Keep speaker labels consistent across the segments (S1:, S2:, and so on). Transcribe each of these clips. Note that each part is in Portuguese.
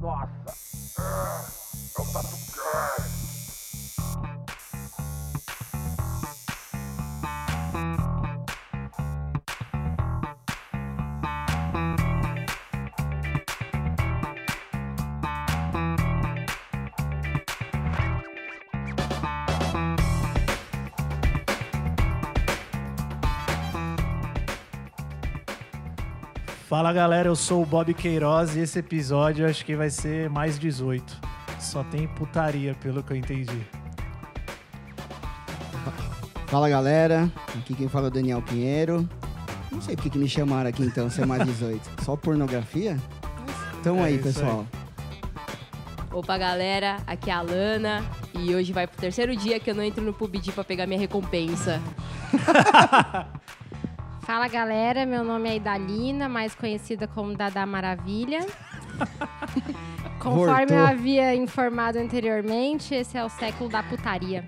S1: Nossa!
S2: Fala galera, eu sou o Bob Queiroz e esse episódio eu acho que vai ser mais 18. Só tem putaria, pelo que eu entendi.
S3: Fala galera, aqui quem fala é o Daniel Pinheiro. Não sei porque que me chamaram aqui então, ser mais 18. Só pornografia? Então
S2: É
S3: aí,
S2: isso
S3: pessoal.
S4: Opa, galera, aqui é a Lana e hoje vai pro terceiro dia que eu não entro no PUBG pra pegar minha recompensa.
S5: Fala galera, meu nome é Idalina, mais conhecida como Dada Maravilha. Conforme
S3: Voltou.
S5: eu havia informado anteriormente, esse é o século da putaria.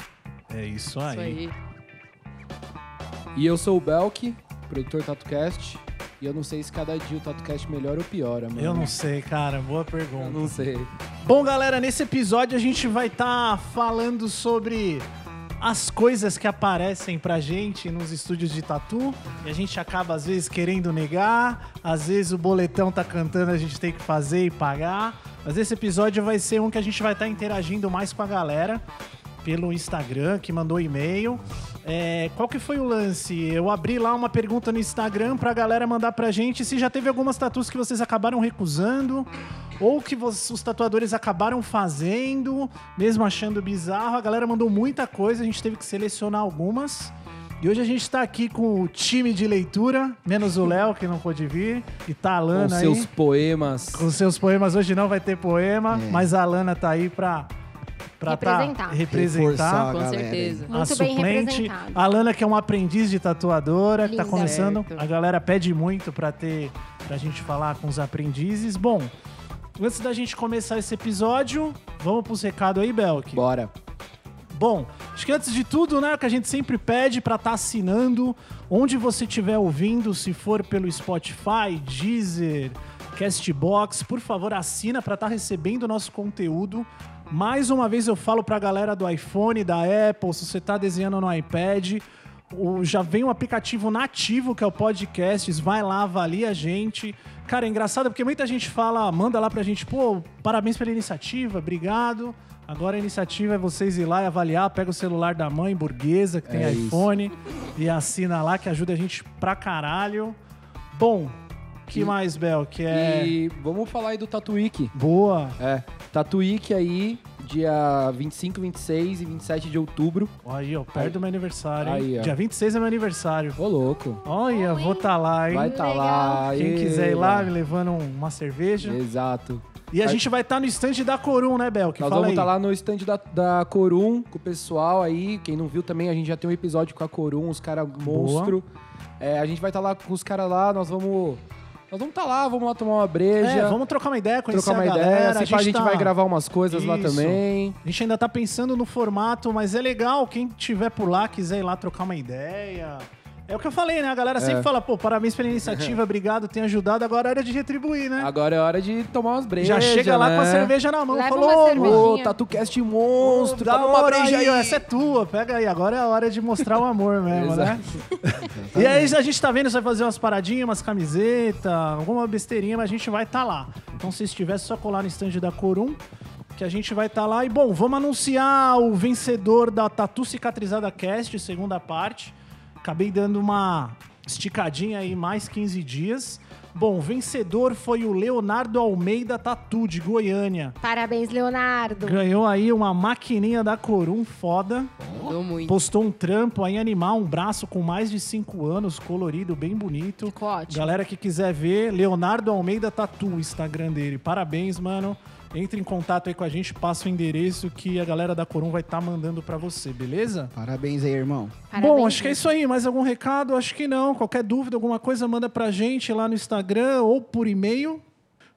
S2: É isso
S4: Isso
S2: aí.
S4: aí.
S6: E eu sou o Belk, produtor TatoCast. E eu não sei se cada dia o TatoCast melhora ou piora, mano.
S2: Eu não sei, cara, boa pergunta.
S6: Eu não sei.
S2: Bom, galera, nesse episódio a gente vai estar falando sobre as coisas que aparecem pra gente nos estúdios de tatu e a gente acaba às vezes querendo negar, às vezes o boletão tá cantando, a gente tem que fazer e pagar. Mas esse episódio vai ser um que a gente vai estar interagindo mais com a galera pelo Instagram, que mandou e-mail. É, qual que foi o lance? Eu abri lá uma pergunta no Instagram pra galera mandar pra gente se já teve algumas tatus que vocês acabaram recusando ou que vos- os tatuadores acabaram fazendo, mesmo achando bizarro. A galera mandou muita coisa, a gente teve que selecionar algumas. E hoje a gente tá aqui com o time de leitura, menos o Léo, que não pôde vir, e tá a
S6: Com
S2: Lana aí.
S6: seus poemas.
S2: Com seus poemas, hoje não vai ter poema,
S3: É.
S2: mas a Lana tá aí pra, pra tá-
S5: Representar.
S2: representar.
S3: Reforçar.
S4: Com
S3: galera aí.
S4: certeza.
S2: A
S5: Muito bem
S2: suplente,
S5: representado.
S2: a Lana, que é uma aprendiz de tatuadora, que tá
S5: Linda.
S2: começando.
S4: Certo.
S2: A galera pede muito pra ter pra gente falar com os aprendizes. Bom, antes da gente começar esse episódio, vamos pros recados aí, Belk.
S6: Bora.
S2: Bom, acho que antes de tudo, né, o que a gente sempre pede pra estar assinando, onde você estiver ouvindo, se for pelo Spotify, Deezer, Castbox, por favor, assina pra estar recebendo o nosso conteúdo. Mais uma vez eu falo pra galera do iPhone, da Apple, se você tá desenhando no iPad, o- já vem um aplicativo nativo que é o Podcasts, vai lá, avalia a gente. Cara, é engraçado porque muita gente fala, manda lá pra gente, pô, parabéns pela iniciativa, obrigado. Agora a iniciativa é vocês ir lá e avaliar, pega o celular da mãe burguesa que tem
S6: É isso.
S2: iPhone e assina lá que ajuda a gente pra caralho. Bom, que
S6: E-
S2: mais, Bel? Que é
S6: E vamos falar aí do Tatuíque.
S2: boa.
S6: É, Tatuíque aí, dia 25, 26 e 27 de outubro.
S2: Aí, ó, perto
S6: Aí.
S2: do meu aniversário. hein?
S6: Aí, ó.
S2: Dia 26 é meu aniversário.
S6: Ô, louco.
S2: Olha,
S5: Bom,
S2: vou
S5: hein?
S2: tá lá, hein?
S6: Vai tá
S5: legal.
S6: lá.
S2: Quem
S6: aê.
S2: quiser ir lá, me levando um- uma cerveja.
S6: Exato.
S2: E a
S6: Vai-
S2: gente vai estar no stand da Corum, né, Bel? Que
S6: Nós
S2: fala
S6: vamos
S2: aí.
S6: estar lá no stand da, da Corum com o pessoal aí. Quem não viu também, a gente já tem um episódio com a Corum, os caras monstro. É, a gente vai estar lá com os caras lá, nós vamos. Nós vamos estar lá, vamos lá tomar uma breja.
S2: É, vamos trocar uma ideia, conhecer
S6: trocar uma
S2: a galera.
S6: ideia. Se pá, a gente,
S2: tá-
S6: vai gravar umas coisas lá
S2: Isso.
S6: também.
S2: A gente ainda tá pensando no formato, mas é legal. Quem tiver por lá, quiser ir lá trocar uma ideia. É o que eu falei, né? A galera sempre fala, pô, parabéns pela iniciativa, obrigado, tem ajudado. Agora é hora de retribuir, né?
S6: Agora é hora de tomar umas brejas.
S2: Já chega lá com a
S6: né?
S2: cerveja na mão.
S5: Leva
S2: falou,
S5: uma
S2: "Ô,
S5: cervejinha.
S6: Ô, TatuCast monstro,
S2: dá
S6: toma
S2: uma breja aí,
S6: aí.
S2: ó, essa é tua, pega aí. Agora é a hora de mostrar o amor mesmo, né?
S6: Exato.
S2: E aí a gente tá vendo, você vai fazer umas paradinhas, umas camisetas, alguma besteirinha, mas a gente vai estar lá. Então se estiver só colar no stand da Corum, que a gente vai estar lá. E bom, vamos anunciar o vencedor da Tatu Cicatrizada Cast, segunda parte. Acabei dando uma esticadinha aí, mais 15 dias. Bom, o vencedor foi o Leonardo Almeida Tatu, de Goiânia.
S5: Parabéns, Leonardo.
S2: Ganhou aí uma maquininha da Corum foda.
S4: Mudou muito.
S2: Postou um trampo aí animal, um braço com mais de 5 anos, colorido, bem bonito.
S4: Ficou ótimo.
S2: Galera que quiser ver, Leonardo Almeida Tatu, o Instagram dele. Parabéns, mano. Entre em contato aí com a gente, passa o endereço que a galera da Corum vai estar mandando pra você, beleza?
S3: Parabéns aí, irmão.
S5: Parabéns,
S2: Bom, acho que é isso aí. Mais algum recado? Acho que não. Qualquer dúvida, alguma coisa, manda pra gente lá no Instagram ou por e-mail.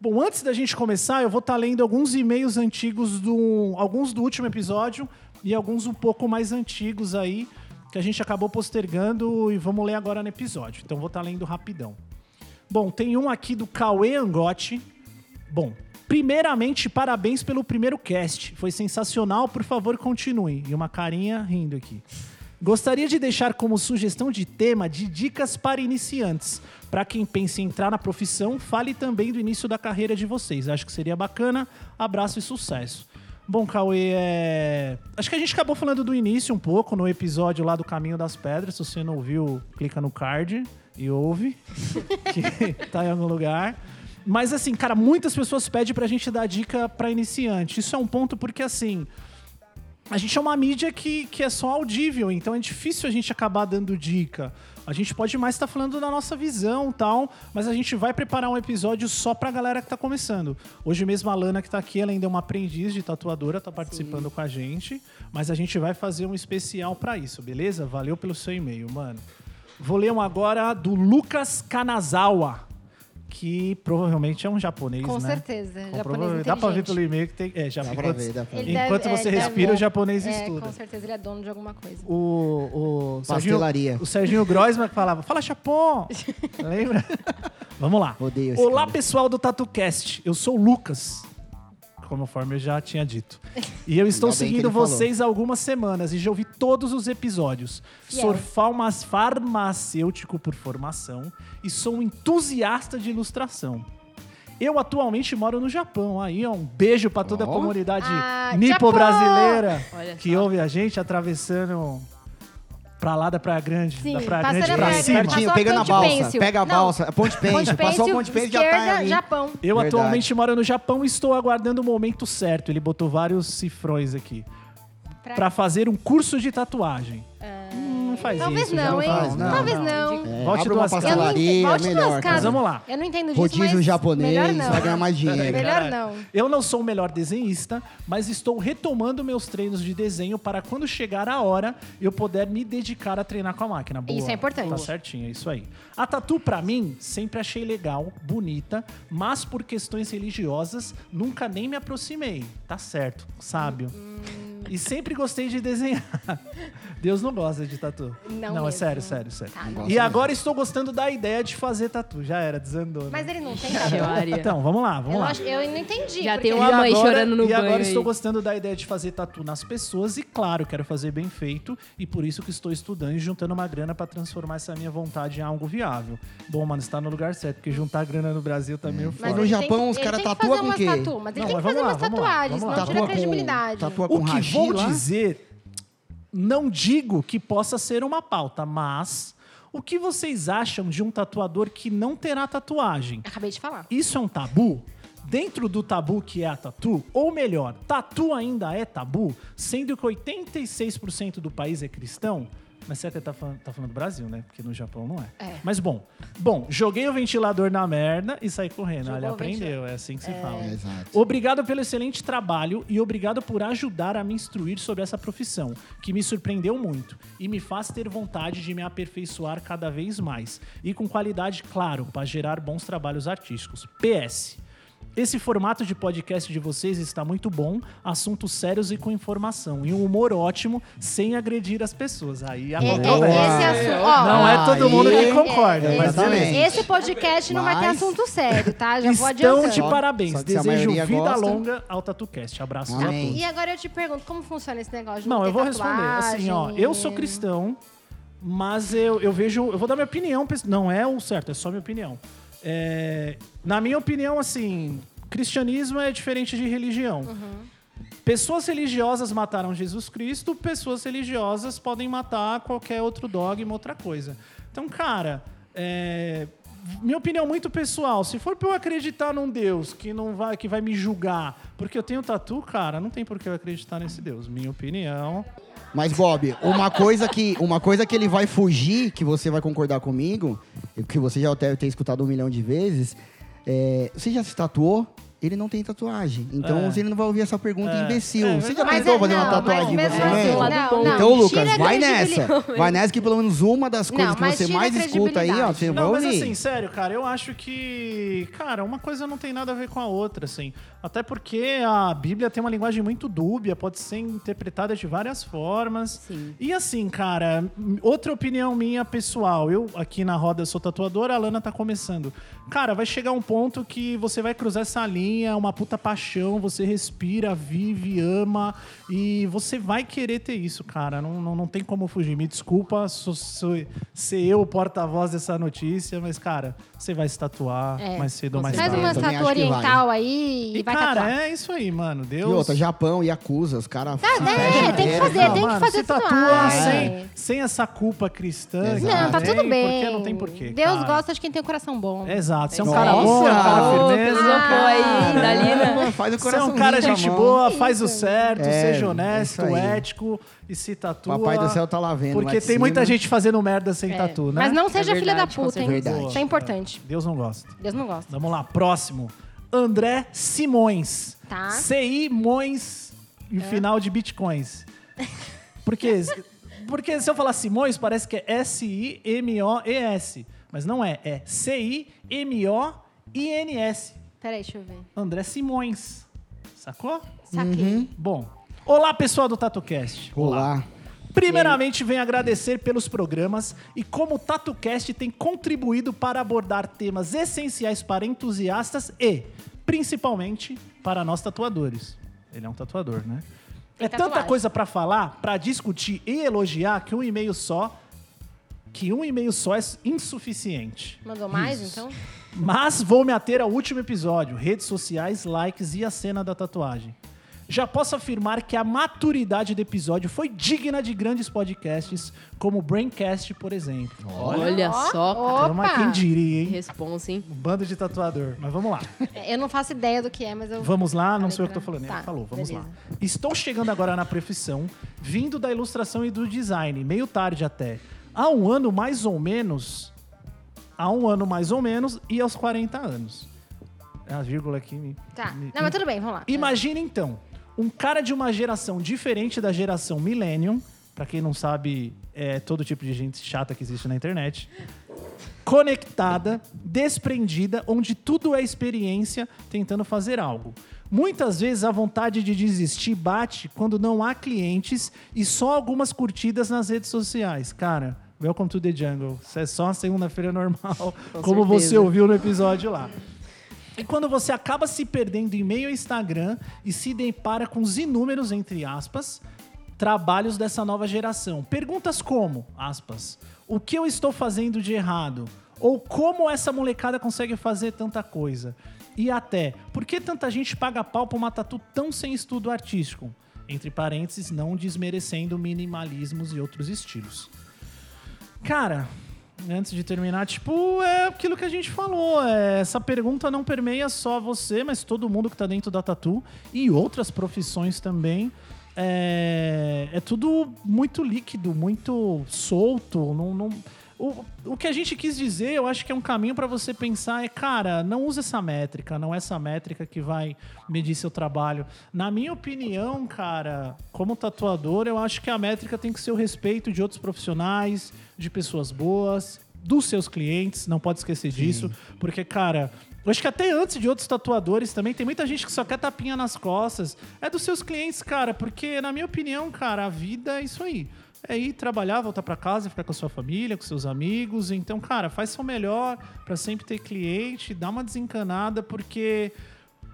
S2: Bom, antes da gente começar, eu vou estar lendo alguns e-mails antigos do. um, alguns do último episódio e alguns um pouco mais antigos aí, que a gente acabou postergando e vamos ler agora no episódio. tá Então vou estar lendo rapidão. Bom, tem um aqui do Cauê Angotti. Bom, Primeiramente, parabéns pelo primeiro cast. Foi sensacional, por favor, continue. E uma carinha rindo aqui. Gostaria de deixar como sugestão de tema de dicas para iniciantes. Para quem pensa em entrar na profissão, fale também do início da carreira de vocês. Acho que seria bacana. Abraço e sucesso. Bom, Cauê, é... acho que a gente acabou falando do início um pouco no episódio lá do Caminho das Pedras. Se você não ouviu, clica no card e ouve, que tá em algum lugar. Mas assim, cara, muitas pessoas pedem pra gente dar dica pra iniciante. Isso é um ponto porque assim, a gente é uma mídia que, que é só audível, então é difícil a gente acabar dando dica. A gente pode mais estar falando da nossa visão tal, mas a gente vai preparar um episódio só pra galera que tá começando. Hoje mesmo a Lana que tá aqui, ela ainda é uma aprendiz de tatuadora, tá participando com a gente, mas a gente vai fazer um especial pra isso, beleza? Valeu pelo seu e-mail, mano. Vou ler um agora do Lucas Kanazawa, que provavelmente é um japonês, né?
S5: Com certeza, japonês é
S2: prova- Dá pra ver
S5: inteligente.
S2: pelo e-mail que tem. É, já
S3: Dá
S2: vi
S3: pra
S2: quantos-
S3: ver, dá pra
S5: Ele
S3: ver.
S5: deve-
S2: Enquanto
S5: é,
S2: você
S5: deve-
S2: respira, o japonês
S5: é,
S2: estuda.
S5: Com certeza ele é dono de alguma coisa.
S2: O, o Serginho-
S3: Pastelaria.
S2: o Serginho Groisman que falava, fala Chapon! Lembra? Vamos lá.
S3: Odeio esse
S2: Olá,
S3: cara.
S2: pessoal do TatuCast. Eu sou o Lucas. Conforme eu já tinha dito. E eu estou
S3: Ainda bem que
S2: seguindo
S3: ele falou.
S2: vocês há algumas semanas e já ouvi todos os episódios.
S5: Fiel.
S2: Sou farmas- farmacêutico por formação e sou um entusiasta de ilustração. Eu atualmente moro no Japão. Aí, ó, um beijo para toda a
S3: Ó.
S2: comunidade
S5: Ah,
S2: nipo-brasileira
S4: Olha
S2: que
S4: só.
S2: ouve a gente atravessando pra lá da Praia Grande,
S5: Sim,
S2: da Praia
S5: passando
S2: Grande
S5: a
S2: pra
S5: Praia
S2: cima.
S5: Grande.
S3: Pertinho,
S5: É, tá Passou a
S3: pega na
S5: Ponte
S3: balsa.
S5: Pêncil.
S3: Pega a
S5: Não.
S3: balsa. É Ponte Pêncil. Passou a Ponte Pêncil, já tá
S5: esquerda,
S3: ali.
S5: Japão.
S2: Eu
S3: Verdade.
S2: atualmente moro no Japão e estou aguardando o momento certo. Ele botou vários cifrões aqui.
S5: Pra- É.
S2: Pra fazer um curso de tatuagem. Hum, não faz
S5: Talvez
S2: isso.
S5: não,
S2: já
S5: hein?
S3: faz, não,
S5: Talvez não.
S3: É,
S2: Volte
S3: abre
S2: duas casas.
S3: uma
S5: Eu
S3: pastelaria, é
S5: não entendi. Volte
S3: melhor,
S5: duas
S2: Mas
S3: cara.
S5: casas.
S2: vamos lá.
S5: Eu não entendo disso,
S3: Rodízio
S5: mas melhor
S3: japonês,
S5: não.
S3: vai ganhar mais dinheiro.
S5: Melhor
S2: Caralho.
S5: não.
S2: é. Eu não sou o melhor desenhista, mas estou retomando meus treinos de desenho para quando chegar a hora eu poder me dedicar a treinar com a máquina. Boa.
S5: Isso é importante.
S2: Tá certinho, é isso aí. A tatu, pra mim, sempre achei legal, bonita, mas por questões religiosas nunca nem me aproximei. Tá certo, sábio. E sempre gostei de desenhar. Deus não gosta de tatu.
S5: Não
S2: é
S5: mesmo.
S2: sério, sério, sério.
S5: Tá,
S3: não.
S2: e agora estou gostando da ideia de fazer tatu. Já era, desandou. né?
S5: Mas ele não tem
S4: Ixi,
S5: tatu.
S4: Maria.
S2: Então, vamos lá, vamos
S5: Eu,
S2: lá.
S5: acho- eu não entendi.
S4: Já
S5: porque-
S4: tem uma mãe chorando no
S2: E agora
S4: banho
S2: estou
S4: aí.
S2: gostando da ideia de fazer tatu nas pessoas e, claro, quero fazer bem feito e por isso que estou estudando e juntando uma grana para transformar essa minha vontade em algo viável. Bom, mano, está no lugar certo, porque juntar grana no Brasil
S3: É.
S2: tá meio
S5: Mas
S2: foda.
S3: no
S5: ele tem
S3: Japão,
S5: que-
S3: os
S5: ele
S3: cara
S5: tem que
S3: tatua
S5: fazer
S3: com
S5: umas
S3: quê?
S5: tatu, mas ele
S2: Não,
S5: tem que
S2: mas
S5: fazer
S2: vamos
S5: umas
S2: lá, vamos lá,
S5: tatuagens,
S2: vamos lá.
S5: não tira a credibilidade.
S3: tatua tá é com
S2: O que
S3: hashi
S2: vou
S3: lá?
S2: dizer, não digo que possa ser uma pauta, mas o que vocês acham de um tatuador que não terá tatuagem?
S5: Acabei de falar.
S2: Isso é um tabu? Dentro do tabu que é a tatu, ou melhor, tatu ainda é tabu, sendo que 86% do país é cristão. Mas será que ele tá falando, tá falando do Brasil, né? Porque no Japão não é.
S5: É.
S2: Mas bom, bom, joguei o ventilador na merda e saí correndo.
S5: Jogou
S2: Ele
S5: o
S2: aprendeu, é assim que se fala.
S3: É, exato.
S2: Obrigado pelo excelente trabalho e obrigado por ajudar a me instruir sobre essa profissão, que me surpreendeu muito e me faz ter vontade de me aperfeiçoar cada vez mais e com qualidade, claro, para gerar bons trabalhos artísticos. PS. Esse formato de podcast de vocês está muito bom, assuntos sérios e com informação, e um humor ótimo, sem agredir as pessoas. Aí a
S5: É, é,
S2: controvérsia.
S5: esse assunto. Ó,
S2: Não é todo mundo que
S3: Aí,
S2: concorda,
S5: é,
S2: mas
S5: esse-
S2: beleza.
S3: exatamente.
S5: Esse podcast não vai ter
S3: Mas-
S5: assunto sério, tá? Já vou
S2: Estão
S5: adiantando.
S2: de
S3: Só-
S2: parabéns.
S3: só que se a
S2: Desejo
S3: maioria
S2: vida
S3: gosta-
S2: longa ao TatuCast. Abraço a
S3: Amém.
S2: todos.
S5: E agora eu te pergunto, como funciona esse negócio de
S2: Não,
S5: ter
S2: eu vou responder. Assim, ó,
S5: tatuagem?
S2: eu sou cristão, mas eu, eu vejo. Eu vou dar minha opinião. pes- Não é o certo, é só minha opinião. É, na minha opinião, assim, cristianismo é diferente de religião. Pessoas religiosas mataram Jesus Cristo, pessoas religiosas podem matar qualquer outro dogma, outra coisa. Então, cara, é, minha opinião muito pessoal, se for pra eu acreditar num Deus que não vai, que vai me julgar, porque eu tenho tatu, cara, não tem por que eu acreditar nesse Deus. Minha opinião.
S3: Mas, Bob, uma coisa, que, uma coisa que ele vai fugir, que você vai concordar comigo, que você já deve ter escutado um milhão de vezes, é, você já se tatuou? Ele não tem tatuagem. Então
S2: É.
S3: ele não vai ouvir essa pergunta
S2: É.
S3: imbecil.
S2: É
S3: você já
S5: Mas
S3: tentou
S5: é-
S3: fazer uma
S5: não, mas
S3: tatuagem em
S5: mesmo
S3: você
S5: assim,
S3: mesmo?
S5: não, não,
S3: Então,
S5: tira
S3: Lucas, vai
S5: a credibilidade.
S3: nessa. Vai nessa que pelo menos uma das coisas
S5: Não,
S3: que
S5: mas
S3: você
S5: tira a
S3: mais escuta aí, ó,
S5: credibilidade.
S3: você vai
S2: Não, mas
S3: ouvir.
S2: assim, sério, cara, eu acho que, cara, uma coisa não tem nada a ver com a outra, assim. Até porque a Bíblia tem uma linguagem muito dúbia, pode ser interpretada de várias formas.
S4: Sim.
S2: E assim, cara, m- outra opinião minha pessoal, eu aqui na roda sou tatuador, a Lana tá começando. Cara, vai chegar um ponto que você vai cruzar essa linha mim é uma puta paixão. Você respira, vive, ama e você vai querer ter isso, cara. Não, não, não tem como fugir. Me desculpa sou, sou, ser eu o porta-voz dessa notícia, mas, cara, você vai se tatuar
S5: É.
S2: mais cedo ou mais
S5: Faz
S2: tarde.
S5: uma
S3: também acho
S5: estátua
S3: que vai.
S5: oriental aí e,
S2: E,
S5: vai
S2: cara,
S5: tatuar.
S2: é isso aí, mano.
S3: E
S2: Deus.
S3: outra, Japão e acusa, os caras.
S5: é, tem que fazer, tem que fazer
S2: se tatua
S5: tatuagem.
S2: sem, sem essa culpa cristã.
S3: Exato.
S5: Não, tá
S2: que
S5: tudo
S2: tem,
S5: bem.
S2: Porque não tem porquê.
S5: Deus
S2: cara.
S5: gosta de quem tem um coração bom.
S2: Exato. Você é um
S3: Nossa,
S2: cara bom, é um cara
S4: Ô,
S2: firmeza.
S5: Ah,
S4: pisou pô aí, Dalina.
S3: Mano, faz o tá
S2: Você é
S3: coração.
S2: um cara gente boa, faz o certo,
S3: É,
S2: seja honesto,
S3: isso aí.
S2: ético e se tatua.
S3: Papai do céu tá lá vendo. lá
S2: Porque
S3: de
S2: tem muita
S3: cima.
S2: gente fazendo merda sem tatu, né?
S5: É. Mas não seja filha da
S4: verdade, com
S5: puta, hein?
S3: certeza.
S5: Isso é importante.
S2: Deus não gosta.
S5: Deus não gosta.
S2: Vamos lá, próximo. André Simões.
S5: Tá.
S2: CI Mões e o final de Bitcoins. Porque, porque se eu falar Simões, parece que é S-I-M-O-E-S. Mas não é, é C-I-M-O-I-N-S.
S5: Peraí, deixa eu ver.
S2: André Simões. Sacou?
S5: Saquei.
S2: Bom. Olá, pessoal do TatuCast.
S3: Olá.
S2: Primeiramente, venho agradecer pelos programas e como o TatuCast tem contribuído para abordar temas essenciais para entusiastas e, principalmente, para nós tatuadores. Ele é um tatuador, né?
S5: Tem
S2: é tanta
S5: tatuagem.
S2: coisa para falar, para discutir e elogiar que um e-mail só, que um e-mail só é insuficiente.
S5: Mandou mais, então?
S2: Mas vou me ater ao último episódio: redes sociais, likes e a cena da tatuagem. Já posso afirmar que a maturidade do episódio foi digna de grandes podcasts, como o Braincast, por exemplo.
S4: Olha
S5: Ó,
S4: só, cara.
S5: Opa!
S2: Mas quem diria, hein?
S4: Responsa, hein?
S2: Um bando de tatuador. Mas vamos lá.
S5: Eu não faço ideia do que é, mas eu...
S2: Vamos lá, não
S5: Falei
S2: sei o que eu tô
S5: pra-
S2: falando.
S5: Tá,
S2: Falou, vamos lá.
S5: beleza.
S2: Estou chegando agora na profissão, vindo da ilustração e do design, meio tarde até. Há um ano mais ou menos. Há um ano mais ou menos e aos 40 anos. É a vírgula aqui. Me,
S5: Tá.
S2: me-
S5: Não, mas tudo bem, vamos lá.
S2: Imagina então, um cara de uma geração diferente da geração Millennium, pra quem não sabe, é todo tipo de gente chata que existe na internet. Conectada, desprendida, onde tudo é experiência, tentando fazer algo. Muitas vezes a vontade de desistir bate quando não há clientes e só algumas curtidas nas redes sociais. Cara, welcome to the jungle. Isso é só uma segunda-feira normal,
S4: Com
S2: como você
S4: certeza.
S2: ouviu no episódio lá. E quando você acaba se perdendo em meio ao Instagram e se depara com os inúmeros, entre aspas, trabalhos dessa nova geração. Perguntas como, aspas, o que eu estou fazendo de errado? Ou como essa molecada consegue fazer tanta coisa? E até, por que tanta gente paga pau pra uma tatu tão sem estudo artístico? Entre parênteses, não desmerecendo minimalismos e outros estilos. Cara, antes de terminar, tipo, é aquilo que a gente falou. é, essa pergunta não permeia só você, mas todo mundo que tá dentro da Tatu e outras profissões também. É, é tudo muito líquido, muito solto. Não, não- o, o que a gente quis dizer, eu acho que é um caminho para você pensar é, cara, não usa essa métrica, não é essa métrica que vai medir seu trabalho. Na minha opinião, cara, como tatuador, eu acho que a métrica tem que ser o respeito de outros profissionais, de pessoas boas, dos seus clientes, não pode esquecer disso, porque, cara. Eu acho que até antes de outros tatuadores também, tem muita gente que só quer tapinha nas costas. É dos seus clientes, cara, porque, na minha opinião, cara, a vida é isso aí. É ir trabalhar, voltar pra casa, ficar com a sua família, com seus amigos. Então, cara, faz seu melhor pra sempre ter cliente, dá uma desencanada, porque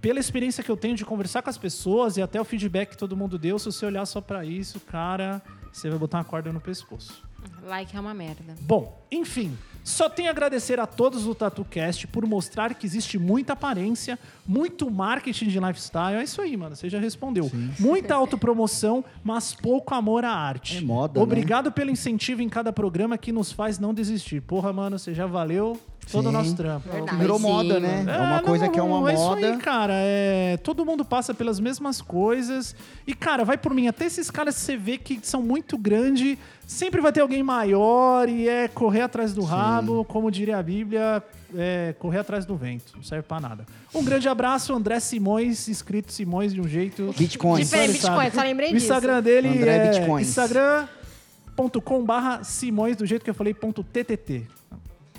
S2: pela experiência que eu tenho de conversar com as pessoas e até o feedback que todo mundo deu, se você olhar só pra isso, cara, você vai botar uma corda no pescoço.
S5: Like é uma merda.
S2: Bom, enfim, só tenho a agradecer a todos do TatuCast por mostrar que existe muita aparência, muito marketing de lifestyle. É isso aí, mano, você já respondeu. Muita autopromoção, mas pouco amor à arte.
S3: É moda, né?
S2: Obrigado pelo incentivo em cada programa que nos faz não desistir. Porra, mano, você já valeu todo o
S3: Sim.
S2: nosso trampo.
S4: Verdade.
S3: Virou
S4: Sim,
S3: moda, né?
S4: mano.
S3: É uma
S2: não,
S3: coisa que é uma
S2: é Isso aí,
S3: moda.
S2: cara. É, todo mundo passa pelas mesmas coisas. E, cara, vai por mim. Até esses caras que você vê que são muito grandes, sempre vai ter alguém maior e é correr atrás do rabo, como diria a Bíblia, é correr atrás do vento. Não serve pra nada. Um grande abraço, André Simões, escrito Simões de um jeito.
S3: Bitcoins.
S2: Só ele
S5: Bitcoin,
S2: sabe.
S5: só lembrei
S2: O Instagram dele
S3: André
S2: é
S3: Bitcoins.
S2: instagram.com barra Simões, do jeito que eu falei, ponto TTT.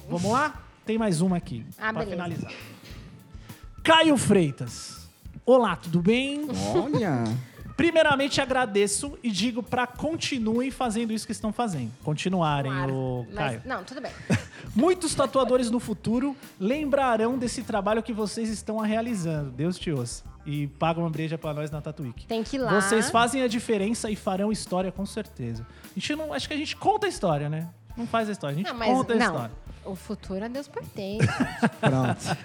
S2: Vamos lá? Tem mais uma aqui,
S5: Ah,
S2: pra
S5: beleza.
S2: finalizar. Caio Freitas. Olá, tudo bem?
S3: Olha.
S2: Primeiramente, agradeço e digo pra continuem fazendo isso que estão fazendo. Continuarem,
S5: Claro.
S2: o
S5: Mas-
S2: Caio.
S5: Não, tudo bem.
S2: Muitos tatuadores no futuro lembrarão desse trabalho que vocês estão realizando. Deus te ouça. E paga uma breja pra nós na Tatuíque.
S5: Tem que ir lá.
S2: Vocês fazem a diferença e farão história com certeza. A gente não, acho que a gente conta a história, né? Não faz a história, a gente
S5: Não, mas
S2: conta a
S5: não.
S2: história.
S5: O futuro a Deus pertence.
S3: Pronto.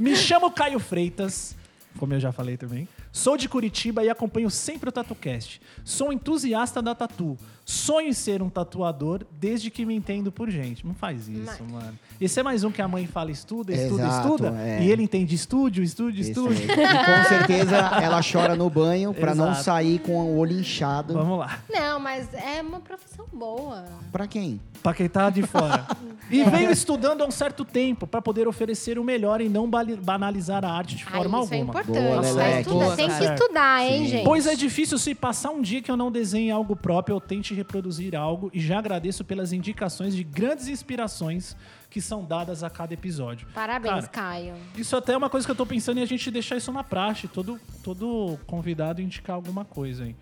S2: Me chamo Caio Freitas, como eu já falei também. Sou de Curitiba e acompanho sempre o TatuCast. Sou um entusiasta da tatu. Sonho em ser um tatuador desde que me entendo por gente. Não faz isso, mano. Esse é mais um que a mãe fala estuda, estuda,
S3: Exato,
S2: estuda.
S3: é.
S2: E ele entende estúdio, estúdio,
S3: Isso
S2: estúdio.
S3: aí. E com certeza ela chora no banho pra não
S2: Exato.
S3: sair com o olho inchado.
S2: Vamos lá,
S5: Não, mas é uma profissão boa.
S3: Pra quem?
S2: pra quem tá de fora. E venho estudando há um certo tempo pra poder oferecer o melhor e não bali- banalizar a arte de
S5: Aí,
S2: forma
S5: isso é
S2: alguma.
S5: importante.
S3: Boa,
S5: mas
S3: Leleque.
S5: estuda-
S4: Boa,
S5: tem que
S4: cara.
S5: estudar, hein,
S3: Sim.
S5: gente?
S2: Pois é difícil se passar um dia que eu não desenhe algo próprio ou tente reproduzir algo, e já agradeço pelas indicações de grandes inspirações que são dadas a cada episódio.
S5: Parabéns,
S2: Cara,
S5: Caio.
S2: Isso até é uma coisa que eu tô pensando em a gente deixar isso na praxe, todo, todo convidado indicar alguma coisa aí.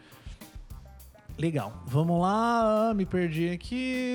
S2: Legal. Vamos lá, ah, me perdi aqui.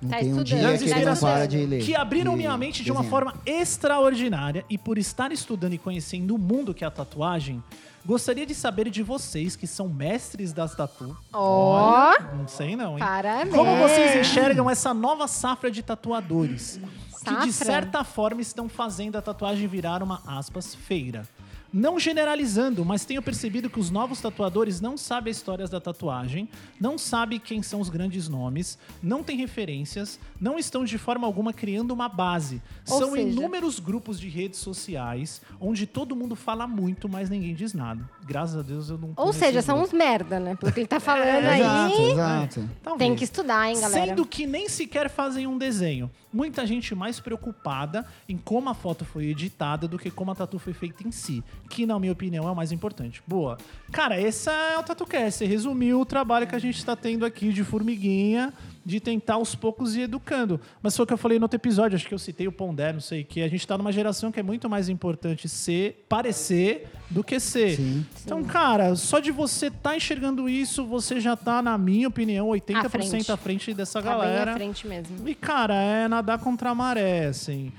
S3: Não
S5: Tá
S3: tem um
S5: estudando,
S3: dia
S2: tá
S3: que ele não
S2: estudando.
S3: para de ler.
S2: Que abriram
S3: de
S2: minha mente de uma
S3: desenhar.
S2: forma extraordinária e por estar estudando e conhecendo o mundo que é a tatuagem, gostaria de saber de vocês que são mestres das tatu.
S5: Ó,
S2: Não sei não, hein?
S5: parabéns.
S2: Como vocês enxergam essa nova safra de tatuadores? Que
S5: Safra?
S2: de certa forma estão fazendo a tatuagem virar uma aspas feira. Não generalizando, mas tenho percebido que os novos tatuadores não sabem as histórias da tatuagem, não sabem quem são os grandes nomes, não têm referências, não estão de forma alguma criando uma base.
S5: Ou
S2: são
S5: seja-
S2: inúmeros grupos de redes sociais onde todo mundo fala muito, mas ninguém diz nada. Graças a Deus eu não tô
S5: Ou seja,
S2: nesses
S5: são
S2: grupos.
S5: uns merda, né? Pelo que
S2: É,
S5: ele tá falando
S3: Exato,
S5: aí.
S3: exato.
S5: Tem
S2: Talvez.
S5: que estudar, hein, galera?
S2: Sendo que nem sequer fazem um desenho. Muita gente mais preocupada em como a foto foi editada do que como a tatu foi feita em si. Que, na minha opinião, é o mais importante. Boa. Cara, essa é o TatuCast. Você resumiu o trabalho que a gente está tendo aqui de formiguinha, de tentar aos poucos ir educando. Mas foi o que eu falei no outro episódio, acho que eu citei o Pondé, não sei o que. A gente está numa geração que é muito mais importante ser, parecer, do que ser.
S3: Sim.
S2: Então, cara, só de você estar enxergando isso, você já tá, na minha opinião, 80% à
S5: À
S2: frente,
S5: frente.
S2: dessa
S5: Tá bem à
S2: galera.
S5: frente mesmo.
S2: E, cara, é nadar contra a maré, assim.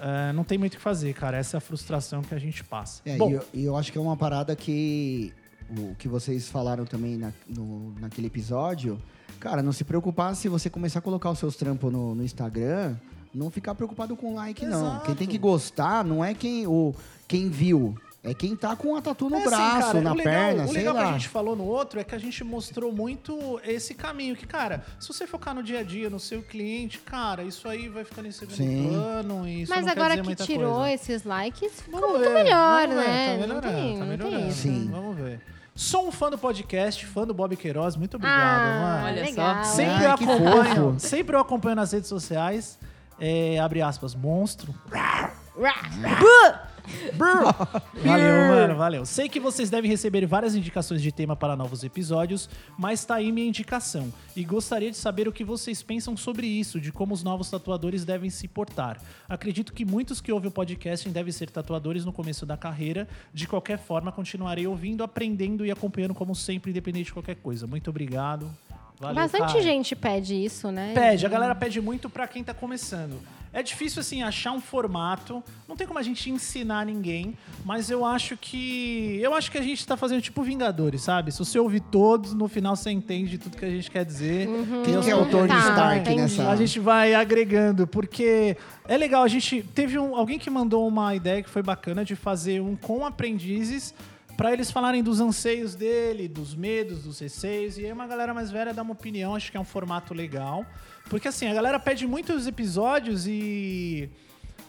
S2: É, não tem muito o que fazer, cara. Essa é a frustração que a gente passa.
S3: É,
S2: Bom,
S3: e eu, e eu acho que é uma parada que o que vocês falaram também na, no- naquele episódio. Cara, não se preocupar se você começar a colocar os seus trampos no, no Instagram, não ficar preocupado com like, não.
S2: Exato.
S3: Quem tem que gostar não é quem, o, quem viu, é quem tá com a tatu no
S2: É assim,
S3: braço,
S2: cara,
S3: na
S2: o legal,
S3: perna,
S2: O
S3: sei
S2: legal
S3: lá.
S2: que a gente falou no outro é que a gente mostrou muito esse caminho. Que, cara, se você focar no dia a dia, no seu cliente, cara, isso aí vai ficar em segundo
S3: Sim.
S2: plano. E isso não
S5: Mas
S2: quer
S5: agora
S2: dizer
S5: que
S2: muita
S5: tirou
S2: coisa.
S5: esses likes, ficou
S2: Vamos
S5: muito
S2: ver,
S5: melhor,
S2: vamos ver,
S5: né?
S2: Tá
S5: não
S2: melhorando,
S5: tem,
S2: tá
S5: não
S2: melhorando.
S5: tem isso.
S3: Sim.
S2: Vamos ver. Sou um fã do podcast, fã do Bob Queiroz. Muito obrigado,
S5: Ah,
S2: mano.
S4: Olha
S5: legal.
S4: só.
S2: Sempre, eu
S3: Ai, que
S2: acompanho,
S3: fofo.
S2: sempre eu acompanho nas redes sociais. é, abre aspas, monstro. Valeu, mano, valeu. Sei que vocês devem receber várias indicações de tema para novos episódios, mas tá aí minha indicação. E gostaria de saber o que vocês pensam sobre isso, de como os novos tatuadores devem se portar. Acredito que muitos que ouvem o podcast devem ser tatuadores no começo da carreira. De qualquer forma, continuarei ouvindo, aprendendo e acompanhando como sempre, independente de qualquer coisa. Muito obrigado. Valeu,
S5: Bastante
S2: cara.
S5: gente pede isso, né?
S2: Pede, a galera pede muito pra quem tá começando. É difícil, assim, achar um formato. Não tem como a gente ensinar ninguém, mas eu acho que. Eu acho que a gente tá fazendo tipo Vingadores, sabe? Se você ouvir todos, no final você entende tudo que a gente quer dizer.
S3: Quem que é o Tony
S5: Tá,
S3: Stark
S5: entendi.
S3: nessa?
S2: A gente vai agregando, porque é legal. A gente teve um, alguém que mandou uma ideia que foi bacana de fazer um com aprendizes pra eles falarem dos anseios dele, dos medos, dos receios. E aí uma galera mais velha dá uma opinião. Acho que é um formato legal, porque assim a galera pede muitos episódios e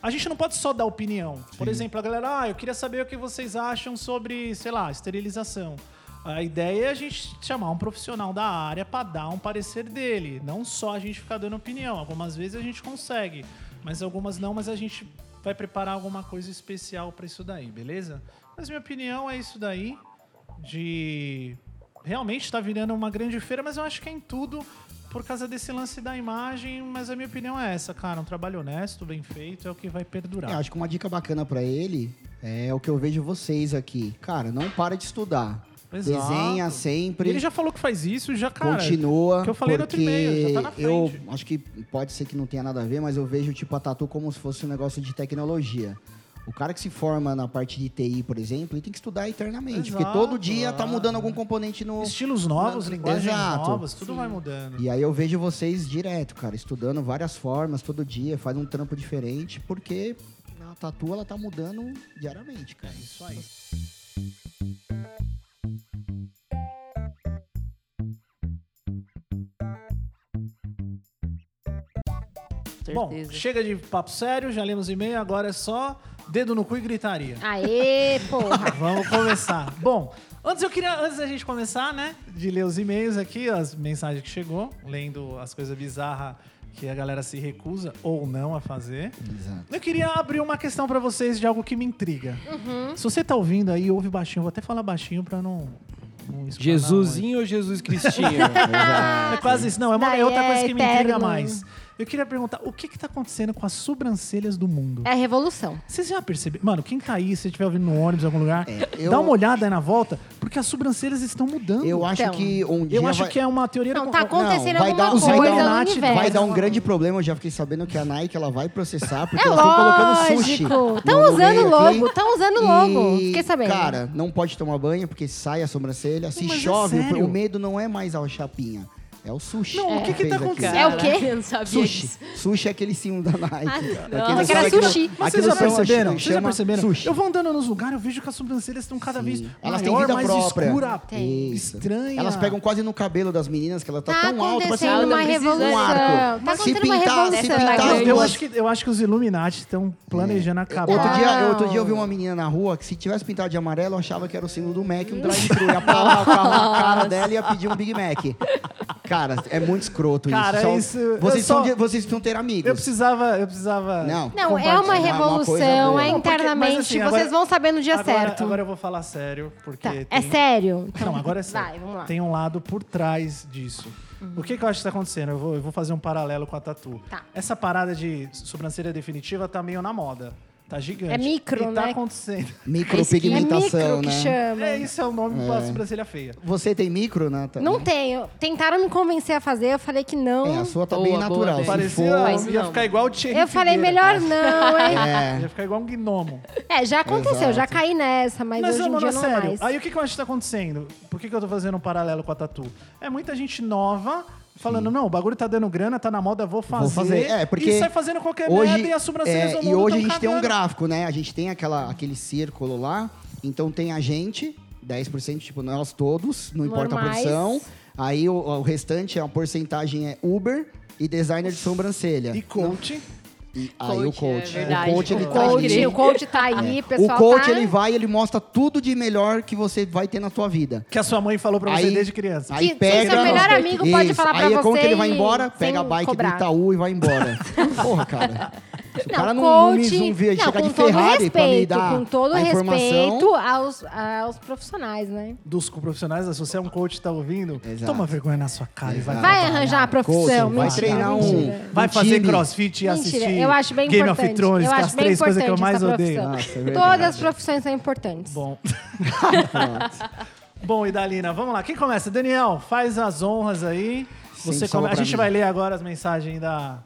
S2: a gente não pode só dar opinião. Por exemplo, a galera, ah, eu queria saber o que vocês acham sobre, sei lá, esterilização. A ideia é a gente chamar um profissional da área para dar um parecer dele, não só a gente ficar dando opinião. Algumas vezes a gente consegue, mas algumas não, mas a gente vai preparar alguma coisa especial para isso daí, beleza? Mas minha opinião é isso daí de realmente está virando uma grande feira, mas eu acho que é em tudo por causa desse lance da imagem, mas a minha opinião é essa, cara, um trabalho honesto, bem feito, é o que vai
S3: É,
S2: perdurar.
S3: acho que uma dica bacana pra ele é o que eu vejo vocês aqui. Cara, não para de estudar.
S2: Exato.
S3: Desenha
S2: E
S3: sempre.
S2: ele já falou que faz isso, já, cara.
S3: Continua.
S2: que eu falei no outro
S3: porque
S2: e-mail, já tá na
S3: Eu
S2: frente.
S3: acho que pode ser que não tenha nada a ver, mas eu vejo tipo a tatu como se fosse um negócio de tecnologia. O cara que se forma na parte de TI, por exemplo, ele tem que estudar eternamente, porque
S2: Exato,
S3: todo dia tá
S2: é.
S3: mudando algum componente no.
S2: Estilos novos, linguagens
S3: Exato.
S2: novas, tudo vai mudando.
S3: E aí eu vejo vocês direto, cara, estudando várias formas todo dia, faz um trampo diferente, porque a tatu ela tá mudando diariamente, cara.
S2: Isso aí. Bom,
S4: certeza.
S2: chega de papo sério, já lemos e-mail, agora é só dedo no cu e gritaria.
S5: Aê, porra!
S2: Vamos começar. Bom, antes eu queria, antes da gente começar, né, de ler os e-mails aqui, as mensagens que chegou, lendo as coisas bizarras que a galera se recusa ou não a fazer.
S3: Exato.
S2: Eu queria abrir uma questão pra vocês de algo que me intriga.
S5: Uhum.
S2: Se você tá ouvindo aí, ouve baixinho, vou até falar baixinho pra não, não escutar.
S6: Jesusinho ou Jesus Cristinho?
S2: É quase isso. Não, é, uma, é
S5: Daí
S2: outra
S5: é
S2: coisa que me
S5: eterno.
S2: intriga mais. Eu queria perguntar, o que que tá acontecendo com as sobrancelhas do mundo?
S5: É revolução.
S2: Vocês já perceberam? Mano, quem tá aí, se estiver ouvindo no ônibus em algum lugar,
S5: É.
S3: eu-
S2: dá uma olhada aí na volta, porque as sobrancelhas estão mudando.
S3: Eu acho
S5: Então,
S3: que um dia
S2: Eu acho
S3: vai...
S2: que é uma teoria
S5: Não,
S2: do...
S5: tá acontecendo
S3: vai
S5: alguma
S3: dar- vai
S5: coisa
S2: dar um
S5: no
S2: nat-
S5: universo.
S3: Vai dar um grande problema, eu já fiquei sabendo que a Nike ela vai processar, porque
S5: É
S3: elas estão colocando sushi.
S5: lógico.
S3: no-
S5: Estão
S3: no
S5: usando
S3: meio aqui.
S5: logo, estão usando logo.
S3: E,
S5: Fiquei sabendo.
S3: Cara, não pode tomar banho porque sai a sobrancelha. Se
S2: Mas é
S3: chove, o-
S2: sério?
S3: o medo não é mais a chapinha. É o sushi.
S2: Não, o que que
S3: fez
S2: tá
S3: aquilo.
S2: acontecendo?
S5: É o quê?
S4: Eu não sabia
S3: Sushi.
S4: disso.
S3: Sushi é aquele símbolo da Nike.
S4: Ah,
S3: Pra
S4: não.
S3: quem
S5: Mas que era
S3: sabe, aquilo-
S5: sushi.
S2: Vocês
S3: aquilo
S2: já
S3: chama-
S2: perceberam? Vocês já
S3: chama
S2: perceberam?
S3: Sushi.
S2: Eu vou andando nos lugares, eu vejo que as sobrancelhas estão cada vez
S3: Elas têm
S2: maior,
S3: vida
S2: mais
S3: própria.
S2: escura,
S5: Tem.
S3: Isso.
S2: estranha.
S3: Elas pegam quase no cabelo das meninas, que ela tá,
S5: Tá
S3: tão alta. parece
S5: acontecendo
S4: uma
S3: um
S5: revolução.
S3: arco.
S5: Tá
S3: se
S5: acontecendo uma
S3: pintar, se
S5: revolução.
S3: pintar
S5: Tá,
S3: as
S2: Eu, eu
S3: duas
S2: acho que, eu acho que os Illuminati estão planejando acabar.
S3: É. Outro dia, eu,
S5: Não.
S3: outro dia eu vi uma menina na rua que se tivesse pintado de amarelo, eu achava que era o símbolo do Mac, um drive-thru. Ia parar o carro na cara dela e ia pedir um Big Mac. Cara, é muito escroto
S2: Cara,
S3: isso. São-
S2: isso- eu
S3: Vocês,
S2: só-
S3: são de- vocês precisam ter amigos.
S2: Eu precisava... Eu precisava...
S3: Não,
S5: Não, é uma
S3: compartilhar coisa
S5: revolução,
S3: boa.
S5: é
S2: Não, porque-
S5: internamente.
S2: mas assim,
S5: vocês
S2: agora-
S5: vão saber no dia
S2: agora,
S5: certo.
S2: Agora eu vou falar sério, porque...
S5: Tá, É
S2: tem-
S5: sério? Então,
S2: Não, agora é sério.
S5: Vai, vamos lá.
S2: Tem um lado por trás disso. O que, que eu acho que está acontecendo? Eu vou, eu vou fazer um paralelo com a tatu.
S5: Tá.
S2: Essa parada de sobrancelha definitiva tá meio na moda. Tá gigante.
S5: É micro,
S2: e tá
S5: né?
S2: acontecendo.
S5: É
S3: Micropigmentação,
S5: micro que
S3: né?
S5: chama.
S2: É, isso é o nome pra sobrancelha feia.
S3: Você tem micro, Nata?
S5: Não tenho. Tentaram me convencer a fazer, eu falei que não.
S3: É, a sua tá
S4: Boa,
S3: bem
S4: boa,
S3: natural.
S4: bem.
S3: Se
S2: Parecia.
S3: for-
S4: Mas
S2: ia
S4: não.
S2: ficar igual o Thierry.
S5: Eu falei
S2: Figueira.
S5: melhor não, hein?
S3: É.
S2: Ia ficar igual um gnomo.
S5: É, já aconteceu, já caí nessa, mas, hoje em
S2: mano,
S5: dia
S2: é
S5: não
S2: sério.
S5: mais.
S2: Aí o que, que eu acho que tá acontecendo? Por que, que eu tô fazendo um paralelo com a tatu? É muita gente nova falando, não, o bagulho tá dando grana, tá na moda, vou fazer.
S3: fazer. É, porque
S2: e sai fazendo qualquer merda e as sobrancelhas
S3: é,
S2: do
S3: E
S2: mundo
S3: hoje
S2: tão
S3: a gente tem um
S2: cagando.
S3: gráfico, né? A gente tem aquela, aquele círculo lá. Então tem a gente, 10%, tipo, nós todos, não importa a
S5: Normais.
S3: profissão. Aí o, o restante, a porcentagem é Uber e designer de sobrancelha.
S2: E coach.
S3: E aí o
S4: Coach,
S3: coach.
S4: é verdade.
S3: o coach, ele
S4: O
S3: tá
S4: coach,
S3: ali.
S5: o coach tá
S2: É.
S5: aí, o
S3: O
S5: pessoal
S3: coach,
S5: tá...
S3: ele vai e ele mostra tudo de melhor que você vai ter na sua vida.
S2: Que a sua mãe falou pra você
S3: Aí-
S2: desde criança.
S3: Aí
S5: Que- que
S3: pega.
S5: seu melhor amigo pode falar pra
S3: aí é como
S5: você
S3: que ele vai
S5: e-
S3: embora, pega a
S5: sem
S3: bike
S5: cobrar.
S3: do Itaú e vai embora. Porra, cara. Se o
S5: Não,
S3: cara não, não me
S5: coach,
S3: não via
S5: não,
S3: chegar
S5: com
S3: de
S5: todo
S3: Ferrari pra me
S5: respeito,
S3: dar
S5: com todo
S3: a informação.
S5: respeito aos, aos profissionais, né?
S2: Dos profissionais, se você é um coach e tá ouvindo,
S3: Exato.
S2: toma vergonha na sua cara e vai
S3: Tá,
S5: Vai
S2: trabalhar.
S5: arranjar a profissão,
S3: Coach, vai
S5: mentira,
S3: treinar um-
S5: mentira.
S2: Vai
S3: um
S2: fazer
S3: time.
S2: crossfit e assistir
S5: Mentira, eu acho bem
S2: Game
S5: importante.
S2: of Thrones,
S5: eu
S2: que é
S5: acho
S2: as
S5: bem
S2: três coisas que eu
S5: importante
S2: mais
S5: essa
S2: odeio.
S5: profissão.
S3: Nossa, é verdade.
S5: Todas as profissões são importantes.
S2: Bom. Bom, Idalina, vamos lá. Quem começa? Daniel, faz as honras aí. Você
S3: Sempre salva
S2: come... A
S3: pra
S2: gente
S3: mim.
S2: vai ler agora as mensagens da...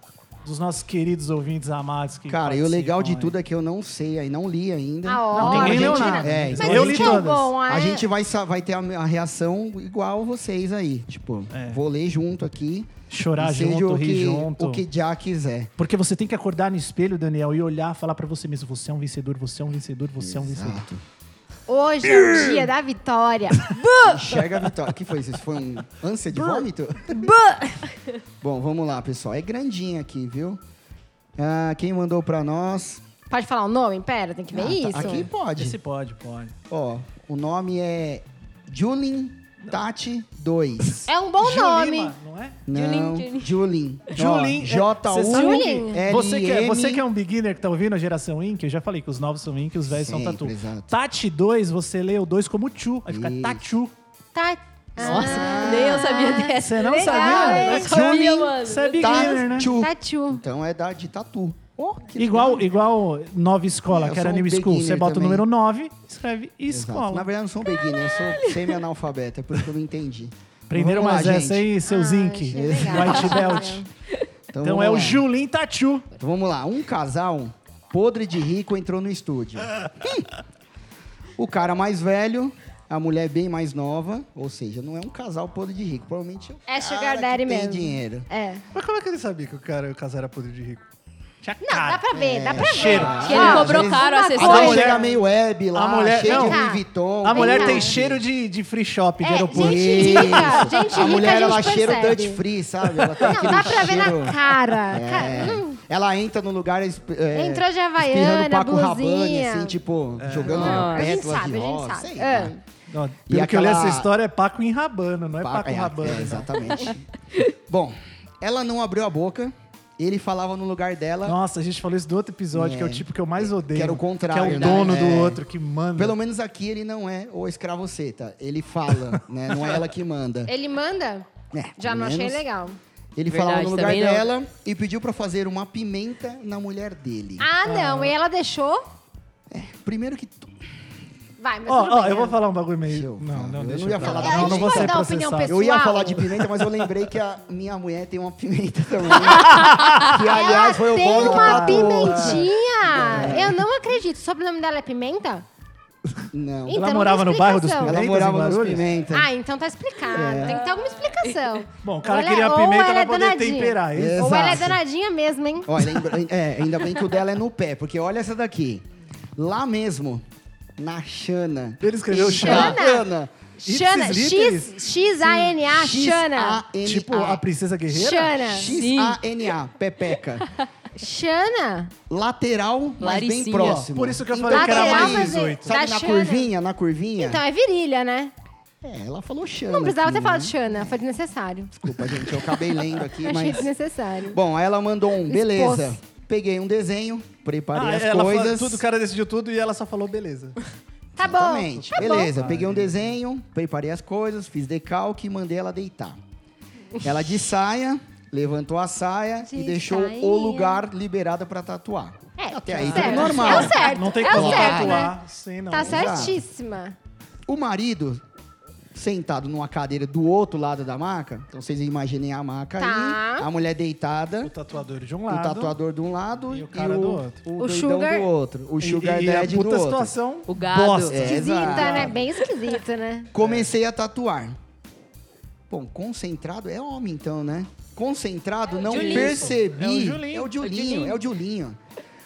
S2: dos nossos queridos ouvintes amados. Que
S3: Cara, e o legal de
S2: participam,
S3: tudo é que eu não sei aí, não li ainda.
S5: Ah, ó.
S2: Não,
S5: Olha,
S2: ninguém
S5: a
S2: leu
S5: gente-
S2: nada.
S3: É,
S5: Mas
S3: então
S2: eu
S5: isso
S2: li
S5: que é o
S2: todas.
S5: bom,
S3: A gente vai, sa- vai ter a, a reação igual vocês aí. Tipo,
S2: É.
S3: vou ler junto aqui.
S2: Chorar
S3: e seja
S2: junto,
S3: o
S2: rir
S3: que,
S2: junto.
S3: O que já quiser.
S2: Porque você tem que acordar no espelho, Daniel, e olhar, falar pra você mesmo: você é um vencedor, você é um vencedor, você é um vencedor.
S3: Exato.
S5: Hoje é o dia da vitória.
S3: Enxerga a vitória. O que foi isso? Isso foi um ânsia de vômito? Bom, vamos lá, pessoal. É grandinho aqui, viu? Ah, quem mandou pra nós...
S5: Pode falar o nome? Pera, tem que ver
S3: Ah, tá.
S5: É isso.
S3: Aqui pode.
S2: Esse pode, pode.
S3: Ó, o nome é Julin Tati 2.
S5: É um bom
S2: Juli
S5: nome.
S2: Lima, não é?
S3: Não,
S4: Julin,
S3: Julin.
S2: Julin, é-
S3: j
S2: cê
S3: u
S2: sabe
S5: que-
S3: l
S2: Você que, é, você que é um beginner que tá ouvindo a geração Ink, eu já falei que os novos são Ink, os velhos são
S3: Sempre,
S2: Tatu.
S3: exato.
S2: Tati 2, você lê o 2 como Tchu, aí fica
S3: Isso.
S2: Tachu.
S5: Tá.
S4: Nossa, nem eu sabia
S5: Ah, É
S4: dessa.
S2: Você não
S5: Legal,
S2: sabia? É
S5: hein?
S2: Não sabia,
S4: Julinho,
S2: mano. Você é beginner, né?
S3: Tatu.
S5: Tatiu.
S3: Então é da de Tatu. Oh, que
S2: Igual,
S3: legal.
S2: igual Nova Escola,
S3: É, eu
S2: que era
S3: sou um
S2: New School. Você
S3: beginner
S2: bota o
S3: também.
S2: número 9, escreve
S3: Exato. Na
S2: escola.
S3: verdade, eu não sou um beginner, eu sou semi-analfabeto, é por isso que eu não entendi.
S2: Prenderam
S3: Vamos lá,
S2: mais essa
S3: gente.
S2: aí, seu
S5: Ah,
S2: Zinc.
S5: achei legal.
S2: White Belt. Então
S3: vamos
S2: é o
S3: lá.
S2: Julin Tatu.
S3: Então vamos lá, um casal podre de rico entrou no estúdio. Hum. o cara mais velho, a mulher bem mais nova, ou seja, não é um casal podre de rico, provavelmente é um
S5: É
S3: cara
S5: sugar daddy
S3: que tem
S5: mesmo.
S3: dinheiro.
S5: É.
S1: Mas como é que ele sabia que o cara o casal era podre de rico?
S2: Tinha
S5: Não, dá
S2: cara.
S5: pra ver, dá pra ver.
S2: Cheiro.
S5: Ah,
S4: Que ele cobrou caro a
S2: Olha,
S3: A
S5: uma
S3: mulher
S4: sessão.
S2: coisa-
S3: chega meio web lá,
S2: a mulher-
S3: cheia
S2: não.
S3: de Louis Vuitton.
S2: A mulher tem
S5: Verdade.
S2: cheiro de, de free shop de
S5: É,
S2: aeroporto.
S5: Gente rica, gente rica,
S3: a mulher,
S5: a gente
S3: ela cheira o
S5: percebe.
S3: Dutch Free, sabe? Ela tem
S5: Não,
S3: aquele
S5: dá pra ver
S3: cheiro-
S5: na cara.
S3: É.
S5: cara não-
S3: Ela entra no lugar. esp- É,
S5: Entrou de
S3: espirrando
S5: Havaiana,
S3: Paco Rabanne,
S5: blusinha.
S3: assim, tipo,
S2: É.
S3: jogando
S4: Ah,
S5: a gente
S3: pétalas
S5: sabe,
S3: de
S5: a gente
S3: rosa.
S5: sabe.
S3: sei
S5: Ah.
S3: lá.
S2: Ó,
S3: E
S2: Pelo que eu li
S3: aquela-
S2: essa história, é Paco em Rabano, não é Paco
S3: é,
S2: Rabano.
S3: é, exatamente. Bom, ela não abriu a boca, ele falava no lugar dela.
S2: Nossa, a gente falou isso do outro episódio,
S3: É.
S2: que é o tipo que eu mais odeio.
S3: Que era o contrário,
S2: Que é o
S3: né?
S2: dono do
S3: É.
S2: outro, que manda.
S3: Pelo menos aqui ele não é o escravoceta. Ele fala, né? Não é ela que manda.
S5: Ele manda?
S3: É,
S5: Já
S3: pelo
S5: não achei
S3: menos
S5: legal.
S3: Ele
S4: Verdade,
S3: falava no lugar
S4: também não.
S3: dela e pediu pra fazer uma pimenta na mulher dele.
S5: Ah, não. E ela deixou?
S3: Primeiro que tu-
S5: Vai, mas
S2: Ó,
S5: tudo
S2: ó,
S5: bem.
S2: eu vou falar um bagulho meio.
S3: Deixa eu
S2: não,
S3: falar.
S2: não,
S3: Eu
S2: deixa
S3: não ia
S2: pra lá.
S3: falar disso.
S2: Não, não vou
S5: Deixa
S2: ser
S5: eu dar opinião
S2: processado.
S5: pessoal.
S3: Eu ia
S5: Pessoal.
S3: falar de pimenta, mas eu lembrei que a minha mulher tem uma pimenta também. que, aliás, foi o
S5: Ah, Tem
S3: bolo que
S5: uma
S3: tatuou.
S5: pimentinha! Eu não acredito. O sobrenome dela é Pimenta?
S3: Não.
S5: Então,
S2: Ela
S5: não
S2: morava
S5: tem
S2: no bairro dos
S5: explicação.
S2: Pimentas
S3: Ela
S2: em
S3: morava nos
S2: Guarulhos?
S3: pimenta.
S5: Ah, então tá explicado. Tem que ter alguma explicação.
S2: Bom, o cara
S5: Ou
S2: queria
S5: ela-
S2: a pimenta
S5: ou ela
S2: pra
S5: é
S2: poder
S5: danadinha.
S2: temperar.
S3: É.
S5: Ou ela é
S3: Exato.
S5: danadinha mesmo, hein?
S3: Ó, lembra- é, ainda bem que o dela é no pé, porque olha essa daqui. Lá mesmo, na Xana.
S2: Ele escreveu
S5: Xana?
S2: chá.
S3: Xana.
S5: Xana,
S2: literis?
S5: X, X-A-N-A, Xana.
S3: X-A-N-A.
S2: Tipo a princesa guerreira?
S5: Xana.
S3: X-A-N-A, Pepeca.
S5: Xana.
S3: Lateral, mas bem
S4: Laricinha.
S3: próximo. Então,
S2: Por isso que eu falei que era
S5: Lateral,
S2: mais
S5: mas é-
S2: 18.
S3: Sabe
S5: Da
S3: na
S5: Xana.
S3: curvinha, na curvinha?
S5: Então é virilha, né?
S3: É, ela falou Xana.
S5: Não precisava
S3: aqui,
S5: ter falado
S3: né?
S5: Xana, foi desnecessário.
S3: Desculpa, gente, eu acabei lendo aqui,
S5: Achei
S3: mas...
S5: desnecessário.
S3: Bom, aí ela mandou um, beleza.
S5: Expôs.
S3: Peguei um desenho, preparei
S2: Ah,
S3: as
S2: ela
S3: coisas.
S2: falou tudo, o cara decidiu tudo e ela só falou beleza.
S5: Tá bom.
S3: Exatamente.
S5: Tá bom.
S3: Beleza, peguei um desenho, preparei as coisas, fiz decalque e mandei ela deitar. Ela de saia, levantou a saia
S5: De
S3: e deixou o
S5: sainha.
S3: lugar liberado pra tatuar.
S5: É,
S3: Até
S5: tá
S3: aí
S5: certo.
S3: tudo então normal.
S5: É o certo.
S2: Não tem
S5: é
S2: como
S5: o certo, né?
S2: lá. Sim, não.
S5: Tá
S3: Exato.
S5: certíssima.
S3: O marido sentado numa cadeira do outro lado da maca, então vocês imaginem a maca
S5: Tá.
S3: aí, a mulher
S2: O
S3: deitada,
S2: tatuador de um
S3: o
S2: lado.
S3: tatuador de um lado
S2: E o cara
S3: o,
S2: do outro.
S3: o
S5: O
S3: doidão
S5: sugar-
S3: do outro, o
S2: E-
S3: sugar
S2: e, é a
S3: daddy do
S2: puta
S3: outro.
S2: situação.
S4: O gado.
S2: Bosta.
S3: É,
S5: Esquisita,
S3: exato.
S5: né? Bem esquisita, né?
S3: Comecei a tatuar. Bom, concentrado é homem então, né? Concentrado, não
S4: Julinho.
S2: É o
S3: percebi.
S2: Julinho.
S3: É o Julinho, é o Julinho.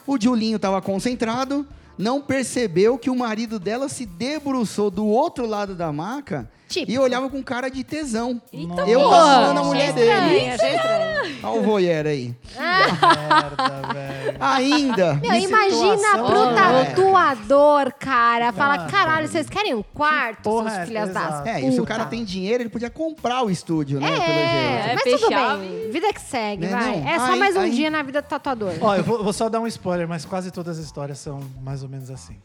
S3: O Julinho tava concentrado, não percebeu que o marido dela se debruçou do outro lado da maca
S5: Tipo.
S3: e olhava com cara de tesão.
S5: então
S4: Eita,
S3: Eu
S4: porra.
S3: passando a mulher dele.
S5: Estranho, achei estranho.
S3: Olha o voyeur aí.
S2: Merda, velho.
S3: Ainda.
S5: Meu,
S2: Que
S5: imagina
S2: situação,
S5: pro
S2: né?
S5: tatuador, cara. Fala, caralho, vocês querem um quarto,
S2: porra é
S5: seus filhas
S2: essa?
S5: das
S3: É, e se o
S5: puta?"
S3: cara tem dinheiro, ele podia comprar o estúdio, né? Pelo jeito.
S5: É,
S4: É,
S5: mas tudo
S4: fechava
S5: bem. Vida que segue,
S3: Né,
S5: vai.
S3: não?
S5: É só
S3: Aí-
S5: mais um
S3: aí-
S5: dia na vida do tatuador.
S2: Ó, eu vou, vou só dar um spoiler, mas quase todas as histórias são mais ou menos assim.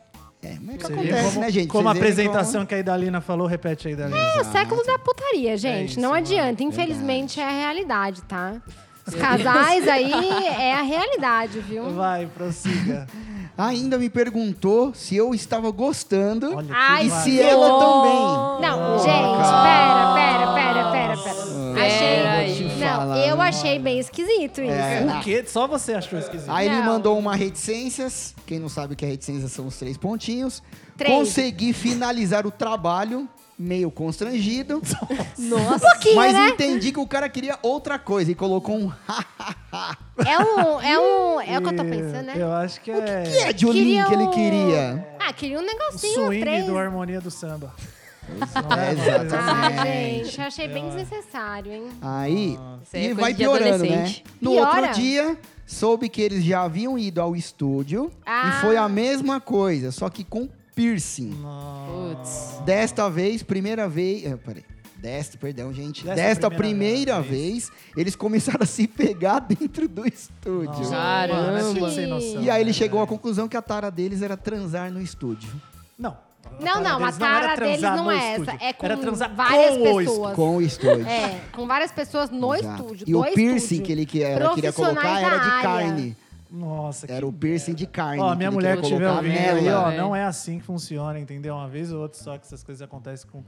S3: É, mas é que
S2: Você vê
S3: acontece,
S2: como,
S3: né, gente?
S2: Como a
S3: Vocês verem como-
S2: apresentação que a Idalina falou, repete aí, Idalina.
S5: É o século da putaria,
S2: É É
S5: gente.
S2: isso,
S5: não
S2: mano.
S5: adianta. Infelizmente é a realidade, tá? Os casais aí é a realidade, viu?
S2: Vai, prossiga.
S3: Ainda me perguntou se eu estava gostando
S2: Olha
S5: Ai,
S3: e
S2: que
S3: se
S2: vai.
S3: ela também.
S5: Não, gente, pera, pera, pera, pera, pera.
S4: Pera
S2: É,
S5: Achei.
S4: aí.
S5: Não, eu achei bem esquisito isso.
S2: O quê? Só você achou esquisito.
S3: Aí ele
S5: Não.
S3: mandou uma reticências. Quem não sabe o que é reticências são os três pontinhos.
S5: Três.
S3: Consegui finalizar o trabalho, meio constrangido.
S5: Um pouquinho,
S3: mas
S5: né?
S3: entendi que o cara queria outra coisa e colocou um ha.
S5: É um. É um. É o que eu tô pensando, né?
S2: Eu acho que é.
S3: E é de Olim
S5: Queria
S3: que ele
S5: um-
S3: queria.
S5: Ah, queria um
S2: O
S5: negocinho,
S2: É. swing
S5: três.
S2: do Harmonia do Samba. assim,
S3: É,
S5: Ah,
S3: exatamente.
S5: gente, eu achei bem desnecessário, hein?
S3: Aí,
S2: Ah.
S4: Isso aí é
S3: e
S4: coisa
S3: vai
S4: de
S3: piorando, né?
S4: adolescente.
S3: No
S5: Piora?
S3: outro dia, soube que eles já haviam ido ao estúdio
S5: Ah.
S3: e foi a mesma coisa, só que com piercing.
S4: Putz.
S3: Desta vez, primeira vez. ah, peraí. Desta, perdão, gente.
S2: Desta
S3: Desta,
S2: primeira
S3: primeira, vez, eles começaram a se pegar dentro do estúdio.
S4: Caramba.
S2: Mano, é sem noção,
S3: E aí ele
S2: né,
S3: chegou à
S2: velho?
S3: conclusão que a tara deles era transar no estúdio.
S2: Não.
S5: Não, não, a
S2: deles era
S5: tara deles
S2: transar
S5: não
S2: no
S5: é essa.
S2: estúdio.
S5: É com
S2: Era transar
S5: várias
S2: com o estúdio.
S5: pessoas.
S3: Com o estúdio.
S5: É, com várias pessoas no
S3: Exato.
S5: estúdio.
S3: E
S5: do
S3: o piercing
S5: estúdio.
S3: que ele que- ela queria
S5: Profissionais
S3: colocar era
S5: da
S3: de
S5: área.
S3: carne.
S2: Nossa,
S3: Era
S2: que
S3: o piercing de carne.
S2: Ó, minha
S3: que ele
S2: mulher
S3: queria
S2: que estiver
S3: colocar
S2: ouvindo
S3: nela.
S2: aí, ó,
S4: né?
S2: não é assim que funciona, entendeu? Uma vez ou outra só que essas coisas acontecem com.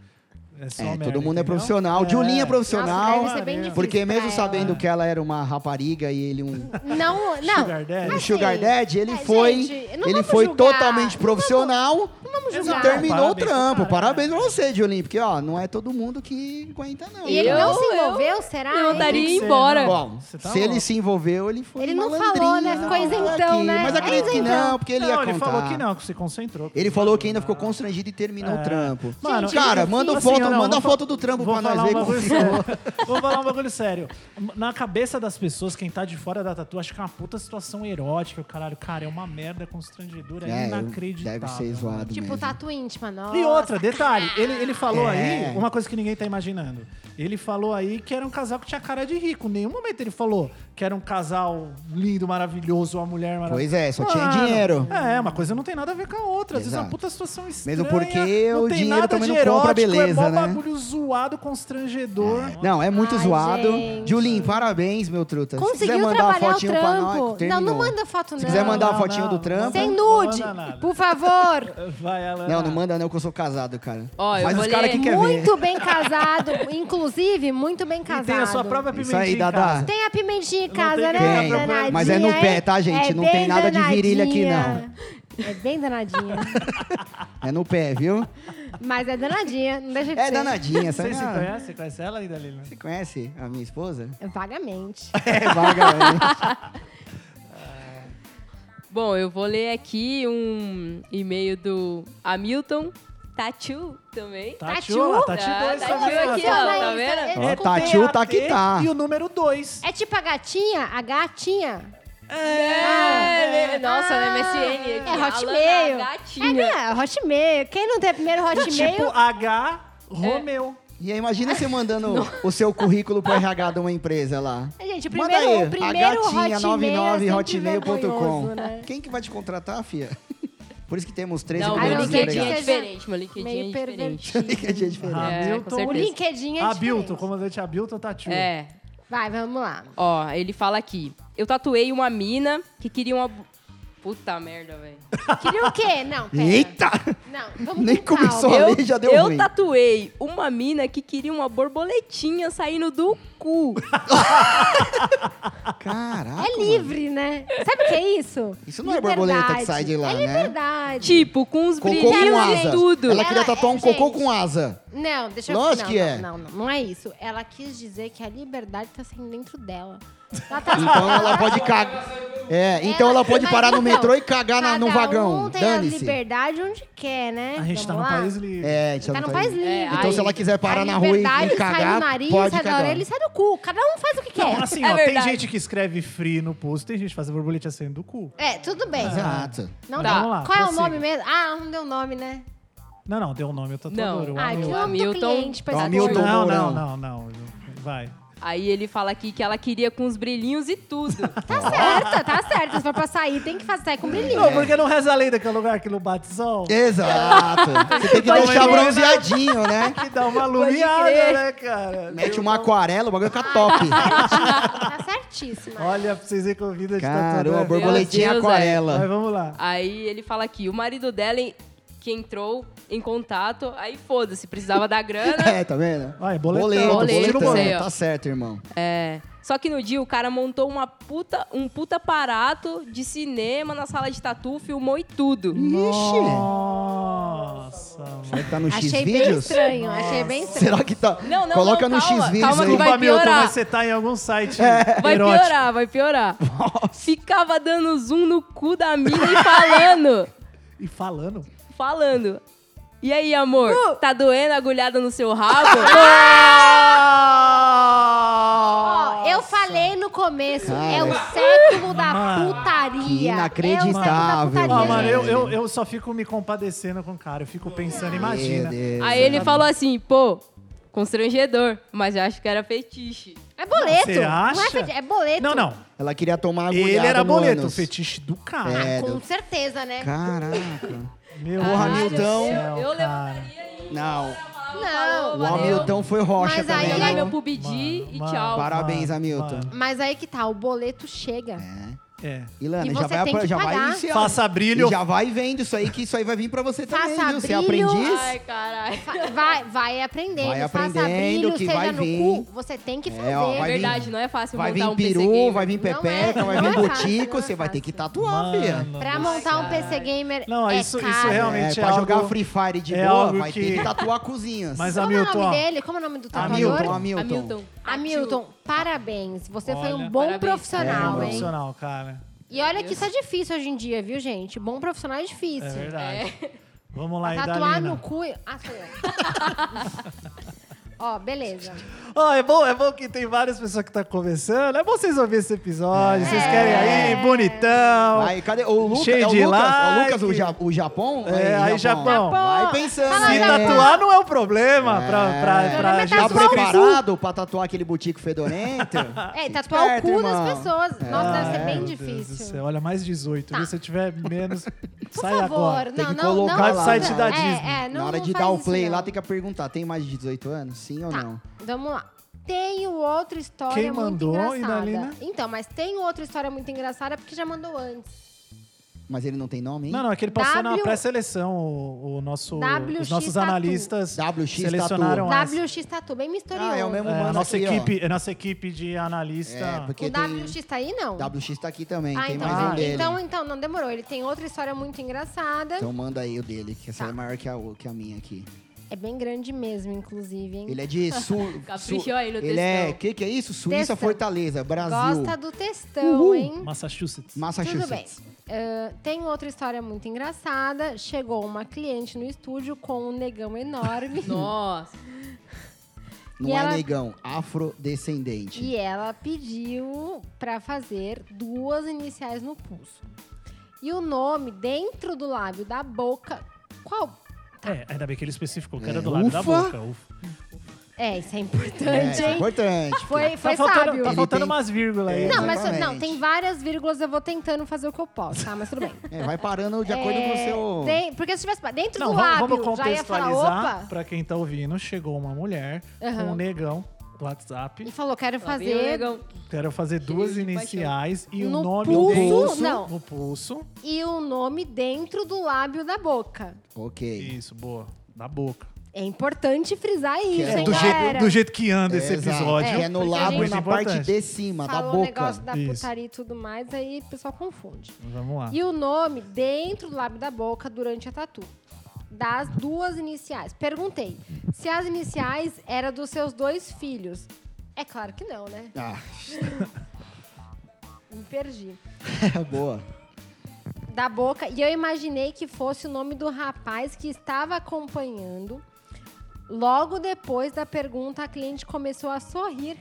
S2: É só
S3: É,
S2: merda,
S3: todo mundo é
S2: entendeu?
S3: profissional. Julinha é profissional.
S5: Nossa, deve ser bem difícil
S3: porque
S5: pra
S3: mesmo
S5: ela.
S3: sabendo que ela era uma rapariga e ele um
S5: Não, não.
S2: Sugar daddy.
S5: assim,
S3: sugar daddy, ele
S5: é,
S3: foi,
S5: gente, não
S3: ele
S5: vamos
S3: foi
S5: julgar.
S3: totalmente profissional
S5: Vamos
S2: Exato.
S5: julgar.
S3: e terminou o
S2: Parabéns pro
S3: trampo.
S2: cara, né?
S3: Parabéns pra você, Julinha, porque ó, não é todo mundo que aguenta não.
S5: E ele não
S4: Eu-
S5: se envolveu, será?
S4: Eu
S5: hein?
S4: mandaria
S2: que
S4: ir
S2: ser,
S4: embora.
S2: né?
S3: Bom,
S2: Você tá
S3: se ele
S2: louco.
S3: se envolveu, ele foi
S5: Ele não
S3: malandrinho,
S5: falou, né? Ficou
S3: falou
S5: isentão,
S3: aqui.
S5: né?
S3: Mas
S5: É
S3: acredito que
S5: isentão.
S3: não, porque ele ia
S2: Não,
S3: contar.
S2: ele falou que não, que se concentrou.
S3: Ele falou que ainda ficou constrangido e terminou o trampo.
S2: Mano,
S3: cara,
S2: eu-
S3: manda
S2: assim,
S3: foto,
S2: eu não,
S3: manda
S2: vou fa-
S3: foto do trampo
S2: vou
S3: pra nós
S2: falar
S3: ver
S2: um
S3: como é.
S2: bagulho
S3: ficou.
S2: sério. Vou falar um bagulho sério. Na cabeça das pessoas, quem tá de fora da tatu, acho que é uma puta situação erótica. o Caralho, cara, é uma merda constrangedora, é,
S3: É,
S2: inacreditável.
S3: deve ser zoado
S5: Tipo,
S3: mesmo.
S5: tatu íntima, nossa.
S2: E outra, detalhe, ele, ele falou
S3: É.
S2: aí uma coisa que ninguém tá imaginando. Ele falou aí que era um casal que tinha cara de rico. Em nenhum momento ele falou que era um casal lindo, maravilhoso, uma mulher maravilhosa.
S3: Pois é, só tinha dinheiro.
S2: É, uma coisa não tem nada a ver com a outra. Às vezes é uma
S3: Exato.
S2: puta situação estranha.
S3: porque
S2: não
S3: o
S2: tem
S3: dinheiro
S2: nada
S3: também
S2: de
S3: não compra
S2: erótico,
S3: beleza,
S2: é mó
S3: né?
S2: bagulho zoado, constrangedor.
S3: Não, é muito
S5: Ai,
S3: zoado.
S5: gente.
S3: Julinho, parabéns, meu truta. Se quiser
S5: Conseguiu
S3: mandar uma
S5: trabalhar o
S3: fotinho pra nós,
S5: trampo. não,
S3: terminou.
S5: não manda foto, não.
S3: Se quiser mandar
S2: Não,
S3: a fotinho
S2: não,
S3: do
S2: não
S3: trampo.
S5: Sem
S2: Não manda
S5: nude,
S2: nada.
S5: por favor.
S2: Vai, Alana.
S3: Não, não manda não, que eu sou casado, cara.
S4: Ó, eu
S3: Mas
S4: vou
S3: os caras
S4: ler
S3: que quer ver.
S5: Muito bem casado. Inclusive, muito bem
S2: E
S5: casado.
S2: tem a sua própria
S3: Isso
S2: pimentinha
S3: aí,
S2: em
S3: Dadá.
S2: casa.
S5: Tem a pimentinha em
S2: Não
S5: casa,
S2: tem
S5: né?
S2: pimentinha.
S5: Danadinha,
S3: Mas é no pé, tá, gente? Não
S5: bem
S3: tem nada de virilha aqui,
S5: danadinha. É bem danadinha.
S3: É no pé, viu?
S5: Mas é danadinha, não deixa de
S3: É
S5: ser.
S3: danadinha, sabe?
S2: Vocês se
S3: Ah,
S2: conhecem? Conhece ela ainda, Lilian?
S3: Você conhece a minha esposa?
S5: Vagamente.
S3: É vagamente.
S4: Bom, eu vou ler aqui um e-mail do Hamilton Tatu também.
S5: Tá
S2: Tatiula,
S5: Tati? é
S2: Tati 2
S4: Ah,
S2: também.
S4: Tati aqui,
S2: ó.
S4: ó, tá
S5: Funciona isso,
S4: vendo?
S5: eu
S3: É,
S5: desconfiei.
S3: Tati. Tio tá que tá.
S2: E o número 2.
S5: É tipo a gatinha, a gatinha.
S4: É, né? nossa, é MSN. aqui.
S5: É Hotmail.
S4: Alana
S5: É,
S4: Gatinha.
S5: né? Hotmail. Quem não tem primeiro
S4: É
S5: Hotmail...
S2: Tipo H Romeu.
S3: E aí, imagina você mandando o seu currículo pro RH de uma empresa lá.
S5: Gente, o
S3: Manda
S5: primeiro,
S3: aí,
S5: o primeiro
S3: gatinha
S5: Hotmail é
S3: 99
S5: sempre
S3: hotmail.com.
S5: vergonhoso, né?
S3: Quem que vai te contratar, fia? Por isso que temos 13
S4: Não,
S5: Ah,
S4: meu
S5: não,
S3: empregos
S5: sei
S4: LinkedIn é
S3: legais.
S5: que seja
S4: diferente, meu LinkedIn é
S5: Meio
S4: diferente.
S5: pervertido.
S3: Que é dia diferente.
S4: É, com
S5: O
S4: certeza.
S5: LinkedIn é
S2: Abilton,
S5: diferente.
S2: comandante tá, Abilton Tatiula.
S4: É,
S5: Vai, vamos lá.
S4: ó, ele fala aqui. Eu tatuei uma mina que queria uma... bu- Puta merda, velho.
S5: Queria o quê? Não, pera.
S3: Eita!
S5: Não, vamos
S3: Nem
S5: com calma.
S3: começou. Só lei já deu
S4: eu
S3: ruim.
S4: tatuei uma mina que queria uma borboletinha saindo do cu.
S3: Caraca.
S5: É
S3: mano.
S5: livre, né? Sabe o que é isso?
S3: Isso não é borboleta que sai de lá,
S5: é
S3: né?
S5: liberdade.
S4: tipo, com os
S3: Cocô com
S4: brilhinhos
S3: asa.
S4: e tudo. Tá.
S3: Ela queria
S5: Ela-
S3: tatuar um
S5: é,
S3: cocô
S5: gente.
S3: com asa.
S5: Não, deixa
S3: Lógico
S5: eu...
S3: que é.
S5: Não, não, não é isso. Ela quis dizer que a liberdade tá saindo dentro dela. Ela tá
S3: Então ela pode cagar. É, então ela pode
S5: mas
S3: parar no
S5: então,
S3: metrô e cagar na- no
S5: cada
S3: vagão.
S5: Um tem a
S3: Dane-se.
S5: liberdade onde quer, né?
S2: A gente tá no
S5: Vamos lá?
S2: país livre.
S3: É, a gente
S5: Tá
S3: não
S5: no
S3: tá
S5: país
S3: indo.
S5: livre.
S4: É,
S3: Então, se ela quiser parar na rua e, e
S5: sai
S3: cagar,
S5: do nariz,
S3: pode
S5: sai
S3: cagar.
S5: da orelha e sai do cu. Cada um faz o que quer.
S2: Não, assim,
S4: É
S2: ó, tem
S4: verdade.
S2: gente que escreve free no post, tem gente que faz a borboleta saindo do cu.
S5: É, tudo bem.
S2: Ah,
S3: Exato.
S5: Não
S4: Tá.
S5: dá.
S2: Vamos lá,
S5: Qual é o
S2: prossiga.
S5: nome mesmo? Ah, não deu nome, né?
S2: Não, não, deu o nome, eu tô
S4: Não.
S2: todo
S5: Ah, que
S4: o
S5: nome do
S4: Hamilton-
S5: cliente,
S3: É o
S5: pensador.
S3: Hamilton.
S2: Não, não,
S3: Mourão.
S2: não, não. Vai.
S4: Aí ele fala aqui que ela queria com os brilhinhos e tudo.
S5: Tá
S3: Ah.
S5: certo, tá certo. Se for pra sair, tem que fazer sair com
S3: É.
S5: brilhinho.
S2: Não, porque não reza a lenda que é lugar que não bate sol.
S3: Exato. Você tem que
S2: Vai
S3: deixar
S2: ver.
S3: bronzeadinho, né?
S2: Que dá uma
S4: crer.
S2: lumiada, né, cara?
S3: Mete uma aquarela, o bagulho fica top.
S5: Tá certíssima.
S2: Olha, pra vocês verem que a vida de
S3: Caramba,
S2: tatuador.
S3: borboletinha
S4: Deus,
S2: Mas
S3: aquarela.
S2: vamos lá.
S4: Aí ele fala aqui, o marido dela em- que entrou em contato, aí foda-se, precisava da grana.
S3: É, tá vendo?
S2: Vai, boletão.
S4: Boleto,
S3: boleto,
S4: isso aí, ó.
S3: Tá certo, irmão.
S4: É. Só que no dia o cara montou uma puta, um puta aparato de cinema na sala de tatu, filmou e tudo.
S3: Hum. Ixi.
S2: Nossa, mano.
S3: Será que tá no
S5: Achei bem
S3: X-Vídeos?
S5: estranho, achei bem estranho.
S3: Será que tá?
S4: Não, não,
S3: Coloca
S4: não,
S3: no
S4: calma,
S3: X-Vídeos
S4: calma
S3: aí.
S4: que vai
S2: Desculpa, Milton,
S4: piorar. É.
S2: mas você tá em algum site
S4: Vai
S2: erótico.
S4: piorar, vai piorar. Ficava dando zoom no cu da mina e falando.
S2: E falando.
S4: falando. E aí, amor? Tá doendo a agulhada no seu rabo?
S5: Ó, eu falei no começo, é o
S3: Cara.
S5: século da
S2: Mano.
S5: putaria.
S3: Inacreditável,
S5: É o século da
S2: Ah,
S5: putaria,
S2: mano, eu,
S5: gente.
S2: eu, eu só fico me compadecendo com o cara. Eu fico pensando, imagina.
S4: aí ele falou assim, pô, constrangedor, mas eu acho que era fetiche.
S5: É boleto.
S2: Você acha?
S5: Não é, fetiche, é boleto.
S2: Não, não.
S3: Ela queria tomar agulhada
S2: Ele era
S3: no
S2: boleto, o
S3: ânus.
S2: fetiche do cara.
S3: É,
S5: Com
S3: do-
S5: certeza, né?
S3: Caraca.
S2: Meu
S3: Porra,
S2: Deus do
S3: Hamiltão.
S2: céu,
S4: Eu
S2: cara.
S4: levantaria aí.
S3: Não,
S5: Não,
S3: o Hamilton foi rocha
S5: Mas aí
S3: também.
S5: ele- é
S4: Pegar
S3: né?
S4: é meu pubidi e
S2: Mano,
S4: tchau.
S3: Parabéns,
S2: mano,
S3: Hamilton.
S2: mano.
S5: Mas aí que tá, o boleto chega.
S2: É.
S3: Ilana, já
S5: E você
S3: vai,
S5: tem
S3: apro-
S5: que
S3: já vai
S5: pagar.
S3: iniciar.
S2: Faça brilho.
S3: E já é vai vendo isso aí, que isso aí vai vir pra você também,
S5: Faça
S3: viu? Você é
S5: brilho.
S3: aprendiz?
S4: Ai, caralho. É
S5: Fa- Vai, vai aprendendo,
S3: É. Vai
S5: faça
S3: aprendendo
S5: brilho,
S3: que
S5: seja
S3: vai
S5: no
S3: vir.
S5: cu, você tem que fazer.
S3: É, ó,
S4: É
S3: vai vir-
S4: verdade, não é fácil
S3: Vai
S4: montar
S3: vir
S4: um PC
S3: peru,
S4: gamer.
S3: vai vir
S5: Não é,
S3: pepeca, vai
S5: não
S3: vir
S5: é fácil,
S3: botico,
S5: não é
S3: você vai ter que
S5: fácil.
S3: tatuar, filha.
S2: Mano é
S5: Pra
S2: do
S5: montar um
S4: Nossa,
S5: PC
S4: caralho.
S5: gamer
S2: Não,
S5: é
S2: isso- isso
S5: caro.
S2: realmente-
S3: É,
S2: Gente, é
S3: pra jogar
S2: algo-
S3: Free Fire de
S2: é
S3: boa,
S2: algo
S3: vai
S2: que-
S3: ter que tatuar cozinhas.
S2: Mas
S5: Como é o
S2: Hamilton,
S5: nome dele? Como é o nome do
S3: Hamilton,
S5: tatuador?
S3: Hamilton.
S4: Hamilton.
S5: Hamilton, parabéns. Você foi
S2: Olha,
S5: um bom
S4: parabéns.
S5: profissional,
S3: É,
S5: hein?
S2: profissional, cara.
S5: E olha que isso é difícil hoje em dia, viu, gente? Bom profissional é
S2: É
S5: difícil.
S2: verdade. Vamos lá,
S5: Tatuar
S2: Idalina.
S5: no
S3: né?
S5: cu. e- Ah, sou eu. Ó, beleza.
S2: Ó, é bom, é bom que tem várias pessoas que estão tá começando. É bom vocês ouvirem esse episódio. Vocês querem aí, bonitão.
S3: Aí, cadê? O Lucas,
S2: Cheio
S3: é o
S2: de
S3: Lucas, é o Lucas, o,
S2: like.
S3: Ja- o Japão?
S2: É, aí Japão.
S3: Vai
S5: Japão.
S3: pensando.
S2: Se
S3: hein?
S2: tatuar não é o problema pra, pra,
S3: É.
S2: pra
S5: Tá
S3: Tá
S2: gente
S5: só o
S2: preferir.
S3: preparado pra tatuar aquele botico fedorento?
S5: É, tatuar o
S3: Esperto,
S5: cu
S3: irmão. É.
S5: das pessoas. Nossa, deve ser
S2: Ah,
S5: bem
S2: meu Deus do
S5: difícil. Tá.
S2: céu, Olha, mais 18, viu? Se eu tiver menos,
S5: Por
S2: sai
S5: favor,
S2: agora.
S5: não,
S3: que
S5: não, não.
S3: colocar
S5: não,
S3: lá, né?
S5: não.
S2: da
S5: É,
S2: Disney.
S5: É, não,
S3: Na hora
S5: não
S3: de
S5: faz
S3: dar o
S5: isso,
S3: play
S5: não.
S3: lá, tem que perguntar: tem mais de 18 anos? Sim ou
S5: Tá,
S3: não?
S5: vamos lá. Tenho outra história
S2: Quem
S5: muito
S2: mandou,
S3: é
S5: engraçada.
S2: Idalina?
S3: né?
S5: Então, mas tem outra história muito engraçada porque já mandou antes.
S3: Mas ele não tem nome, hein?
S2: Não, não, é que ele passou na
S5: W-
S2: pré-seleção, o, o nosso,
S5: WX
S2: os nossos
S5: Tatu.
S2: analistas
S3: WX
S2: selecionaram essa.
S5: WX Tatu, bem misterioso.
S3: Ah, é o mesmo
S2: É, a
S3: mano
S2: nossa,
S3: aqui, ó.
S2: equipe, a nossa equipe de analista.
S3: É, porque
S5: O
S3: tem...
S5: WX tá aí, não?
S3: WX tá aqui também,
S5: ah,
S3: tem
S5: então,
S3: mais um
S5: ah,
S3: dele.
S5: então, então, não demorou. Ele tem outra história muito engraçada.
S3: Então manda aí o dele, que essa
S5: Tá.
S3: é maior que a, o- que a minha aqui.
S5: É bem grande mesmo, inclusive, hein?
S3: Ele é de Su...
S4: Caprichou aí no
S3: Ele é...
S4: textão.
S3: que que é isso? Suíça,
S5: Textão.
S3: Fortaleza, Brasil,
S5: Gosta do textão, hein?
S2: Massachusetts.
S3: Tá
S5: Tudo bem.
S3: Massachusetts.
S5: Ah, tem outra história muito engraçada. Chegou uma cliente no estúdio com um negão enorme.
S4: Nossa.
S3: Não
S5: E
S3: é
S5: ela-
S3: negão, afrodescendente.
S5: E é ela pediu pra fazer duas iniciais no pulso. E o nome dentro do lábio da boca. Qual?
S2: É, ainda bem que ele especificou que era
S3: É,
S2: do lado da
S3: ufa.
S2: boca. Ufa.
S5: É, isso é
S3: É,
S5: importante,
S3: isso é
S5: hein?
S3: importante.
S5: Foi, foi
S2: Tá faltando,
S5: sábio.
S2: tá
S3: Ele
S2: faltando
S3: tem-
S2: umas vírgulas aí.
S3: É,
S5: Não, mas não,
S3: Exatamente.
S5: tem várias vírgulas, eu vou tentando fazer o que eu posso, tá? Mas tudo bem.
S3: É, vai parando de acordo com o
S5: É,
S3: seu...
S5: tem- porque se tivesse dentro
S2: Não,
S5: do
S2: vamos,
S5: lábio,
S2: vamos
S5: já ia falar,
S2: contextualizar
S5: opa,
S2: pra quem tá ouvindo. Chegou uma mulher com um
S5: Aham.
S2: negão do
S5: e
S2: WhatsApp.
S5: falou, quero
S4: Fazer... Lá vem o
S5: fazer.
S4: negão.
S2: Quero fazer duas
S4: de
S2: iniciais e o
S5: No
S2: nome
S5: pulso,
S2: dentro
S5: não.
S2: no pulso.
S5: E o nome dentro do lábio da boca.
S3: Ok.
S2: Isso, boa. Da boca.
S5: É importante frisar isso,
S3: é
S5: hein,
S2: do,
S5: galera?
S2: jeito, do jeito que anda esse
S3: É, exato.
S2: episódio.
S3: É, no
S5: porque a
S3: lábio,
S2: gente-
S3: na
S2: Muito
S3: parte
S2: importante.
S3: de cima, da
S5: Falou o
S3: boca.
S5: negócio da
S2: Isso.
S5: putaria e tudo mais, aí o pessoal confunde.
S2: Vamos
S3: Ah.
S2: lá.
S5: E o nome dentro do lábio da boca durante a tatu. Das duas iniciais. Perguntei se as iniciais eram dos seus dois filhos. É claro que não, né?
S3: Ah,
S5: Me perdi.
S3: é boa.
S5: Da boca. E eu imaginei que fosse o nome do rapaz que estava acompanhando. Logo depois da pergunta, a cliente começou a sorrir.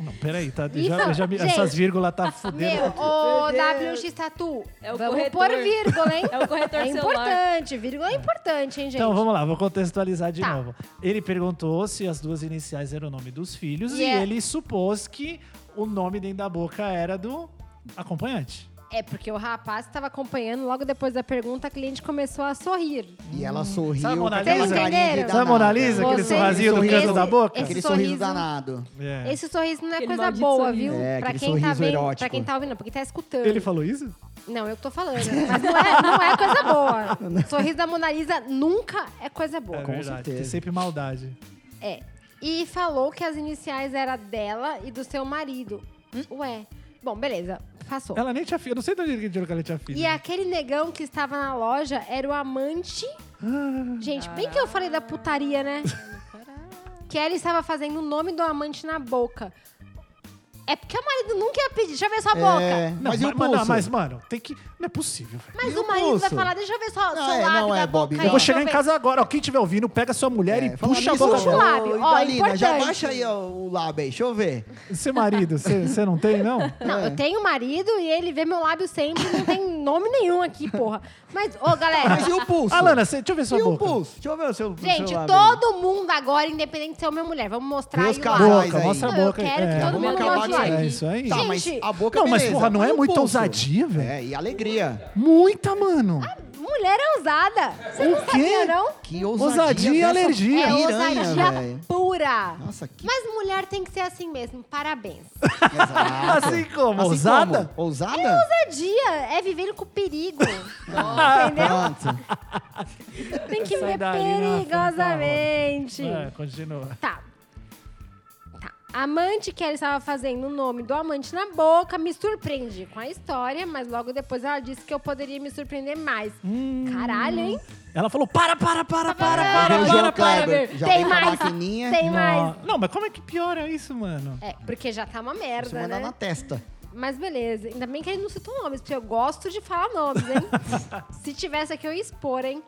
S2: Não, peraí, tá,
S5: Isso,
S2: já, já me-
S5: gente.
S2: essas vírgulas tá fudendo.
S5: Meu, ô WX Tatu,
S4: É o
S5: vamos
S4: corretor.
S5: pôr vírgula, hein?
S4: É o corretor
S5: É
S4: celular.
S5: importante, vírgula é importante, hein, gente?
S2: Então vamos lá, vou contextualizar de
S5: Tá.
S2: novo. Ele perguntou se as duas iniciais eram o nome dos filhos e
S5: Yeah.
S2: ele supôs que o nome dentro da boca era do acompanhante.
S5: É porque o rapaz estava acompanhando, logo depois da pergunta, a cliente começou a sorrir.
S3: E ela sorriu.
S2: Sabe a Mona
S3: com aquela
S5: Lisa?
S3: carinha de
S5: Hum. Entenderam?
S2: Sabe a Mona
S3: danada.
S2: Lisa, aquele
S5: Você-
S2: sorrasinho do
S5: sorriso-
S2: canto da boca?
S5: esse
S3: Aquele sorriso
S5: sorriso-
S3: danado.
S2: É.
S5: Esse sorriso não é
S4: Aquele
S5: coisa
S4: maldito
S5: boa,
S4: sorriso.
S5: viu?
S3: É,
S5: pra,
S3: aquele
S5: quem tá
S3: sorriso
S5: vendo,
S3: erótico.
S5: pra quem tá ouvindo, pra quem tá escutando.
S2: Ele falou isso?
S5: Não, eu que tô falando. Mas não é, não é coisa boa. Sorriso da Mona Lisa nunca é coisa boa.
S2: é verdade,
S3: certeza.
S2: tem sempre maldade.
S5: É. E falou que as iniciais eram dela e do seu marido.
S3: Hum?
S5: Ué. Bom, beleza. Passou.
S2: Ela nem tinha filho, eu não sei de onde ele tirou que ela tinha filho.
S5: E aquele negão que estava na loja era o amante.
S3: Ah.
S5: Gente, bem que eu falei da putaria, né? que ela estava fazendo o nome do amante na boca. É porque o marido nunca ia pedir. Deixa eu ver sua
S3: É,
S2: Não,
S5: boca.
S3: mas
S2: mas,
S3: e o
S2: mas, não,
S3: pulso?
S2: mas, mano, tem que. Não é possível, velho.
S5: Mas
S3: e
S5: o
S3: o
S5: marido vai
S3: pulso?
S5: falar, deixa eu ver só,
S3: Não,
S5: seu
S3: é,
S5: lábio
S3: não
S5: da
S3: é, Bob,
S5: boca.
S3: não.
S5: aí,
S2: Eu vou
S5: deixa
S2: chegar em
S5: ver."
S2: casa agora, ó. Quem estiver ouvindo, pega sua mulher
S3: É,
S2: e
S3: fala
S2: puxa a
S3: nisso,
S2: boca
S5: puxa o
S2: dela.
S5: lábio. Ó,
S3: Dalina, já
S5: importante.
S3: baixa aí ó, o lábio aí, deixa eu ver.
S2: Seu é marido, você não tem, não?
S5: Não,
S3: É.
S5: eu tenho um marido e ele vê meu lábio sempre, não tem nome nenhum aqui, porra. Mas, ô, galera,
S3: Mas e o pulso?
S2: Alana, cê, deixa eu ver sua
S3: e
S5: um
S3: o
S2: boca.
S3: pulso? Deixa eu ver o seu
S5: gente,
S3: seu lábio aí.
S5: todo mundo agora, independente de ser homem ou mulher, vamos mostrar
S3: Meus
S5: aí o
S3: casais
S5: lábio.
S2: Boca,
S3: aí.
S2: mostra a
S5: Não, eu
S2: boca.
S5: quero que
S2: é.
S5: todo
S3: Vamos
S5: mundo
S3: acabar
S5: mostre
S3: com
S5: o
S2: É
S5: lábio.
S2: isso aí.
S3: Tá, mas
S5: Gente,
S3: a boca
S2: Não, mas
S3: beleza,
S2: porra, não é
S3: e o
S2: muita
S3: pulso?
S2: ousadia, velho.
S3: É, e alegria.
S2: Muita, mano.
S5: Mulher é ousada. Você
S2: O
S5: não
S2: quê?
S5: sabia, não?
S3: Que
S2: Ousadia e
S3: ousadia. dessa
S2: alergia.
S5: É
S3: piranha,
S5: ousadia
S3: velho.
S5: loucura!
S3: Nossa, que
S5: Mas mulher tem que ser assim mesmo, parabéns.
S3: pesado.
S2: Assim como? Ousada?
S3: como? Ousada?
S5: Ousadia é viver com perigo.
S3: Ah, Pronto.
S5: Tem que
S2: Sai
S5: viver
S2: daí, Rafa,
S5: perigosamente.
S2: É, continua.
S5: Tá. Tá. Amante que ela estava fazendo o nome do amante na boca me surpreende com a história, mas logo depois ela disse que eu poderia me surpreender mais. Caralho, hein?
S2: Ela falou: para, para, para, para,
S3: Vem
S2: para, para,
S3: o João
S2: para.
S3: Kleber. Já
S5: Tem
S3: vem com a
S5: mais.
S3: maquininha.
S5: Tem mais.
S2: Não, mas como é que piora isso, mano?
S5: É, porque já tá uma
S3: Você
S5: merda,
S3: mandar
S5: né?
S3: na testa.
S5: Mas beleza. Ainda bem que ele não citou nomes, porque eu gosto de falar nomes, hein? Se tivesse aqui, eu ia expor, hein?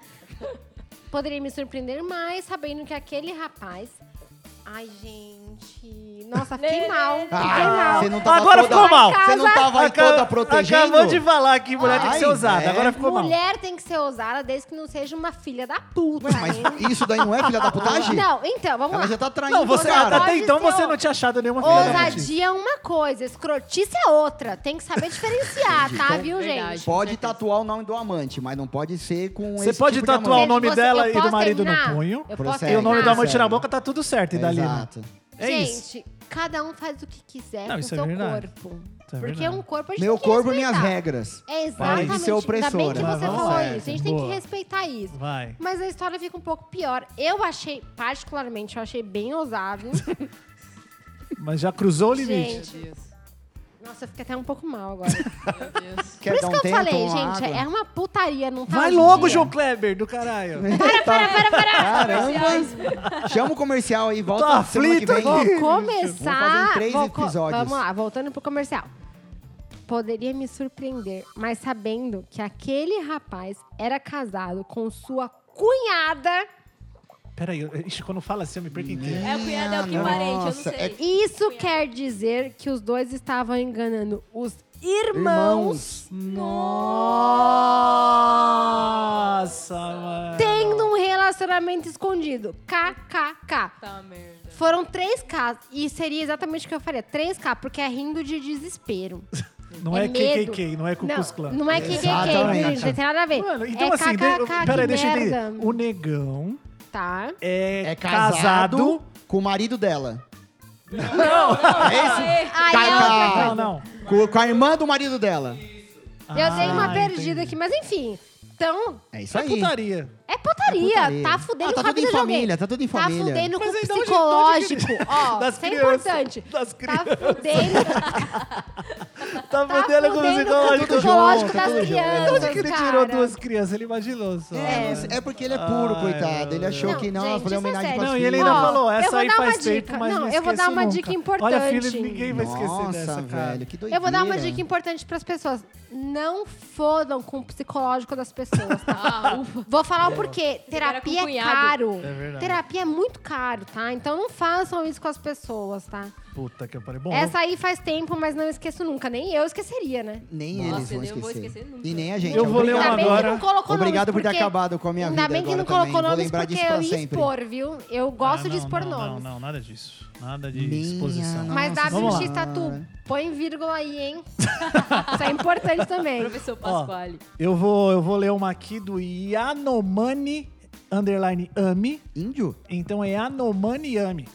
S5: Poderia me surpreender mais, sabendo que aquele rapaz... Ai, gente... Nossa, fiquei mal. Fiquei mal.
S3: Ah, você não tava
S2: Agora
S3: toda-
S2: ficou mal.
S3: Você não tava aí
S2: Acab-
S3: toda protegendo?
S2: Acabou de falar aqui, mulher tem que ser
S3: Ai,
S2: ousada.
S3: é.
S2: Agora ficou mal.
S5: Mulher tem que ser ousada desde que não seja uma filha da puta, hein?
S3: Mas isso daí não é filha da putagem?
S5: Não, então, vamos
S3: Ela
S5: lá.
S3: já tá traindo
S2: Não, você,
S3: o cara.
S2: até
S5: Pode
S2: então
S5: ser
S2: você
S5: o-
S2: não tinha achado nenhuma é filha da puta.
S5: Ousadia é uma coisa, escrotice é outra. Tem que saber diferenciar, tá,
S3: Então,
S5: viu,
S4: verdade.
S5: gente?
S3: Pode tatuar o nome do amante, mas não pode ser com
S2: Você
S3: esse
S2: pode
S3: tipo de
S2: tatuar o
S5: Gente,
S3: amante.
S2: nome dela
S5: eu
S2: e do
S5: posso
S2: marido no
S5: terminar?
S2: punho.
S5: Eu
S3: Processo.
S5: posso
S2: E o nome
S5: terminar?
S2: da amante
S3: Sério.
S2: na boca tá tudo certo, e dali.
S3: Exato.
S2: É isso.
S5: Gente, cada um faz o que quiser
S2: Não,
S5: com o
S2: isso é
S5: seu
S2: verdade.
S5: corpo.
S2: é
S5: Porque
S2: verdade.
S5: um corpo a gente
S3: Meu
S5: tem que
S3: corpo, minhas
S5: respeitar.
S3: regras.
S5: É
S3: Parem de
S5: exatamente.
S3: ser
S5: Ainda bem que
S3: opressora.
S5: você
S2: Vamos
S5: falou
S2: certo.
S5: isso. A gente tem que
S2: Boa.
S5: respeitar isso.
S2: Vai.
S5: Mas a história fica um pouco pior. Eu achei, particularmente, eu achei bem ousado.
S2: Mas já cruzou o limite.
S5: gente, nossa, eu fiquei até um pouco mal agora.
S3: Quer
S5: Por
S3: dar
S5: isso
S3: um
S5: que eu
S3: tempo,
S5: falei,
S3: uma
S5: gente,
S3: água?
S5: é uma putaria, não tá?
S2: Vai
S5: hoje em
S2: logo,
S5: dia.
S2: João Kleber, do caralho.
S3: Caramba! Chama o comercial aí, volta
S2: Tô
S3: semana que
S2: aflito
S3: vem.
S5: Vou
S3: Vamos
S5: começar.
S3: fazer em três
S5: vou co-
S3: episódios.
S5: Vamos lá, voltando pro comercial. Poderia me surpreender, mas sabendo que aquele rapaz era casado com sua cunhada,
S2: Peraí, eu- ixi, quando fala assim, eu me perco inteiro.
S4: É o cunhado, é o que
S3: Nossa,
S4: parente, eu não sei.
S3: é-
S5: isso quer dizer que os dois estavam enganando os irmãos,
S3: Irmãos.
S2: Nossa, mano.
S5: tendo um relacionamento escondido. KKK.
S4: Tá, merda.
S5: Foram 3K. E seria exatamente o que eu faria. 3K, porque é rindo de desespero.
S2: Não é,
S5: medo.
S2: KKK, não é Ku Klux Klan.
S5: Não, não é KKK,
S3: Exatamente.
S5: gente. Não tem nada a ver.
S2: Mano, então
S5: é
S2: assim, de-
S5: KKK, que
S2: peraí, deixa eu
S5: merda.
S2: entender. O negão
S5: Tá.
S2: é,
S3: É casado
S2: casado.
S3: com o marido dela.
S5: Aí
S3: Cara,
S2: Não,
S5: eu,
S2: não.
S3: Com, com a irmã do marido dela.
S5: eu dei uma
S2: Ah,
S5: perdida
S2: entendi.
S5: aqui, mas enfim. Então,
S3: É isso
S2: É
S3: aí.
S2: putaria.
S5: é putaria.
S3: putaria.
S5: Tá fudendo
S3: Ah, tá
S5: com a
S3: tudo em
S5: vida de alguém.
S3: família, tá tudo em família.
S5: Tá fudendo
S2: Mas então,
S5: com o
S2: aí, de onde- de onde que-
S5: psicológico. Ó,
S2: Das
S5: isso é
S2: crianças,
S5: importante.
S2: das
S5: Tá
S2: crianças.
S5: fudendo,
S2: Tá
S5: tá
S2: fudendo com o
S5: fudendo com o
S2: psicológico.
S5: psicológico
S3: tá
S5: das
S3: tudo junto.
S5: crianças,
S2: De onde então, que ele tirou
S5: cara.
S2: duas crianças? Ele imaginou só.
S3: É, mas é porque ele é puro,
S2: Ai,
S3: coitado. Ele achou
S5: Não,
S3: que não,
S5: gente,
S3: fazer
S5: isso é
S3: homenagem
S5: sério.
S3: pra
S2: Não, e
S3: filha.
S2: ele ainda
S5: Ó,
S2: falou,
S5: eu
S2: essa
S5: vou
S2: aí
S5: dar uma
S2: faz
S5: dica.
S2: tempo, mas não,
S5: Não, eu vou
S2: esqueço
S5: dar uma
S2: nunca.
S5: dica
S2: Olha, filho,
S5: importante.
S2: ninguém vai esquecer
S3: Nossa,
S2: dessa, cara.
S3: velho, que doideira.
S5: Eu vou dar uma
S3: né?
S5: dica importante pras pessoas. Não fodam com o psicológico das pessoas, tá?
S4: Ah, ufa.
S5: Vou falar o porquê.
S4: Era com
S5: Terapia é
S4: cunhado.
S5: caro.
S2: É verdade.
S5: Terapia é muito caro, tá? Então não façam isso com as pessoas, tá?
S2: Puta que pariu. Bom,
S5: Essa aí faz tempo, mas não esqueço nunca. Nem eu esqueceria, né?
S3: Nem
S4: Nossa,
S3: eles vão
S4: eu não vou
S3: esquecer.
S4: esquecer nunca.
S3: E nem a gente. é um
S2: Eu vou ler uma
S5: Ainda
S3: obrigado.
S5: bem
S2: agora.
S5: que não colocou
S3: Obrigado
S5: nomes,
S3: por ter
S5: porque-
S3: acabado com a minha
S5: Ainda
S3: vida
S5: bem que
S3: agora
S5: não colocou
S3: também. Vou
S5: nomes
S3: lembrar
S5: porque
S3: disso pra
S5: eu ia
S3: sempre.
S5: expor, viu? Eu
S2: ah,
S5: gosto
S2: não,
S5: de expor
S2: não,
S5: nomes.
S2: Não, não, nada disso. Nada de
S3: Minha
S2: exposição.
S3: nossa
S5: Mas
S2: Vamos
S5: WX
S2: lá.
S5: Tatu, põe vírgula aí, hein? Isso é importante também.
S4: Professor Pasquale.
S2: Eu vou, eu vou ler uma aqui do Yanomani underline Ami.
S3: Índio?
S2: Então é Yanomani Ami.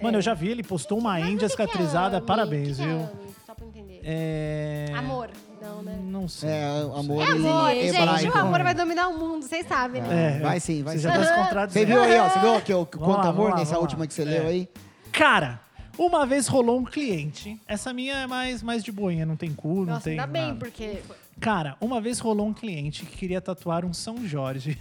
S2: Mano, eu já vi, ele postou uma
S5: Mas o que que
S2: índia
S5: é
S2: cicatrizada.
S5: ame?
S2: Parabéns,
S5: O que que é
S2: viu?
S5: ame? Só pra entender.
S2: É...
S5: Amor, não, né?
S2: Não sei.
S3: É, amor.
S5: É
S3: em
S5: amor, gente.
S3: hebraico.
S5: O amor vai dominar o mundo, vocês sabem, né?
S2: É,
S3: Vai sim,
S2: Você
S3: vai sim.
S2: já tá se
S3: Você
S2: contradizendo.
S3: viu aí, ó? Você viu que o
S2: Vamos lá,
S3: quanto amor
S2: vamos lá,
S3: nessa
S2: vamos
S3: última
S2: lá.
S3: que você leu aí?
S2: Cara, uma vez rolou um cliente. Essa minha é mais, mais de boinha, não tem cu, não
S5: Nossa,
S2: tem.
S5: ainda bem,
S2: nada.
S5: porque.
S2: Cara, uma vez rolou um cliente que queria tatuar um São Jorge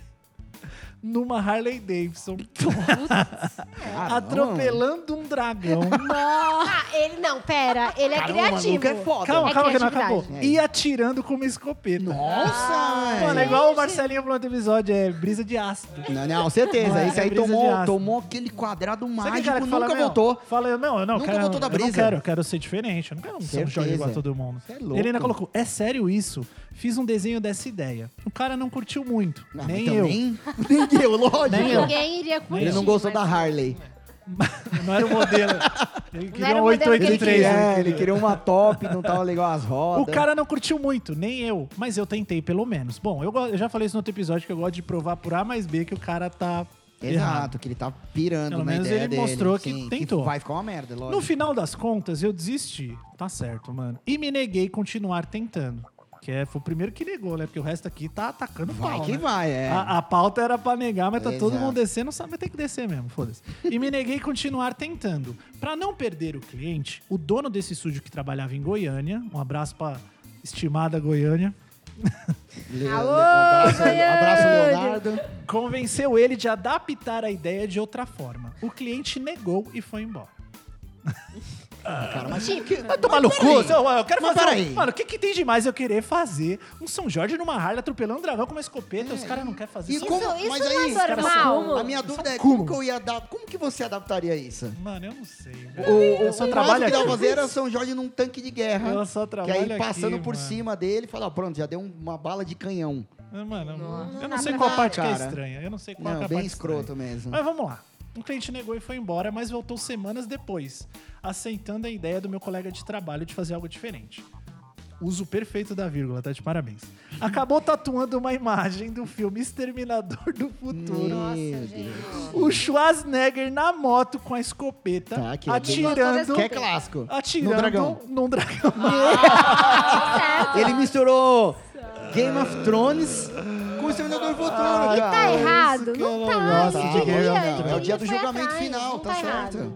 S2: numa Harley Davidson, É.
S3: Caramba.
S2: atropelando um dragão.
S5: Ah, ele não, pera, ele é
S3: Caramba,
S5: criativo.
S3: maluco, é foda.
S2: calma,
S5: É
S2: calma, que não
S5: criatividade.
S2: acabou. E atirando com uma escopeta.
S3: Nossa!
S2: Mano, é
S3: velho.
S2: igual o Marcelinho falou no outro episódio, é brisa de ácido.
S3: Não, não, certeza.
S2: Mano,
S3: Esse
S2: é
S3: aí
S2: brisa de
S3: tomou,
S2: ácido.
S3: tomou aquele quadrado
S2: Sabe
S3: mágico,
S2: aquele cara que
S3: nunca
S2: fala, "Meu",
S3: voltou.
S2: Fala, eu não, eu não,
S3: Nunca
S2: quero,
S3: voltou da
S2: Eu não
S3: brisa.
S2: quero, eu quero ser diferente. Eu não quero um São
S3: Certeza.
S2: Jorge igual a todo mundo.
S3: Você é louco.
S2: Ele ainda colocou, é sério isso? Fiz um desenho dessa ideia. O cara não curtiu muito.
S3: Não,
S2: nem
S3: então
S2: eu.
S3: Nem, nem eu, lógico.
S2: Nem eu.
S5: Ninguém iria curtir.
S3: né, Ele não gostou da
S5: mas-
S3: Harley.
S2: Não era o modelo. Ele queria
S5: era
S2: um
S5: o modelo que
S3: Ele queria,
S2: 883.
S3: É,
S2: né?
S3: ele queria uma top, não tava legal as
S2: O
S3: rodas.
S2: cara não curtiu muito, nem eu, mas eu tentei pelo menos. Bom, eu, go- eu já falei isso no outro episódio que eu gosto de provar por A mais B que o cara tá
S3: Exato, que ele tá pirando
S2: Pelo
S3: na
S2: menos
S3: ideia
S2: ele
S3: dele,
S2: mostrou que
S3: sim,
S2: tentou.
S3: vai ficar uma merda,
S2: No
S3: lógico.
S2: final das contas, eu desisti. Tá certo, mano. E me neguei a continuar tentando. Que é, foi o primeiro que negou, né? Porque o resto aqui tá atacando o
S3: vai
S2: pau,
S3: que
S2: né?
S3: vai, é.
S2: A, a pauta era pra negar, mas tá todo
S3: Exato.
S2: mundo descendo, sabe? Vai ter que descer mesmo, foda-se. E me neguei a continuar tentando. Pra não perder o cliente, o dono desse estúdio que trabalhava em Goiânia, um abraço pra estimada Goiânia, ah.
S3: Le-
S5: Alô,
S3: le- um abraço,
S5: Goiânia!
S3: abraço, Leonardo.
S2: convenceu ele de adaptar a ideia de outra forma. O cliente negou e foi embora.
S3: Cara, mas que-
S2: Vai tomar no cu,
S3: peraí.
S2: seu- eu quero
S3: Mas
S2: fazer.
S3: peraí.
S2: Um, mano, o que, que tem demais eu querer fazer um São Jorge numa Harley atropelando um dragão com uma escopeta? os caras não querem fazer
S3: É. E
S2: isso.
S3: como,
S5: isso
S3: mas
S5: não é
S3: aí,
S5: normal.
S3: cara,
S5: Cúmulo.
S3: a minha dúvida é
S2: cúmulo.
S3: como que eu ia dar, como que você adaptaria isso?
S2: Mano, eu não sei.
S3: O,
S2: velho.
S3: o,
S2: Eu só
S3: o
S2: trabalho
S3: máximo que dava
S2: aqui.
S3: fazer era São Jorge num tanque de
S2: Eu
S3: guerra.
S2: só
S3: Que
S2: trabalho
S3: aí passando
S2: aqui,
S3: por
S2: mano.
S3: cima dele, fala, ó, pronto, já deu um, uma bala de canhão.
S2: Ah, Mano, eu não- eu não
S5: Não,
S2: sei
S5: não
S2: qual
S5: dá,
S2: parte que é
S3: cara.
S2: estranha. Eu não sei qual que é
S3: Não,
S2: a
S3: bem
S2: parte estranha.
S3: escroto mesmo.
S2: Mas vamos lá. Um cliente negou e foi embora, mas voltou semanas depois, aceitando a ideia do meu colega de trabalho de fazer algo diferente. Uso perfeito da vírgula, tá de parabéns. Acabou tatuando uma imagem do filme Exterminador do Futuro.
S3: Meu Deus.
S2: O Schwarzenegger na moto com a escopeta,
S3: Tá, que é
S2: atirando.
S3: Que é clássico.
S2: Então, Atirando
S3: No dragão.
S2: num dragão. Ah.
S3: Ele misturou Game of Thrones com o Exterminador do Futuro,
S2: Ah,
S5: E
S3: cara.
S5: tá errado?
S2: que eu
S5: Não
S2: não
S5: tá.
S2: gosto
S5: ninguém
S3: de
S5: ia,
S3: Game of Thrones.
S5: ninguém
S3: É o dia do
S5: foi
S3: julgamento
S5: atrás,
S3: final,
S5: não
S3: tá certo.
S5: errado.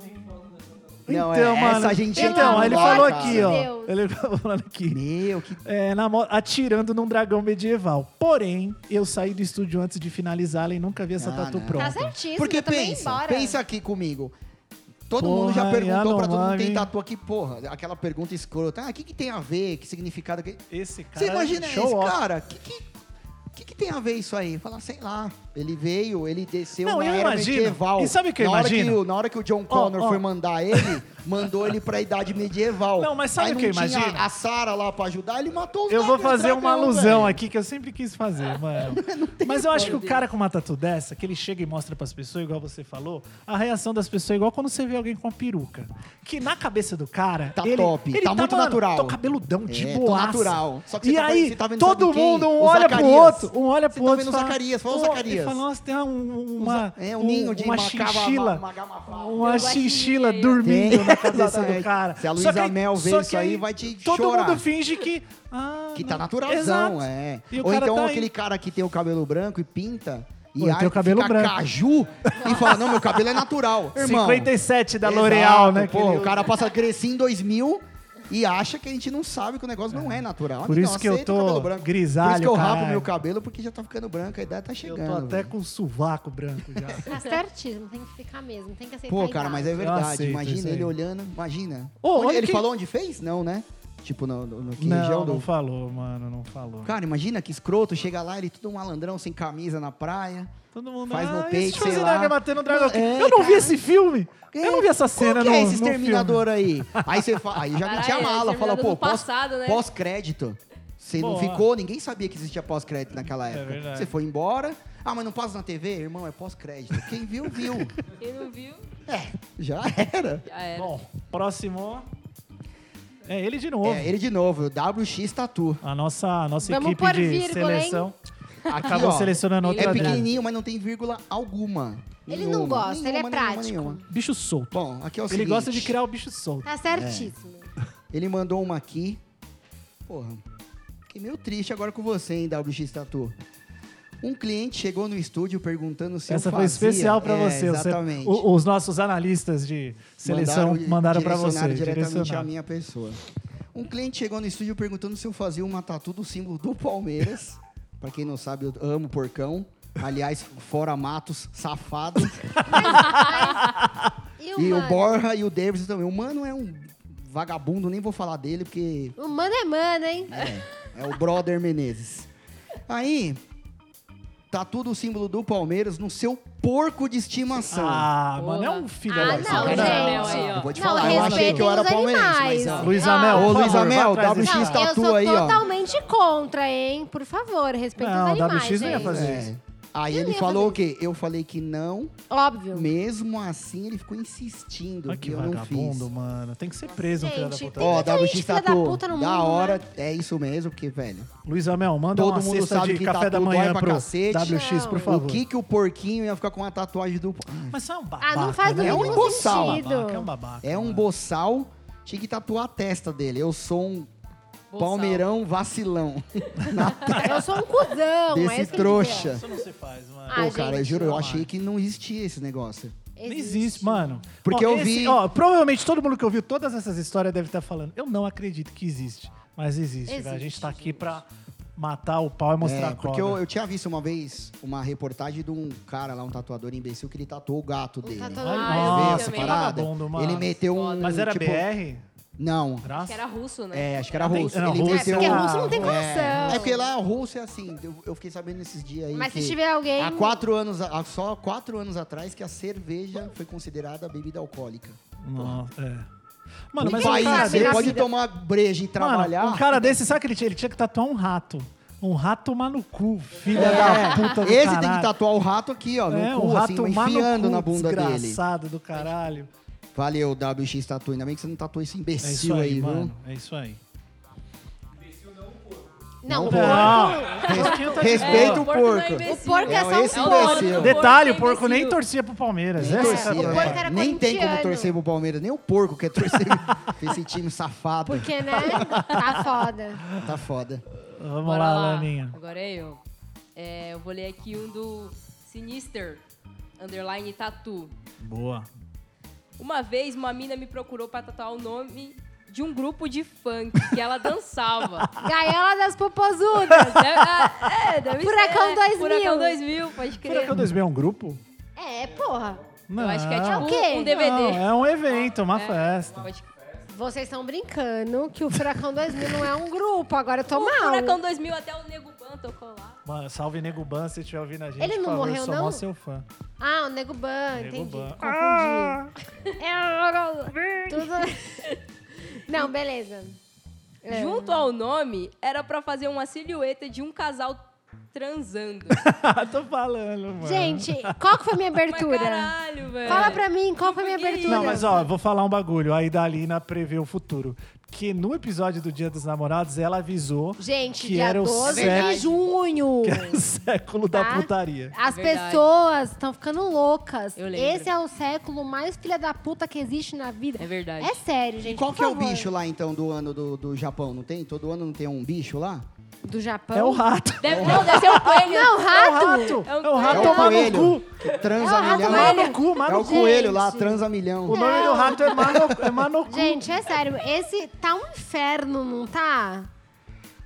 S3: Não, é,
S2: então, mano.
S3: essa gente
S5: Pelo
S2: então,
S5: amor
S2: aí ele
S5: de
S2: falou
S5: Deus.
S2: aqui, ó. Ele falou aqui.
S3: Meu, que
S2: É, na mo- atirando num dragão medieval. Porém, eu saí do estúdio antes de finalizá-la e nunca vi essa
S3: Ah,
S2: tatu
S3: não.
S5: Tá
S2: pronta.
S5: certíssimo.
S3: Porque
S5: eu também ia
S3: pensa,
S5: embora.
S3: pensa aqui comigo. Todo
S2: Porra,
S3: mundo já perguntou pra todo mundo
S2: Yanomami.
S3: tem tatu aqui, porra. Aquela pergunta escrota. Ah, o que, que tem a ver? Que significado que...
S2: Esse cara. é
S3: Você imagina
S2: show
S3: isso,
S2: off.
S3: cara? O que, que, que, que tem a ver isso aí? Falar, sei lá. Ele veio, ele desceu
S2: Não,
S3: na
S2: eu
S3: era
S2: imagino.
S3: medieval.
S2: E sabe o que eu
S3: na hora
S2: imagino?
S3: Que, o- na hora que o John Connor
S2: ó.
S3: foi mandar ele, mandou ele pra idade medieval.
S2: Não, mas sabe
S3: aí
S2: o que eu
S3: não tinha
S2: imagino?
S3: A Sarah lá pra ajudar, ele matou os
S2: Eu vou
S3: dragões,
S2: fazer uma
S3: dragão,
S2: alusão
S3: um, velho.
S2: aqui que eu sempre quis fazer, mano. Mas eu acho que o cara com uma tatu dessa, que ele chega e mostra pras pessoas, igual você falou, a reação das pessoas é igual quando você vê alguém com uma peruca. Que na cabeça do cara.
S3: Tá
S2: ele,
S3: top,
S2: ele
S3: tá muito
S2: mano,
S3: natural.
S2: Tô cabeludão, de
S3: É, tô
S2: boaça.
S3: natural. Só que
S2: e
S3: você tá
S2: aí,
S3: vendo- você tá vendo,
S2: todo
S3: sabe quem?
S2: mundo, um
S3: O
S2: olha pro
S3: Zacarias.
S2: outro, um olha pro
S3: Você tá
S2: outro.
S3: vendo o
S2: e fala-
S3: Zacarias, fala o
S2: Oh, ele
S3: Zacarias.
S2: fala, nossa, tem um- uma,
S3: É um ninho de
S2: uma
S3: macava-
S2: chinchila.
S3: uma- uma gamafada.
S2: Uma
S4: Eu gosto de
S2: chinchila
S4: ninguém.
S2: dormindo
S3: Tem,
S2: na cabeça do
S3: exatamente.
S2: cara.
S3: Se a
S2: Só
S3: Luísa
S2: que aí-
S3: Mel ver
S2: só que
S3: isso aí, vai te
S2: Todo
S3: chorar.
S2: mundo finge que. ah,
S3: Que tá
S2: não-
S3: naturalzão,
S2: Exato.
S3: é.
S2: E o
S3: Ou
S2: cara
S3: então
S2: tá aí.
S3: aquele cara que tem o cabelo branco e pinta.
S2: Pô,
S3: E
S2: eu
S3: aí
S2: tenho cabelo
S3: fica
S2: branco.
S3: caju e fala, não, meu cabelo é natural. Irmão,
S2: 57 da
S3: Exato,
S2: L'Oreal, né? que
S3: Pô,
S2: ele
S3: o cara passa a crescer em 2000 e acha que a gente não sabe que o negócio não é natural.
S2: Por
S3: Não,
S2: isso que eu
S3: aceita o
S2: tô
S3: cabelo branco. Por
S2: grisalho,
S3: isso que eu rabo
S2: caralho.
S3: meu cabelo, porque já tá ficando branco, a idade tá
S2: Eu
S3: chegando.
S2: tô até
S3: velho.
S2: com o sovaco branco já.
S5: Tá certíssimo, tem que ficar mesmo, tem que aceitar.
S3: Pô,
S5: a
S3: cara,
S5: idade.
S3: mas é
S2: Eu
S3: verdade.
S2: aceito isso
S3: Imagina
S2: aí.
S3: ele olhando, imagina.
S2: Ô,
S3: Onde-
S2: olha
S3: ele
S2: que-
S3: falou onde fez? Não, né? Tipo, no, no, no que região
S2: não,
S3: do...
S2: não falou, mano, não falou.
S3: Cara, imagina que escroto, chega lá, ele tudo um malandrão, sem camisa na praia.
S2: Todo mundo
S3: faz no
S2: ah,
S3: peito,
S2: esse
S3: sei
S2: Schwarzenegger
S3: lá."
S2: batendo o dragão.
S3: É,
S2: eu não vi esse filme. Eu não vi essa cena
S3: Qual que
S2: no,
S3: é esse
S2: no filme.
S3: exterminador aí? Aí você fala, aí já meti a
S4: Caralho,
S3: mala, fala,
S4: Exterminador
S3: pô,
S4: do passado, né?
S3: pós- pós-crédito. você não
S2: Boa. É
S3: ficou, ninguém sabia que existia pós-crédito naquela época.
S2: verdade.
S3: você foi embora. Ah, mas não passa na TV? Irmão, é pós-crédito. Quem viu, viu. É,
S4: Quem não viu,
S3: Já era.
S4: já era.
S2: Bom, próximo. É ele de novo.
S3: É, ele de novo, WX Tatu.
S2: A nossa, a nossa
S5: Vamos
S2: equipe
S5: pôr
S2: de
S5: vírgula,
S2: seleção
S3: Aqui,
S2: acabou
S3: ó,
S2: selecionando
S4: é
S2: outra
S3: É
S2: drag.
S3: pequenininho, mas não tem vírgula alguma.
S5: Ele não gosta, ele é prático.
S2: Bicho solto.
S3: Bom, aqui é o
S2: ele
S3: seguinte.
S2: gosta de criar o bicho solto.
S3: É.
S5: Tá certíssimo.
S3: Ele mandou uma aqui. Porra, fiquei meio triste agora com você, hein, WX Tatu. Um cliente chegou no estúdio perguntando se
S2: Essa
S3: eu
S2: foi
S3: fazia...
S2: especial pra
S3: É,
S2: você. você-
S3: Exatamente.
S2: o- os nossos analistas de seleção
S3: Mandaram-
S2: mandaram, pra você.
S3: direcionaram diretamente à
S2: direcionaram.
S3: minha pessoa. Um cliente chegou no estúdio perguntando se eu fazia uma tatu do símbolo do Palmeiras. Pra quem não sabe, eu amo porcão. Aliás, fora Matos, safado. E o
S5: mano?
S3: Borja e o Davis também. O Mano é um vagabundo, nem vou falar dele, porque
S5: O mano é mano, hein?
S3: É o brother Menezes. Aí, tá tudo o símbolo do Palmeiras no seu porco de estimação.
S2: Ah,
S4: Boa.
S2: mano, é um filho
S5: Ah,
S2: da
S5: não,
S2: puta. né?
S5: gente.
S4: Amel aí, ó.
S3: Eu vou te
S5: Não,
S3: falar, eu achei que
S5: respeitem
S3: eu era
S5: os
S3: palmeirense,
S5: animais.
S3: mas... ó,
S2: Luiz
S5: Ah.
S2: Amel,
S3: Ô,
S2: por
S3: Luiz
S2: favor,
S3: Amel,
S2: vai atrás
S3: WX
S2: desse-
S5: Não, eu
S3: tatu
S5: sou
S3: aí, ó.
S5: totalmente contra, hein? Por favor, respeita os
S2: Não,
S5: animais.
S2: WX não ia
S5: gente.
S2: fazer isso.
S3: É. Aí
S5: Eu
S3: ele
S5: ia
S3: falou o
S5: fazer
S3: quê? Eu falei que não.
S5: Óbvio.
S3: Mesmo assim, ele ficou insistindo.
S2: Olha que
S3: eu não
S2: vagabundo,
S3: fiz.
S2: mano. Tem que ser preso, um filho da
S5: Gente,
S2: puta.
S5: tem
S3: Ó,
S5: muita gente
S3: WX
S5: é filha da
S3: tatu.
S5: puta
S3: Da,
S5: no mundo, né?
S3: hora, é isso mesmo, porque, velho.
S2: Luiz Amel, manda
S3: Todo
S2: uma
S3: mundo
S2: cesta
S3: sabe
S2: de
S3: que
S2: café
S3: tatu
S2: da
S3: dói
S2: manhã
S3: pra
S2: pro
S3: cacete.
S2: WX, por
S5: Não.
S2: favor.
S3: O que que o porquinho ia ficar com uma tatuagem do.
S2: Mas isso é um babaca,
S5: Ah, não faz do
S2: né?
S3: É um
S5: mínimo
S3: boçal.
S5: sentido.
S2: babaca, é um babaca.
S3: É um
S2: mano.
S3: boçal, tinha que tatuar a testa dele. Eu sou um palmeirão vacilão.
S5: Eu sou um cuzão, é
S3: desse
S5: isso que ele
S3: trouxa.
S2: Isso não se faz, mano.
S5: Ah,
S3: Pô, cara, eu
S5: gente,
S3: juro, eu
S2: não,
S3: achei
S2: mano.
S3: que não existia esse negócio.
S5: quer.
S2: Não existe, mano.
S3: Porque
S2: Ó,
S3: eu
S2: esse-
S3: vi-
S2: Ó, provavelmente todo mundo que ouviu todas essas histórias deve estar falando. Eu não acredito que existe. Mas existe, velho. A gente tá aqui pra matar o pau e mostrar
S3: É,
S2: a
S3: porque
S2: cobra.
S3: eu, eu tinha visto uma vez uma reportagem de um cara lá, um tatuador imbecil, que ele tatuou o gato dele.
S5: Um tatuador-
S3: Você
S2: Ah,
S4: eu
S3: vê
S4: vi
S2: nossa,
S3: essa
S4: também.
S3: parada?
S2: Vagabundo, mano.
S3: Ele meteu um.
S2: Mas era
S3: tipo,
S2: BR?
S3: Não.
S4: Acho
S2: Graça?
S4: que era russo, né?
S3: É, acho que era
S2: Tem-
S3: russo.
S2: não,
S3: Ele
S2: russo
S5: É,
S3: meteu
S5: porque
S2: é
S3: um-
S5: russo não tem coração.
S3: É, é porque lá o russo é assim. Eu, eu fiquei sabendo nesses dias aí.
S5: Mas
S3: que
S5: se tiver alguém...
S3: Há quatro anos, há só quatro anos atrás que a cerveja foi considerada bebida alcoólica.
S2: Nossa, é. Mano,
S3: no
S2: mas
S3: país,
S2: um cara
S5: sabe,
S3: você
S5: né?
S2: desse-
S3: pode tomar breja e trabalhar.
S2: Mano, um cara desse, sabe que ele tinha? Ele tinha que tatuar um rato. Um rato tomar no cu, filha da puta do
S3: É. Esse
S2: caralho.
S3: tem que tatuar o rato aqui, ó, no
S2: tá É,
S3: cu,
S2: um rato
S3: assim,
S2: tomar no
S3: enfiando
S2: cu,
S3: na bunda dele.
S2: desgraçado do caralho.
S3: Valeu, WX Tatu. Ainda bem que você não tatuou esse
S2: É isso
S3: imbecil
S2: aí,
S3: aí, viu?
S2: mano. É isso aí.
S5: Não,
S3: Não,
S5: o
S3: pô.
S5: porco...
S2: Res- Porquinho tá de
S3: respeita
S2: boa.
S3: o
S4: não
S3: porco.
S4: é imbecil.
S5: O porco é
S3: É,
S5: só um
S3: esse
S5: porco.
S3: imbecil.
S2: Detalhe,
S4: é
S2: o porco nem
S4: imbecil.
S2: torcia pro Palmeiras.
S3: Nem,
S2: essa
S3: torcia, né?
S2: que é a
S5: o
S2: parada.
S5: porco era
S3: Nem tem como
S5: corintiano.
S3: torcer pro Palmeiras. Nem o porco quer torcer pra esse time safado.
S5: Porque, né? Tá foda.
S3: Tá foda.
S2: Vamos
S4: Bora
S2: lá,
S4: lá.
S2: Laninha.
S4: Agora é eu. É, eu vou ler aqui um do Sinister, underline Tatu.
S2: Boa.
S4: Uma vez, uma mina me procurou pra tatuar o nome de um grupo de funk que ela dançava.
S5: Gaiola das Popozudas.
S4: Deve- ah, é, deve
S5: Furacão
S4: ser,
S5: 2000.
S4: Furacão 2000, pode crer.
S2: Furacão 2000 é um grupo?
S5: É, porra.
S2: Não.
S4: Eu acho que é
S5: o
S4: tipo
S5: quê?
S4: um DVD.
S2: Não, é um evento, uma
S4: É,
S2: festa.
S4: pode-
S5: Vocês estão brincando que o Furacão 2000 não é um grupo. Agora eu tô
S4: O
S5: mal.
S4: Furacão 2000 até o Nego Ban tocou lá.
S2: Mano, salve Nego Ban, se estiver ouvindo a gente.
S5: Ele não
S2: por favor,
S5: morreu,
S2: sou
S5: não?
S2: mó seu fã.
S5: Ah, o Nego Ban,
S2: Nego
S5: entendi.
S2: Ban.
S5: Confundi.
S4: Ah!
S5: É, tudo... Não, beleza. É.
S4: Junto ao nome, era pra fazer uma silhueta de um casal transando.
S2: Tô falando, mano.
S5: Gente, qual que foi a minha
S4: Mas
S5: abertura?
S4: caralho, velho.
S5: Fala pra mim, qual foi a minha
S4: Ninguém-
S5: abertura?
S2: Não, mas ó, vou falar um bagulho. A Idalina prevê o futuro. Que no episódio do Dia dos Namorados, ela avisou
S5: Gente,
S2: que
S5: dia
S2: era o
S5: 12 de
S2: século,
S5: junho.
S2: que era o século
S5: Tá?
S2: da putaria.
S5: As
S4: Verdade.
S5: pessoas estão ficando loucas.
S4: Eu lembro.
S5: Esse é o século mais filha da puta que existe na vida.
S4: É verdade.
S5: É sério, gente.
S3: Qual
S5: por
S3: que é o
S5: favor.
S3: bicho lá, então, do ano do, do Japão? Não tem? Todo ano não tem um bicho lá?
S5: Do Japão?
S2: É o rato.
S4: Deve, não, deve ser um coelho.
S5: Não,
S2: É o
S5: rato.
S2: rato.
S4: É um
S2: É o rato
S3: é o
S2: tomar
S3: coelho.
S2: no cu. Ah,
S3: que Transa
S5: É o rato
S3: milhão.
S2: Tomar
S5: Velho.
S2: no cu,
S3: É
S2: mano.
S3: o coelho lá,
S5: Gente.
S3: transa milhão.
S2: O nome do rato é Mano- é Manocu.
S5: Gente, é sério. Esse tá um inferno, não tá?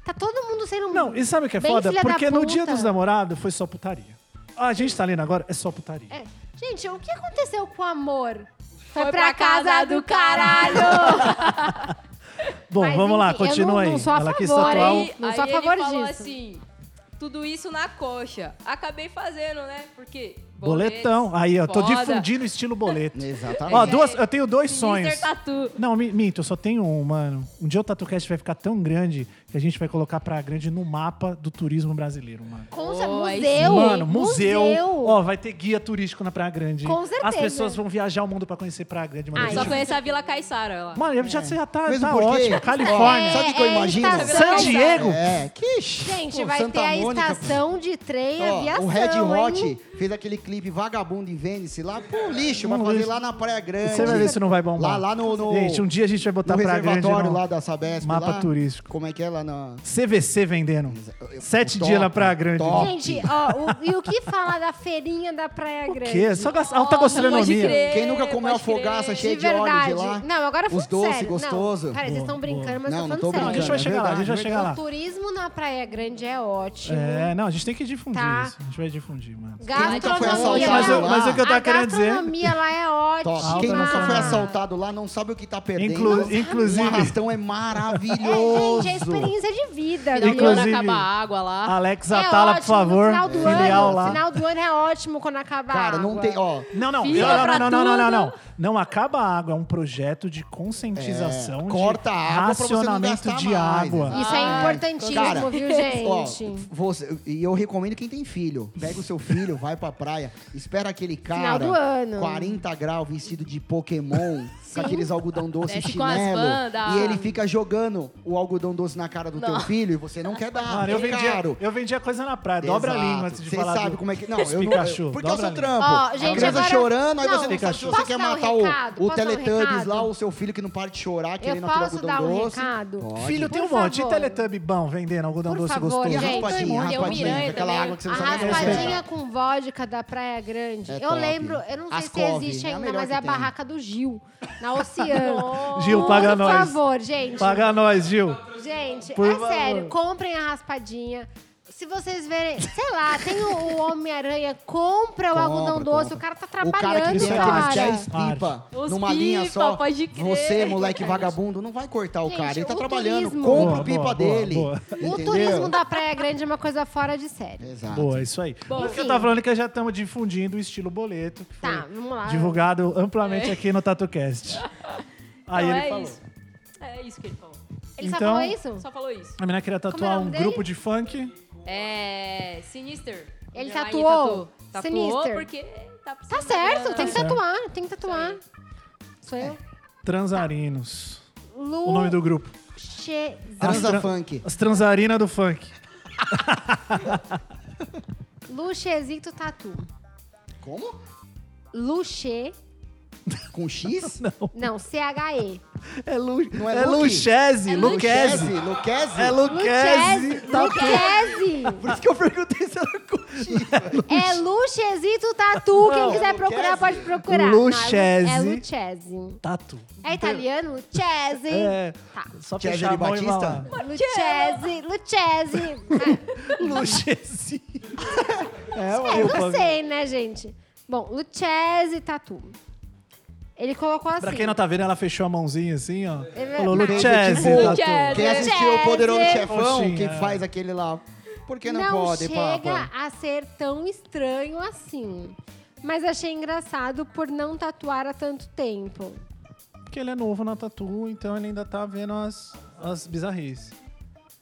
S5: Tá todo mundo sendo
S2: Não, e sabe o que é
S5: bem
S2: foda?
S5: filha da
S2: Porque no
S5: puta.
S2: dia dos namorados foi só putaria. A gente tá lendo agora, é só putaria.
S5: É. Gente, o que aconteceu com o amor?
S4: Foi pra casa do
S5: caralho!
S2: Bom,
S5: Mas,
S2: vamos lá,
S5: enfim, eu
S2: continua
S5: não-
S2: aí.
S5: não sou a
S2: Ela quis
S5: favor,
S2: tatuar
S5: hein?
S2: um...
S4: Aí,
S5: Não
S4: aí
S5: sou a
S4: ele
S5: favor
S4: falou
S5: disso.
S4: assim, tudo isso na coxa. Acabei fazendo, né? Porque...
S2: boletão. Aí, ó, tô
S4: foda.
S2: difundindo o estilo boleto.
S3: Exatamente.
S2: ó, duas, eu tenho dois
S4: Mr.
S2: sonhos.
S4: Tatu.
S2: Não, mi- minto, eu só tenho um, mano. Um dia o TatuCast vai ficar tão grande que a gente vai colocar pra grande no mapa do turismo brasileiro, mano.
S5: Com cer-
S4: Oh, aí
S5: é museu!
S2: Mano, museu. Ó, vai ter guia turístico na Praia Grande.
S5: Com certeza.
S2: As pessoas vão viajar o mundo pra conhecer Praia Grande. Mano,
S5: Ah,
S2: a
S4: Só
S2: gente-
S4: conheço a Vila Caiçara lá.
S2: mano já, já tá,
S3: É. Mesmo
S2: tá
S3: porque- é
S2: ótimo. Califórnia. tá
S3: Sabe o que eu
S5: É, é
S3: imagino?
S5: estação-
S2: San Diego?
S3: É, que ch-
S5: Gente,
S3: pô,
S5: vai
S3: Santa
S5: ter a
S3: Mônica,
S5: estação de trem e
S3: Ó,
S5: aviação,
S3: o Red Hot
S5: hein?
S3: fez aquele clipe Vagabundo em Vênice lá pro lixo, vai
S2: Um
S3: fazer
S2: lixo.
S3: lá na Praia Grande.
S2: Você vai ver se não vai bombar.
S3: Lá, lá no, no,
S2: Gente, um dia a gente vai botar
S3: no
S2: Praia Grande
S3: reservatório
S2: no
S3: lá da Sabesp.
S2: mapa
S3: lá.
S2: turístico.
S3: Como é que é lá na...
S2: CVC vendendo. Sete
S3: top,
S2: dias na Praia Grande.
S3: top.
S5: Gente, ó, o- e o que falar da feirinha da Praia Grande?
S2: Que? Só gas- alta
S4: pode
S2: gastronomia.
S4: crer.
S3: Quem nunca comeu a
S4: pode crer.
S3: fogaça
S5: De
S3: cheia de óleo
S5: verdade.
S3: de lá?
S5: Não, agora foi
S3: Os doces
S5: sério.
S3: gostosos.
S5: Não, pera, vocês estão brincando, mas
S3: Não,
S5: eu
S3: não
S5: tô
S3: tô
S2: Não, a
S5: falando
S2: gente
S5: sério.
S2: vai chegar lá, a gente vai
S3: É Ah, Verdade,
S2: chegar lá.
S5: O turismo na Praia Grande é ótimo.
S2: É, não, a gente tem que difundir
S5: Tá.
S2: isso. A gente vai difundir, mano.
S3: nunca foi
S5: Gastronomia.
S3: assaltado
S2: Mas, eu-
S3: lá?
S2: mas o que eu tava
S5: a
S2: querendo dizer.
S5: gastronomia lá é ótima.
S3: Top. Quem nunca foi
S2: Ah.
S3: assaltado lá não sabe o que tá perdendo.
S2: Inclu-
S3: Um
S2: inclusive,
S3: arrastão é
S5: É,
S3: maravilhoso.
S5: gente, é experiência de vida.
S4: Final do ano
S2: Inclusive-
S4: acaba a água lá.
S2: Alex
S5: É
S2: Atala, por
S5: ótimo,
S2: favor.
S5: No final do
S2: Filial
S5: ano,
S2: lá.
S5: final do ano é ótimo quando acaba
S3: Cara,
S5: a
S3: não
S5: água.
S3: tem, ó.
S2: Não, não,
S4: Fila
S2: não,
S4: pra
S2: não, não, não, não, não,
S4: tudo.
S2: não. Não acaba a água, é um projeto de conscientização Então, de
S3: É, corta a água pra você não
S2: racionamento
S3: gastar
S2: de
S3: mais,
S2: água.
S3: exato.
S5: Isso é
S3: Ai,
S5: importantíssimo,
S3: cara,
S5: viu,
S3: Ó,
S5: gente?
S3: você, e eu recomendo quem tem filho. Pega o seu filho, vai pra praia, espera aquele cara.
S5: Final do ano.
S3: 40 graus, vestido de Pokémon, com aqueles algodão doce
S4: Desce com as
S3: chinelo.
S4: bandas.
S3: E ele fica jogando o algodão doce na cara do teu
S4: Não.
S3: filho e você não quer dar.
S2: Mano, eu
S3: é
S2: vendia,
S3: caro.
S2: eu vendia coisa na praia. Dobra
S3: Exato.
S2: a língua antes de
S3: Cê
S2: falar.
S3: sabe
S2: do-
S3: como é que. Não, eu
S2: Pikachu,
S3: não. Porque é o
S2: dobra
S3: seu
S2: a língua.
S3: trampo.
S5: Ó,
S3: a
S5: gente,
S3: criança
S5: agora-
S3: chorando, aí
S5: Não,
S3: você não sabe se
S2: Pikachu.
S3: você
S5: posso
S3: quer
S5: dar um
S3: matar
S5: recado?
S3: o, o
S5: Posso dar um
S3: Teletubbies
S5: recado?
S3: lá ou o seu filho que não para de chorar,
S5: Eu
S3: querendo aquele
S5: posso
S3: algodão
S5: dar um
S3: doce.
S5: recado?
S2: Filho, tem um
S5: Por
S2: monte. E
S5: favor.
S2: Teletubby bom, vendendo algodão
S5: Por
S2: doce
S5: favor,
S2: gostoso.
S3: E a
S5: Gente,
S3: raspadinha,
S4: tem
S3: a
S4: um
S3: raspadinha,
S4: Miranha
S3: aquela
S4: também.
S3: água que você
S5: A
S3: não sabe nem
S5: né? raspadinha com vodka da Praia Grande.
S3: É
S5: eu
S3: top.
S5: lembro, eu não sei
S3: Ascov,
S5: se existe
S3: é a
S5: ainda,
S3: melhor
S5: mas
S3: que
S5: é a
S3: tem.
S5: barraca do Gil, na Oceano.
S2: Gil, paga
S5: Por
S2: nós.
S5: favor, gente.
S2: Paga nós, Gil.
S5: Gente,
S2: Por
S5: é
S2: favor.
S5: sério, comprem a raspadinha. Se vocês verem, sei lá, tem o, o Homem-Aranha, compra É o
S3: Compra,
S5: algodão doce,
S3: compra.
S5: o cara tá
S3: O cara que
S5: trabalhando,
S3: tem
S5: cara.
S3: aqueles 10
S2: Parte.
S3: pipa
S4: Os
S3: numa linha
S4: pipa,
S3: só.
S4: pode crer.
S3: Você, moleque vagabundo, não vai cortar o
S5: Gente,
S3: cara. Ele tá
S5: o
S3: trabalhando.
S5: turismo-
S3: Compra
S2: Boa,
S3: o pipa
S2: boa, boa,
S3: dele.
S2: boa.
S5: O
S3: entendeu?
S5: turismo da Praia Grande é uma coisa fora de série.
S3: Exato.
S2: Boa, isso aí.
S4: Bom,
S2: Porque eu
S5: enfim.
S2: tava falando que já estamos difundindo o estilo boleto, que
S5: Tá,
S2: foi
S5: vamos lá.
S2: divulgado amplamente aqui no TatuCast. Ah, Aí
S4: Então
S2: ele
S4: é
S2: falou.
S4: Isso. É isso que ele falou.
S5: Ele
S2: Então-
S5: só falou isso?
S4: Só falou isso.
S2: A menina queria
S5: é
S2: tatuar
S5: o
S2: um
S5: nome dele?
S2: grupo de funk.
S4: É. Sinister.
S5: Ele
S4: Minha mãe
S5: tatuou?
S4: tatuou. Tatuou
S5: Sinister.
S4: porque tá
S5: Tá
S4: precisando
S5: certo,
S4: da-
S5: tem que
S2: Tá certo.
S5: tatuar, tem que tatuar. Sou eu.
S2: Transarinos.
S5: Lu
S2: É. O nome do grupo.
S5: Che-
S3: Transa
S2: As tran-
S3: funk.
S2: As transarinas do funk.
S5: Luchezito Tatu.
S3: Como?
S5: Luche,
S3: Com X?
S5: não, C-H-E.
S2: É, Lu...
S3: Não é
S2: é
S3: Luke?
S2: Luchese, Luqueze.
S5: É
S3: Luquezzi, Luquezzi?
S2: É Luqueze.
S5: Luchese, Luchese.
S3: Por isso que eu perguntei se era com X.
S5: É Luchezito Tatu. Quem
S2: Não,
S5: quiser
S3: Luchese.
S5: procurar, pode procurar.
S2: Luchese.
S5: Não, É Luchese.
S2: Tatu.
S5: É italiano? Luchese.
S2: É.
S5: Tá.
S2: Só
S3: Chese
S2: fechar a
S3: de
S2: mão e
S3: Batista?
S2: falar.
S5: Luchese, Luchese.
S2: Luchese.
S3: É,
S5: É, eu não sei, né, gente? Bom, Luchese Tatu. Ele colocou assim.
S2: Pra quem não tá vendo, ela fechou a mãozinha assim, ó.
S5: Ele-
S2: Falou tá
S5: É Não.
S2: Luchese.
S3: Tipo,
S2: Tatu.
S4: Chese.
S3: Quem assistiu o Poderoso
S5: Chese.
S3: Chefão,
S2: Coxinha,
S3: que
S2: é.
S3: faz aquele lá. Por que não,
S5: não
S3: pode,
S5: chega
S3: papa?
S5: a ser tão estranho assim. Mas achei engraçado por não tatuar há tanto tempo.
S2: Porque ele é novo na tatu, então ele ainda tá vendo as, as bizarrices.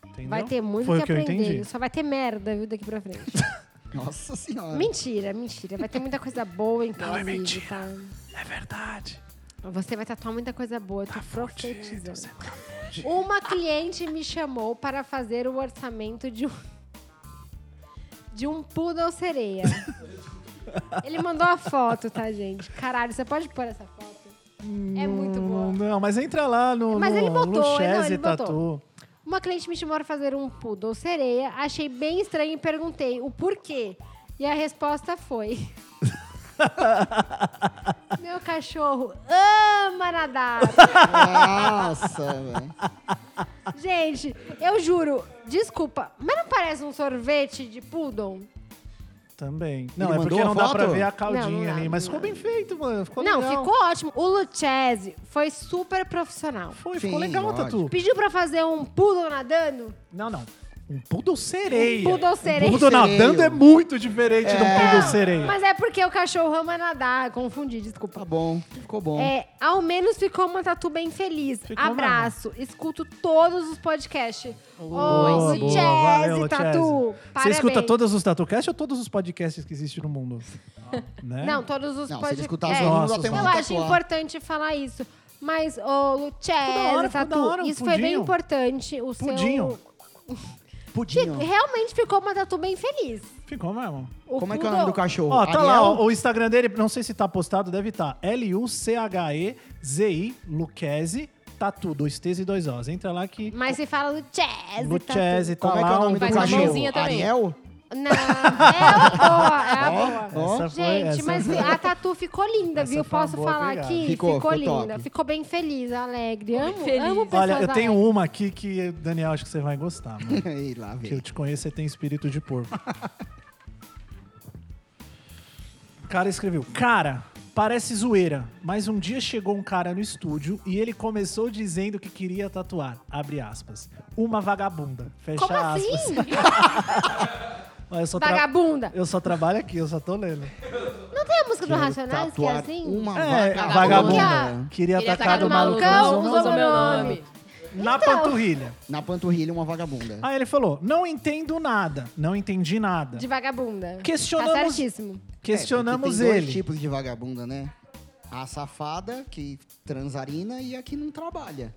S2: Entendeu?
S5: Vai ter muito
S2: Foi o
S5: que,
S2: que eu
S5: aprender.
S2: entendi.
S5: Só vai ter merda, viu, daqui pra frente.
S3: Nossa senhora.
S5: mentira, mentira. Vai ter muita coisa boa, inclusive,
S2: mentira.
S5: tá?
S2: É verdade. Tá
S5: Você vai tatuar muita coisa boa, eu tô
S2: né?
S5: profetizando.
S2: é
S5: Uma cliente me chamou para fazer o orçamento de um de um poodle sereia. Ele mandou a foto, tá, gente? Caralho, você pode pôr essa foto? É muito boa.
S2: Não, mas entra lá no,
S5: Mas
S2: no
S5: ele botou,
S2: Luchese
S5: não, ele botou.
S2: Tatu.
S5: Uma cliente me chamou para fazer um poodle sereia, achei bem estranho e perguntei o porquê. E a resposta foi: Meu cachorro ama nadar.
S3: Nossa, velho.
S5: Gente, eu juro, desculpa, mas não parece um sorvete de poodle?
S2: Também. Não,
S3: Ele
S2: é porque
S3: mandou a
S2: não dá
S3: foto?
S2: pra ver a
S5: Não,
S2: caldinha
S5: não dá,
S2: ali.
S5: não
S2: Mas
S5: dá.
S2: ficou bem feito, mano. Ficou
S5: não,
S2: legal.
S5: ficou ótimo. O Luchese foi super profissional.
S2: Foi, ficou
S3: Sim,
S2: legal,
S3: lógico.
S2: Tatu.
S5: Pediu pra fazer um poodle nadando?
S2: Não, não. Um poodle sereia.
S5: Um poodle sereia.
S2: Um poodle nadando
S3: Sereia.
S2: é muito diferente de um poodle
S5: Não,
S2: sereia.
S5: Mas é porque o cachorro ama nadar. Confundi, desculpa.
S3: Tá bom, ficou bom.
S5: É, ao menos ficou uma tatu bem feliz.
S2: Ficou
S5: Abraço. Escuto todos os podcasts. Ô,
S2: Boa, boa. Valeu,
S5: Luchese,
S2: Luchese.
S5: tatu.
S2: Você
S5: Parabéns.
S2: escuta todos os TatuCast ou todos os podcasts que existem no mundo? Né?
S5: Não, todos os
S3: Não, se ele
S5: podcasts.
S3: escutar os
S2: é.
S3: meninos,
S2: Nossa,
S3: até
S5: Eu
S2: Vamos
S5: acho importante falar isso. Mas, ô,
S2: da hora,
S5: Luchese,
S2: ficou da hora,
S5: Tatu,
S2: um
S5: isso foi bem
S2: pudinho.
S5: importante. O seu...
S2: Pudinho.
S5: Fi-
S3: Pudinho.
S5: Realmente ficou uma tatu bem feliz.
S2: Ficou mesmo.
S5: O
S3: Como é que é o
S5: poodle-
S3: nome do cachorro?
S2: Ó, tá lá,
S3: Ariel?
S2: ó, o Instagram dele, não sei se tá postado, deve estar. L-U-C-H-E-Z-I, Luquezzi, Tatu, dois T's e dois O's. Entra lá que
S5: Mas é se fala Luchese.
S2: Luchese tá
S3: Como é que
S2: lá.
S3: é o nome
S4: Faz
S3: do
S4: uma
S3: cachorro?
S4: mãozinha também.
S3: Ariel?
S5: Tatu. Não, é a boa, é a boa.
S3: Ó,
S2: Essa foi-
S5: Gente,
S2: essa
S5: mas
S2: foi-
S5: a tatu ficou linda,
S2: Essa
S5: viu?
S2: foi uma
S5: Posso
S2: boa,
S5: falar
S2: obrigado.
S5: aqui?
S3: Ficou, ficou
S5: linda.
S3: top.
S5: Ficou bem feliz, alegre. Amo,
S4: feliz.
S5: amo pessoas
S2: Olha, eu tenho
S5: alegres.
S2: uma aqui que, Daniel, acho que você vai gostar, mano.
S3: Ei, lá,
S2: que eu
S3: velho.
S2: te conheço, você tem espírito de porco. O cara escreveu, cara, Parece zoeira, mas um dia chegou um cara no estúdio e ele começou dizendo que queria tatuar, abre aspas, uma vagabunda,
S3: um
S2: fecha
S5: Como assim?
S2: aspas. Olha, eu só tra-
S5: Vagabunda.
S2: Eu só trabalho aqui, eu só tô lendo.
S5: Não tem a música do
S3: Quero
S5: Racionais que é
S3: tatuar
S5: assim?
S3: Uma
S2: É,
S3: vaca-
S2: vagabunda.
S5: vagabunda.
S2: Queria
S4: Queria
S2: atacar
S4: atacar
S2: do
S5: do
S2: malucão,
S5: malucão,
S2: usou
S4: usou meu
S5: nome. Então.
S4: nome. É,
S2: Na panturrilha.
S3: Na panturrilha, uma vagabunda.
S2: Aí ele falou, não entendo nada, não entendi nada.
S5: De vagabunda.
S2: Questionamos-
S5: Tá certíssimo.
S2: Questionamos
S3: É, porque tem
S2: ele.
S3: dois tipos de vagabunda, né? A safada, que transarina, e a que não trabalha.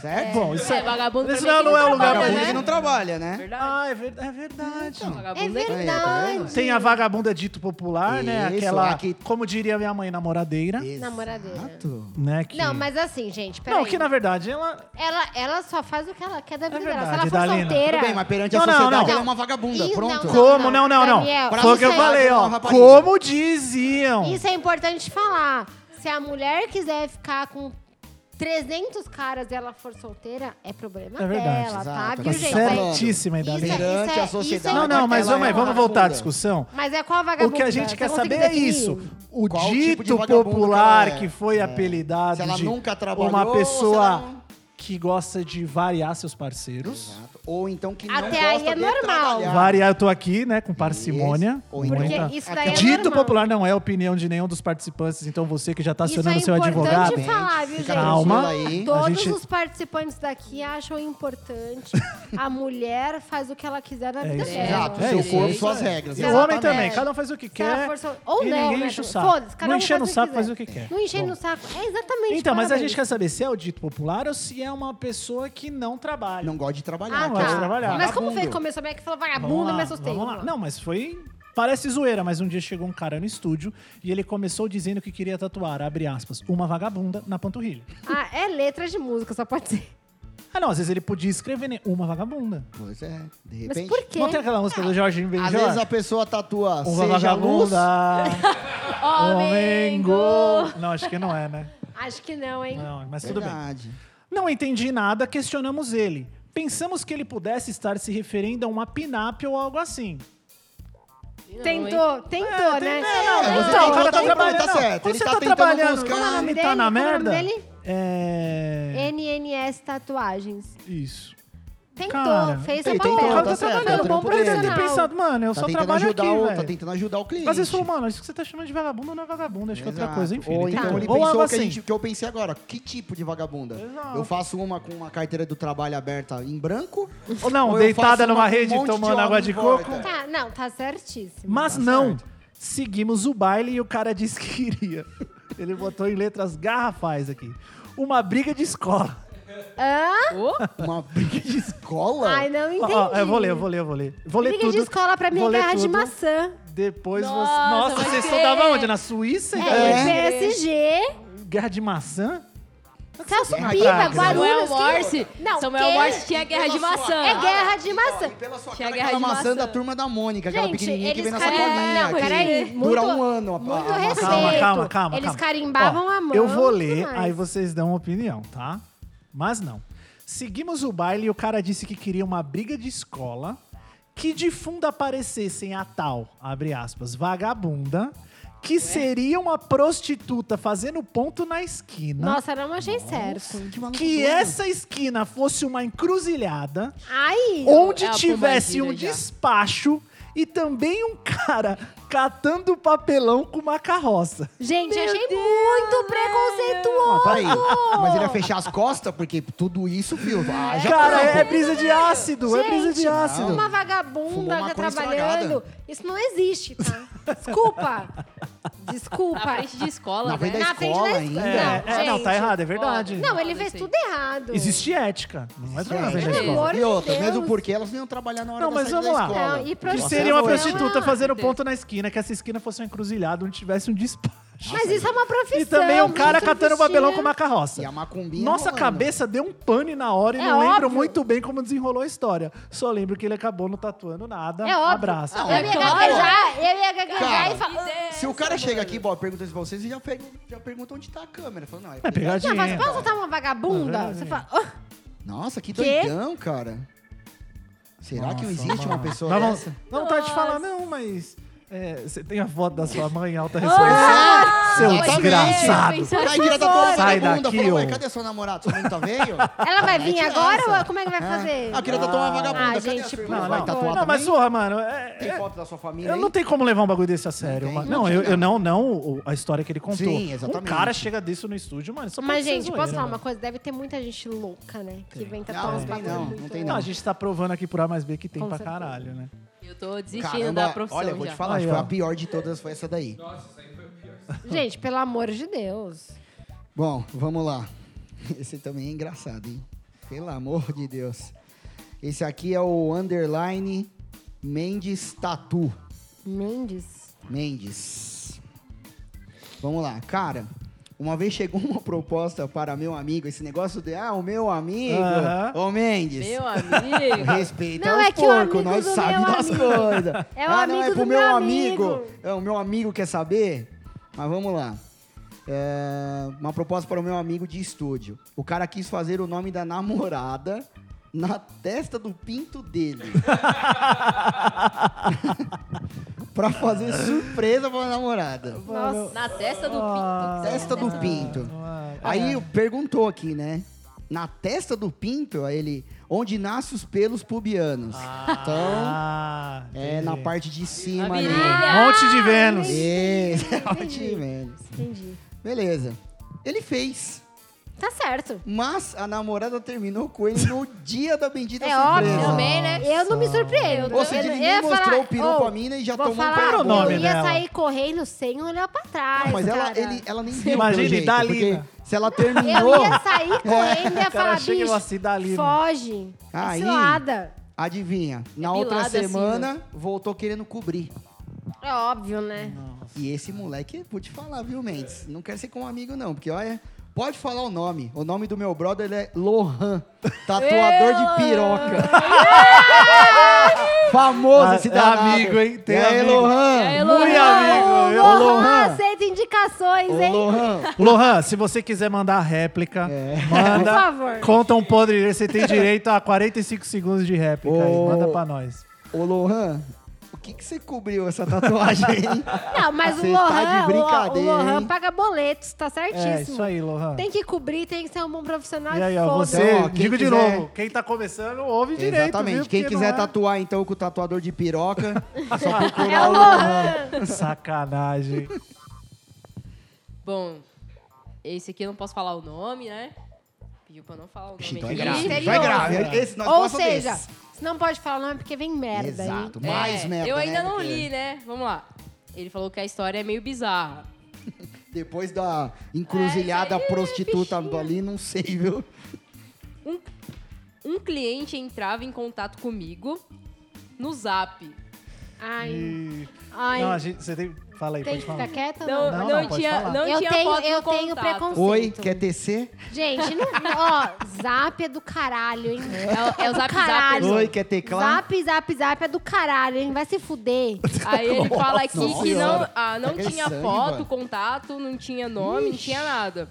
S3: Certo?
S2: Bom, isso
S4: É,
S2: é...
S4: vagabundo
S2: Esse
S4: também
S2: não
S4: que
S2: é um lugar
S4: trabalha,
S3: Vagabunda
S2: né?
S3: que não trabalha, né?
S4: Verdade.
S2: Ah, é, ver- é verdade.
S4: Vagabundo né?
S2: né?
S5: É
S3: tá
S4: que-
S5: verdade.
S2: Tem a vagabunda dito popular, né?
S3: Isso,
S2: Aquela,
S3: a que-
S2: como diria minha mãe, namoradeira,
S5: Namoradeira.
S3: Exato.
S2: né? Que...
S5: Não, mas assim, gente, peraí.
S2: Não, que na verdade ela...
S5: ela, ela só faz o que ela quer da vida dela. Se ela
S2: verdade,
S5: for
S2: Dalina.
S5: solteira...
S3: É Tudo bem, mas perante
S2: Não,
S3: a
S2: não,
S3: sociedade,
S2: não.
S3: ela é uma vagabunda.
S5: Isso,
S3: Pronto.
S5: não, não.
S2: Como? Não, não, não.
S5: Daniel,
S2: Foi o
S5: isso
S2: que eu
S5: aí-
S2: falei,
S3: Uma
S2: ó.
S3: rapariga.
S2: Como diziam.
S5: Isso é importante falar. Se a mulher quiser ficar com 300 caras e ela for solteira, é problema
S2: É verdade,
S5: dela, tá?
S3: exato.
S5: Viu,
S3: Tá
S5: gente?
S3: certo.
S2: Certíssima,
S5: Isso
S2: Idalina.
S5: é-
S3: Perante
S5: isso é-
S3: a sociedade.
S2: Não,
S5: isso
S2: não, mas vamos,
S3: ela é
S2: aí,
S3: uma
S2: vamos voltar à
S3: vagabunda.
S2: discussão.
S5: Mas é qual a
S2: O
S5: vagabunda?
S2: que a gente
S5: Você
S2: quer
S5: consegue
S2: saber é
S5: definir?
S2: isso. O
S3: Qual
S2: dito
S3: tipo de vagabunda
S2: popular
S3: que ela é?
S2: que foi apelidado
S3: Se ela
S2: de
S3: nunca trabalhou,
S2: uma
S3: se
S2: pessoa
S3: ela não-
S2: que gosta de variar seus parceiros.
S3: Exato. Ou então que não
S5: Até
S3: gosta
S5: aí é
S3: de
S5: normal.
S3: trabalhar.
S2: Variar, eu tô aqui, né, com parcimônia.
S3: Ou então-
S5: Porque
S2: muita-
S5: isso daí é
S2: Dito
S5: normal.
S2: popular não é opinião de nenhum dos participantes, então você que já tá
S5: Isso
S2: acionando
S5: é
S2: seu advogado.
S5: importante falar, viu, gente?
S3: Fica
S2: Calma.
S3: tranquila aí.
S2: A
S5: Todos
S2: gente-
S5: os participantes daqui acham importante. a mulher faz o que ela quiser na vida
S2: isso.
S5: dela.
S3: Exato,
S2: É
S3: seu
S2: isso,
S3: corpo,
S2: é isso.
S3: suas regras.
S2: E o
S5: Exatamente.
S2: homem também, cada um faz o que
S5: Se ela
S2: quer.
S5: for sol- Ou
S2: e
S5: não,
S2: ninguém
S5: né?
S2: enche o
S5: Foda-se,
S2: saco.
S5: cada
S2: não
S5: um
S2: enchendo o
S5: faz o que
S2: saco,
S5: quiser.
S2: faz o que quer.
S5: Não enchendo o saco. É exatamente
S2: Então, mas a
S5: parabéns.
S2: gente quer saber se é o dito popular ou se é uma pessoa que não trabalha.
S3: Não gosta de trabalhar.
S5: Ah,
S2: não
S3: que é
S2: gosta
S5: tá.
S2: de trabalhar.
S5: Mas como
S3: vagabundo.
S5: foi que começou bem que falou
S2: Vamos
S5: vagabundo,
S2: lá,
S5: me assustei.
S2: vamos lá.
S5: Vamos lá.
S2: Não, mas foi. Parece zoeira, mas um dia chegou um cara no estúdio e ele começou dizendo que queria tatuar, abre aspas, uma vagabunda na panturrilha.
S5: Ah, é letra de música, só pode ser.
S2: Ah, não, às vezes ele podia escrever, né? Uma vagabunda.
S3: Pois é, de
S5: Mas
S3: repente.
S5: por quê? Ah,
S2: Não tem aquela música do Jorginho
S3: Às
S2: Benjor?
S3: vezes a pessoa tatua
S2: Uma
S3: seja luz,
S2: vagabunda. Homem
S4: go.
S2: Ah, Não, acho que não é, né?
S5: Acho que não, hein?
S2: Não, mas tudo bem.
S3: Verdade.
S2: Não entendi nada, questionamos ele. Pensamos que ele pudesse estar se referindo a uma pinápia ou algo assim.
S4: Não, hein?
S5: Tentou, tentou,
S2: É,
S5: né?
S2: tem- não,
S3: É, você
S2: então, o
S3: tentou,
S2: cara tá
S3: tentou,
S2: trabalhando.
S3: tá
S2: não.
S3: certo.
S2: Quando
S3: Ele
S2: você
S3: tá
S2: tá
S3: tentando
S2: trabalhando,
S3: buscar-
S2: quando
S5: Qual é o nome
S2: ele tá
S5: dele?
S2: na
S5: Qual é o nome
S2: merda.
S5: dele?
S2: É.
S5: NNS Tatuagens.
S2: Isso.
S5: Tentou,
S2: Cara,
S5: fez
S3: ele
S5: seu
S3: tentou,
S5: papel. um
S2: o cara tá
S3: tá certo,
S2: trabalhando.
S3: é o
S2: bom
S3: trampo
S2: pra ele
S5: dele.
S2: ter pensado, mano, eu
S3: Tá
S2: só
S3: tentando,
S2: trabalho
S3: ajudar
S2: aqui,
S3: o,
S2: velho.
S3: tá tentando ajudar o cliente.
S2: Mas eles falam, mano, isso que você tá chamando de vagabundo não é vagabundo, acho que é outra
S3: Exato.
S2: coisa, enfim.
S3: Ou
S2: ele
S3: então
S2: tentou.
S3: ele
S2: Ou algo
S3: pensou que, a
S2: assim.
S3: gente- que eu pensei agora, que tipo de vagabunda?
S2: Exato.
S3: Eu faço uma com uma carteira do trabalho aberta em branco?
S2: Ou não,
S3: Ou eu
S2: deitada
S3: faço uma
S2: numa
S3: com um
S2: rede
S3: monte de
S2: tomando
S3: homem
S2: água
S3: em
S2: de
S3: volta.
S2: coco.
S5: Tá, não, tá certíssimo.
S2: Mas
S3: Tá
S2: não,
S3: certo.
S2: seguimos o baile e o cara disse que iria. Ele botou em letras garrafais aqui. Uma briga de escola.
S5: Hã?
S3: Uma briga de escola?
S5: Ai, não entendi.
S2: Ó, ó, eu vou ler, eu vou ler, eu vou ler. Vou ler
S5: Briga
S2: tudo.
S5: de escola pra mim
S2: Vou
S5: é
S2: ler
S5: guerra de
S2: tudo.
S5: maçã.
S2: Depois
S4: Nossa,
S2: você. Nossa,
S4: vai
S2: você
S4: crer.
S2: estudava onde? Na Suíça?
S5: É,
S2: Guerra-
S5: PSG.
S2: Guerra de maçã?
S5: Celso
S3: guerra
S5: Piva,
S3: craque, né?
S5: Guarulhos.
S4: Samuel
S5: quem-
S4: é Morse.
S5: Não,
S4: Samuel
S5: quem-
S4: Morse tinha guerra de
S3: Pela sua
S4: maçã.
S5: É guerra de maçã.
S3: E pela sua
S4: Tinha
S3: cara,
S4: é guerra
S3: aquela
S4: de
S3: maçã,
S4: maçã.
S3: da turma da Mônica, aquela
S5: Gente,
S3: pequenininha que vem
S5: eles
S3: na
S5: carimbavam.
S3: sacolinha.
S5: Não,
S3: que
S5: peraí.
S3: Dura
S5: muito-
S3: um ano a,
S5: Muito
S3: a, a maçã.
S5: respeito.
S2: Calma, calma, calma.
S5: Eles
S2: calma.
S5: carimbavam
S2: Ó,
S5: a mão
S2: Eu vou
S5: e tudo
S2: ler,
S5: mais.
S2: aí vocês dão opinião, tá? Mas não. Seguimos o baile e o cara disse que queria uma briga de escola que de fundo aparecessem a tal, abre aspas, vagabunda, que seria uma prostituta fazendo ponto na esquina.
S5: Nossa, não achei certo.
S3: Que maluco
S2: Que
S3: doido.
S2: essa esquina fosse uma encruzilhada
S5: Ai,
S2: onde
S4: É a
S2: tivesse um
S4: Pombangira já.
S2: despacho e também um cara catando papelão com uma carroça.
S5: gente, achei muito preconceituoso.
S3: Não, peraí. Mas ele ia fechar as costas, porque tudo isso, viu? Ah, já
S2: Cara,
S3: foi,
S2: é
S3: pô.
S2: brisa de ácido, é brisa de
S5: Gente,
S2: ácido.
S5: Uma
S3: Fumou
S5: vagabunda
S3: maconha
S5: trabalhando. Isso não existe, tá? Desculpa.
S4: Na
S5: Desculpa.
S4: frente de escola,
S3: Na frente
S4: né?
S3: da
S5: Na frente da
S3: escola
S5: escola.
S3: ainda.
S2: É, é, não,
S5: gente,
S2: tá errado, é verdade.
S4: foda.
S5: Não, ele fez
S4: Sim.
S5: tudo errado.
S2: Existe ética. Não é trabalhar na frente da
S5: Pelo
S2: escola.
S5: amor de
S3: E outra,
S5: Deus.
S3: mesmo porque elas não iam trabalhar na hora
S2: Não,
S3: da
S2: mas
S3: saída
S2: vamos lá.
S3: da escola.
S5: Não, e
S2: Que
S5: prostituta.
S2: Tipo, seria uma
S5: Não, é não.
S2: prostituta fazendo
S4: Não.
S2: ponto na esquina, que essa esquina fosse uma encruzilhada onde tivesse um despacho.
S5: Mas isso é uma profissão.
S2: E também um cara
S5: muito
S2: catando
S5: vestia.
S2: babelão com uma carroça.
S3: E a macumbinha
S2: Nossa
S3: rolando.
S2: cabeça deu um pane na hora e
S5: É
S2: não lembro
S5: óbvio.
S2: muito bem como desenrolou a história. Só lembro que ele acabou não tatuando nada.
S5: É óbvio.
S3: Ah,
S2: Abraço.
S5: Eu ia
S4: claro.
S5: gaguejar, eu ia gaguejar
S3: Cara,
S5: e falar...
S3: Se o cara chega aqui, Bob, pergunta isso pra vocês, vocês já, pega- já pergunta onde tá a câmera. Fala, não, é
S2: É pegadinha.
S5: Não, mas posso soltar uma vagabunda?
S2: É.
S5: Você fala... "Ah,
S3: Nossa, que
S5: Quê?
S3: doidão, cara. Será que não existe uma pessoa é
S2: Nós
S3: dessa?
S2: vamos, não tá te falar, não, mas É, você tem a foto da sua mãe em alta resolução? Seu
S3: Exatamente.
S2: desgraçado.
S3: Sai de tatuagem
S2: Sai
S3: na bunda.
S2: daqui,
S3: Fala,
S2: ô.
S3: ué, cadê seu namorado? Sua mãe tá veio?
S5: Ela vai
S3: É
S5: vir
S3: de
S5: agora
S3: asa.
S5: ou como é que vai fazer?
S3: Ah, queria tatuar uma vagabunda.
S5: Ah,
S3: cadê
S5: gente,
S3: a sua
S5: por
S3: irmã?
S2: Não,
S3: Vai
S2: não.
S3: tatuar
S2: não mas
S3: também?
S2: porra, mano. é-
S3: Tem
S2: é-
S3: foto da sua família
S2: eu
S3: aí?
S2: não tenho como levar um bagulho desse a sério,
S3: Não tem,
S2: mano.
S3: não
S2: Não,
S3: tinha
S2: eu, eu não, não o- a história que ele contou.
S3: Sim, exatamente.
S2: Um cara chega disso no estúdio, mano. Só pode
S5: Mas,
S2: ser
S5: gente,
S2: zoeira,
S5: posso falar
S2: velho.
S5: uma coisa? Deve ter muita gente louca, né? Que vem tatuar
S3: Não,
S5: uns
S3: não né? Ah, tem
S5: bagulho
S3: não.
S5: muito
S3: Não tem
S2: Não,
S3: não.
S2: a gente tá provando aqui por A mais B que tem
S5: Com
S2: pra
S5: certeza.
S2: caralho, né?
S4: Eu tô desistindo
S3: Caramba,
S4: da profissão
S3: olha, eu vou
S4: já.
S3: te falar,
S2: Aí,
S3: acho que
S2: ó.
S3: a pior de todas foi essa daí.
S5: Gente, pelo amor de Deus.
S3: Bom, vamos lá. Esse também é engraçado, hein? Pelo amor de Deus. Esse aqui é o underline Mendes Tatu.
S5: Mendes.
S3: Mendes. Vamos lá, cara. Uma vez chegou uma proposta para meu amigo, esse negócio de ah, o meu amigo,
S2: Aham.
S3: ô Mendes.
S4: Meu amigo.
S3: Respeita
S5: Não,
S3: os
S5: é que o
S3: porcos,
S5: amigo
S3: nós
S5: do
S3: sabemos
S5: meu
S3: das
S5: amigo.
S3: coisas.
S5: É o
S3: ah, não,
S5: amigo
S3: é pro
S5: do
S3: meu
S5: meu
S3: amigo.
S5: amigo.
S3: É, o meu amigo quer saber? Mas vamos lá. É, uma proposta para o meu amigo de estúdio. O cara quis fazer o nome da namorada na testa do pinto dele. pra fazer surpresa pra namorada.
S5: Nossa.
S4: Na testa do pinto.
S3: Ah. Testa do pinto.
S2: Ah,
S3: Aí perguntou aqui, né? Na testa do pinto, aí ele, onde nasce os pelos pubianos. Então,
S2: Ah,
S3: é
S2: entendi.
S3: na parte de cima ali.
S4: virilha.
S2: Monte de Vênus.
S3: Isso,
S5: Entendi.
S3: velho.
S5: Entendi.
S3: Beleza. Ele fez,
S5: Tá certo.
S3: mas a namorada terminou com ele no dia da bendita
S5: É
S3: Tá surpresa.
S5: óbvio.
S4: Também, né?
S5: Eu não me surpreendo.
S3: Ou seja,
S5: Eu-
S3: ele
S5: eu ia
S3: nem mostrou
S5: falar,
S3: o peru pra
S5: "Oh,
S3: mina e já
S5: Vou
S3: tomou
S5: falar,
S2: Qual
S3: um
S2: o nome
S5: eu ia
S2: dela?
S5: sair correndo sem olhar pra trás,
S3: Não, mas ela,
S5: cara.
S3: ele, ela nem viu
S2: Imagina,
S3: pelo
S2: e
S3: jeito,
S2: Dalina.
S3: porque se ela terminou,
S5: Eu ia
S3: É.
S5: sair correndo e ia
S2: O cara
S5: falar,
S2: chega e
S5: bicho,
S2: fala assim, dá ali, né?"
S5: foge.
S3: Aí-
S5: Aí... Cilada.
S3: adivinha, na
S4: Depilada
S3: outra
S4: assim, né?
S3: semana voltou querendo cobrir.
S5: É óbvio, né?
S3: E esse moleque, vou te falar, viu, Mendes? Não quero ser como amigo, não, porque olha. Pode falar o nome. O nome do meu brother ele é Lohan, tatuador de piroca. Famoso esse
S2: Ah, é
S3: danado.
S2: amigo, hein? Tem
S3: e aí,
S2: amigo.
S3: Lohan?
S4: E aí,
S2: Muito amigo, viu?
S3: Ô,
S5: Lohan,
S3: Lohan.
S5: aceita indicações,
S3: Ô,
S5: hein?
S3: Lohan,
S2: Lohan, se você quiser mandar a
S3: É.
S2: réplica, manda.
S5: Por favor.
S2: Conta um podre, desse, você tem direito a 45 segundos de réplica. aí.
S3: Ô.
S2: Manda pra nós.
S3: ô, Lohan, o que, que você cobriu essa tatuagem, hein?
S5: Não, mas o
S3: Você tá
S5: Lohan,
S3: de
S5: o-
S3: brincadeira,
S5: o Lohan
S3: hein?
S5: paga boletos, tá certíssimo.
S2: É isso aí, Lohan.
S5: Tem que cobrir, tem que ser um bom profissional.
S2: E aí, ó,
S5: foda-se.
S2: você,
S3: Então, ó, quem
S2: digo de
S3: quiser-
S2: novo, quem tá começando, ouve direito.
S3: Exatamente.
S2: viu?
S3: Quem
S2: Porque não
S3: quiser
S2: é- Tá
S3: tatuar, então, com o tatuador de piroca, só
S5: É
S3: procurar
S5: o
S3: o Lohan.
S5: Lohan.
S2: Sacanagem.
S4: Bom, esse aqui eu não posso falar o nome, né? Pediu pra eu não falar o nome.
S3: Então é
S4: aqui.
S3: grave.
S5: Misterioso.
S3: Então é grave. Esse nós
S5: Ou
S3: gosta
S5: seja,
S3: desse.
S5: você não pode falar o nome porque vem merda, hein?
S3: Exato.
S4: É,
S3: Mais merda,
S4: Eu ainda
S3: né,
S4: não
S3: porque
S4: li, né? Vamos lá. Ele falou que a história é meio bizarra.
S3: Depois da encruzilhada
S4: É, isso aí,
S3: prostituta
S4: bichinho.
S3: ali, não sei, viu?
S4: Um cliente entrava em contato comigo no zap.
S5: Ai,
S2: E-
S5: ai.
S2: Não, a gente, você tem... Fala aí,
S5: tem
S2: pode
S5: que
S2: falar.
S5: ficar quieta ou
S4: Não,
S5: não?
S2: Não,
S4: não,
S2: não, pode
S4: tinha,
S2: falar.
S4: não
S5: Eu
S4: tinha
S5: tenho-
S4: foto
S5: eu
S4: no
S5: tenho
S4: contato.
S5: preconceito.
S3: Oi,
S5: Sinto.
S3: quer tecer?
S5: Gente, não, ó, zap é do caralho, hein?
S4: É o- é o
S5: do
S4: zap, zap.
S5: caralho.
S3: Oi, é quer teclar?
S5: Zap, zap, zap é do caralho, hein? Vai se fuder.
S4: Aí ele fala aqui
S3: Nossa
S4: que não,
S3: senhora.
S4: ah, não
S3: Aquele
S4: tinha
S3: sangue,
S4: foto,
S3: mano.
S4: contato, não tinha nome, não tinha nada.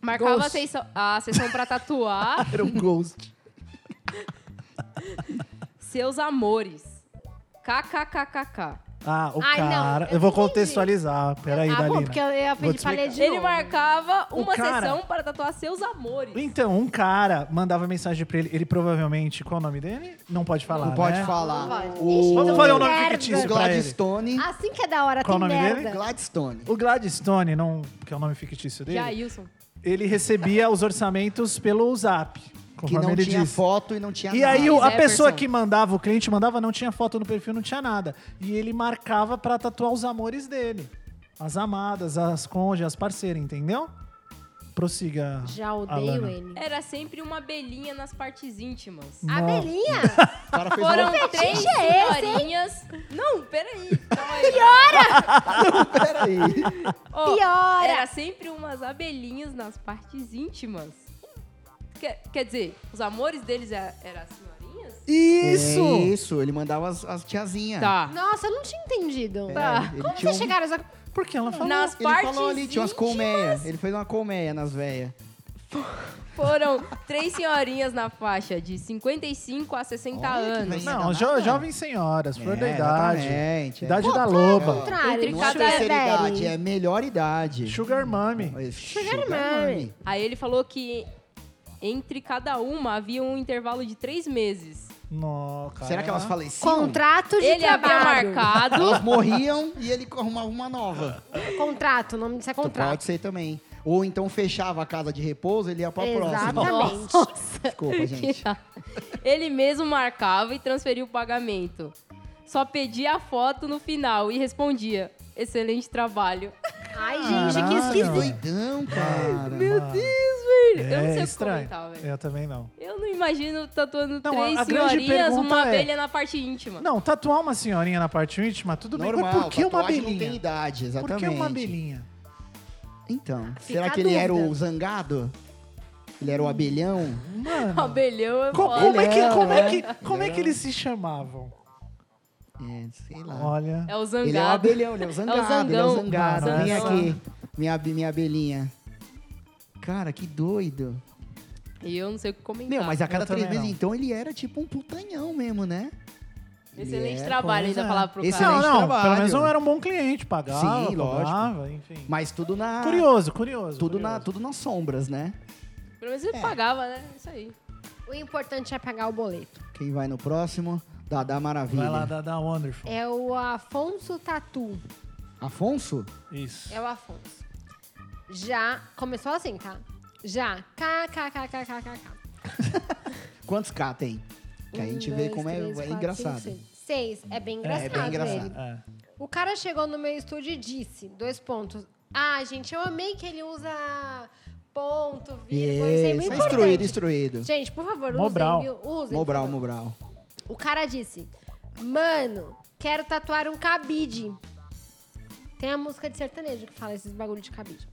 S4: Marcava a
S5: Ghost.
S4: sessão, a sessão pra tatuar
S2: Era um ghost.
S4: seus amores. KKKKK.
S2: Ah, o
S5: Ai, não,
S2: cara...
S5: eu
S2: eu vou
S5: não entendi.
S2: contextualizar. Peraí,
S5: ah, bom,
S2: Dalina.
S5: porque eu, eu
S2: Vou te
S5: falei de
S4: Ele
S5: novo.
S4: marcava
S2: O
S4: uma
S2: cara-
S4: sessão para tatuar seus amores.
S2: Então, um cara mandava mensagem pra ele. Ele provavelmente... Qual é o nome dele? Não pode falar,
S3: Não pode
S2: né?
S5: Não
S3: falar.
S5: pode. Ixi,
S3: O
S2: Vamos fazer um
S5: Merda.
S2: nome fictício pra ele.
S3: Gladstone.
S4: Ah,
S5: Assim que é da hora,
S2: Qual
S5: tem
S2: o nome
S5: merda.
S2: dele?
S3: Gladstone.
S2: O Gladstone, não, que é o nome fictício dele,
S4: Jailson.
S2: ele recebia os orçamentos pelo Zap,
S3: Que
S2: conforme
S3: não
S2: ele
S3: tinha
S2: disse.
S3: foto e não tinha
S2: E
S3: nada. né,
S2: aí o- a
S4: Jefferson.
S2: pessoa que mandava, o cliente mandava, não tinha foto no perfil, não tinha nada. E ele marcava pra tatuar os amores dele. As amadas, as conges, as parceiras, entendeu? Prossiga.
S5: Já odeio
S2: Alana.
S5: ele.
S4: Era sempre uma belinha nas partes íntimas.
S5: A
S2: Não.
S5: Belinha?
S3: O cara fez
S4: Foram
S3: uma...
S4: três
S5: fetiche é esse, hein?
S4: senhorinhas. Não, peraí. calma aí.
S3: Peraí.
S4: Ó,
S5: Piora.
S4: Era sempre umas abelhinhas nas partes íntimas. Quer, quer dizer, os amores deles é, eram era as senhorinhas?
S2: Isso!
S3: É isso, ele mandava as, as tiazinhas.
S4: Tá.
S5: Nossa, eu não tinha
S2: É,
S5: entendido.
S4: Tá.
S3: Ele
S5: Como
S3: tinha
S5: vocês
S3: um-
S5: chegaram a...
S2: Porque ela falou.
S4: Nas
S3: Ele
S4: partes
S3: falou ali, tinha umas
S4: íntimas.
S3: colmeias. Ele fez uma colmeia nas veias.
S4: Foram três senhorinhas na faixa de 55 a 60
S3: Olha que
S4: anos.
S3: velhinha.
S2: Não,
S3: nada.
S2: jo- jovens senhoras, flor da
S3: É,
S2: idade.
S3: exatamente, é.
S2: Idade da
S5: Ao
S2: loba.
S5: contrário,
S4: Entre
S5: do
S3: Não é
S4: cada
S5: Sugar
S3: terceira
S5: Daddy.
S3: idade, é melhor idade.
S2: Sugar Mummy.
S3: Sugar
S5: Mummy.
S4: Aí ele falou que entre cada uma havia um intervalo de três meses.
S2: No, cara. é
S3: Será que elas faleciam?
S5: Contrato de
S4: Ele é havia
S5: trabalho.
S4: marcado.
S3: Elas morriam e ele arrumava uma nova.
S5: Contrato, o nome disso é
S2: Então
S3: Pode
S5: contrato.
S3: ser também. Ou então fechava a casa de repouso, ele ia pra próxima.
S5: Exatamente.
S3: Desculpa, gente.
S4: tá. Ele mesmo marcava e transferia o pagamento. Só pedia a foto no final e respondia: Excelente trabalho.
S5: Ai, gente, que
S2: Caralho.
S5: esquisito.
S3: Ah, Doidão, cara.
S4: Meu Deus, velho. eu não sei
S2: É
S4: o que
S2: estranho.
S4: comentar, velho.
S2: Eu também não.
S4: Eu não imagino tatuando
S2: Não, a-
S4: três
S2: a grande
S4: senhorinhas,
S2: pergunta
S4: uma
S2: é-
S4: abelha na parte íntima.
S2: Não, tatuar uma senhorinha na parte íntima, tudo bem.
S3: Normal,
S2: Mas por que uma
S3: tatuagem não
S2: abelhinha?
S3: tem idade, exatamente.
S2: Por que uma abelhinha?
S3: Então,
S5: Fica
S3: será
S5: a
S3: que ele era
S5: dúvida.
S3: o zangado? Ele era o abelhão?
S2: Mano.
S4: Abelhão é
S2: Co-
S4: foda.
S2: Como é, que,
S3: Ele
S2: como, é
S3: era,
S2: que, como é que eles se chamavam?
S3: É, sei lá.
S2: Olha.
S4: É
S3: Ele é
S4: o
S3: o
S4: zangado.
S3: abelhão, ele é o zangado. ele é
S4: zangão.
S3: o zangado.
S2: Nossa.
S3: Vem aqui, minha, ab- minha abelhinha. Cara, que doido.
S4: E eu não sei o que comentar.
S3: Meu, mas a cada
S2: Eu
S3: três
S2: também
S3: meses,
S2: não.
S3: então, ele era tipo um putanhão mesmo, né?
S4: Excelente
S3: É,
S4: trabalho,
S2: pois
S4: ainda
S2: é.
S4: falava pro
S3: Esse
S4: cara.
S2: Não,
S3: Excelente
S2: não.
S3: trabalho.
S2: Pelo menos eu era um bom cliente, pagava,
S3: Sim, lógico.
S2: cobrava, enfim.
S3: Mas tudo na...
S2: Curioso, curioso.
S3: Tudo,
S2: curioso.
S3: na, tudo nas sombras, né?
S4: Pelo menos ele pagava, né? Isso aí.
S5: O importante é pagar o boleto.
S3: Quem vai no próximo? Dadá Maravilha.
S2: Vai lá, da, da Wonderful.
S5: É o Afonso Tatu.
S3: Afonso?
S2: Isso.
S5: É o Afonso. Já. Começou assim, tá? Já. KKKKKKK.
S3: Quantos K tem? Que a
S5: Um,
S3: gente vê
S5: dois,
S3: como é,
S5: três,
S3: é
S5: quatro,
S3: engraçado.
S5: cinco, seis. Seis. É bem
S2: É,
S5: engraçado.
S3: é bem engraçado.
S5: ele.
S2: É.
S5: O cara chegou no meu estúdio e disse: dois pontos. Ah, gente, eu amei que ele usa ponto, vírgula. Isso é
S3: Yes,
S5: muito
S3: é instruído,
S5: importante.
S3: instruído.
S5: Gente, por favor,
S2: Mobral.
S5: usem, viu? Usem.
S3: Mobral,
S5: por favor.
S3: Mobral.
S5: O cara disse: Mano, quero tatuar um cabide. Tem a música de sertanejo que fala esses bagulho de cabide.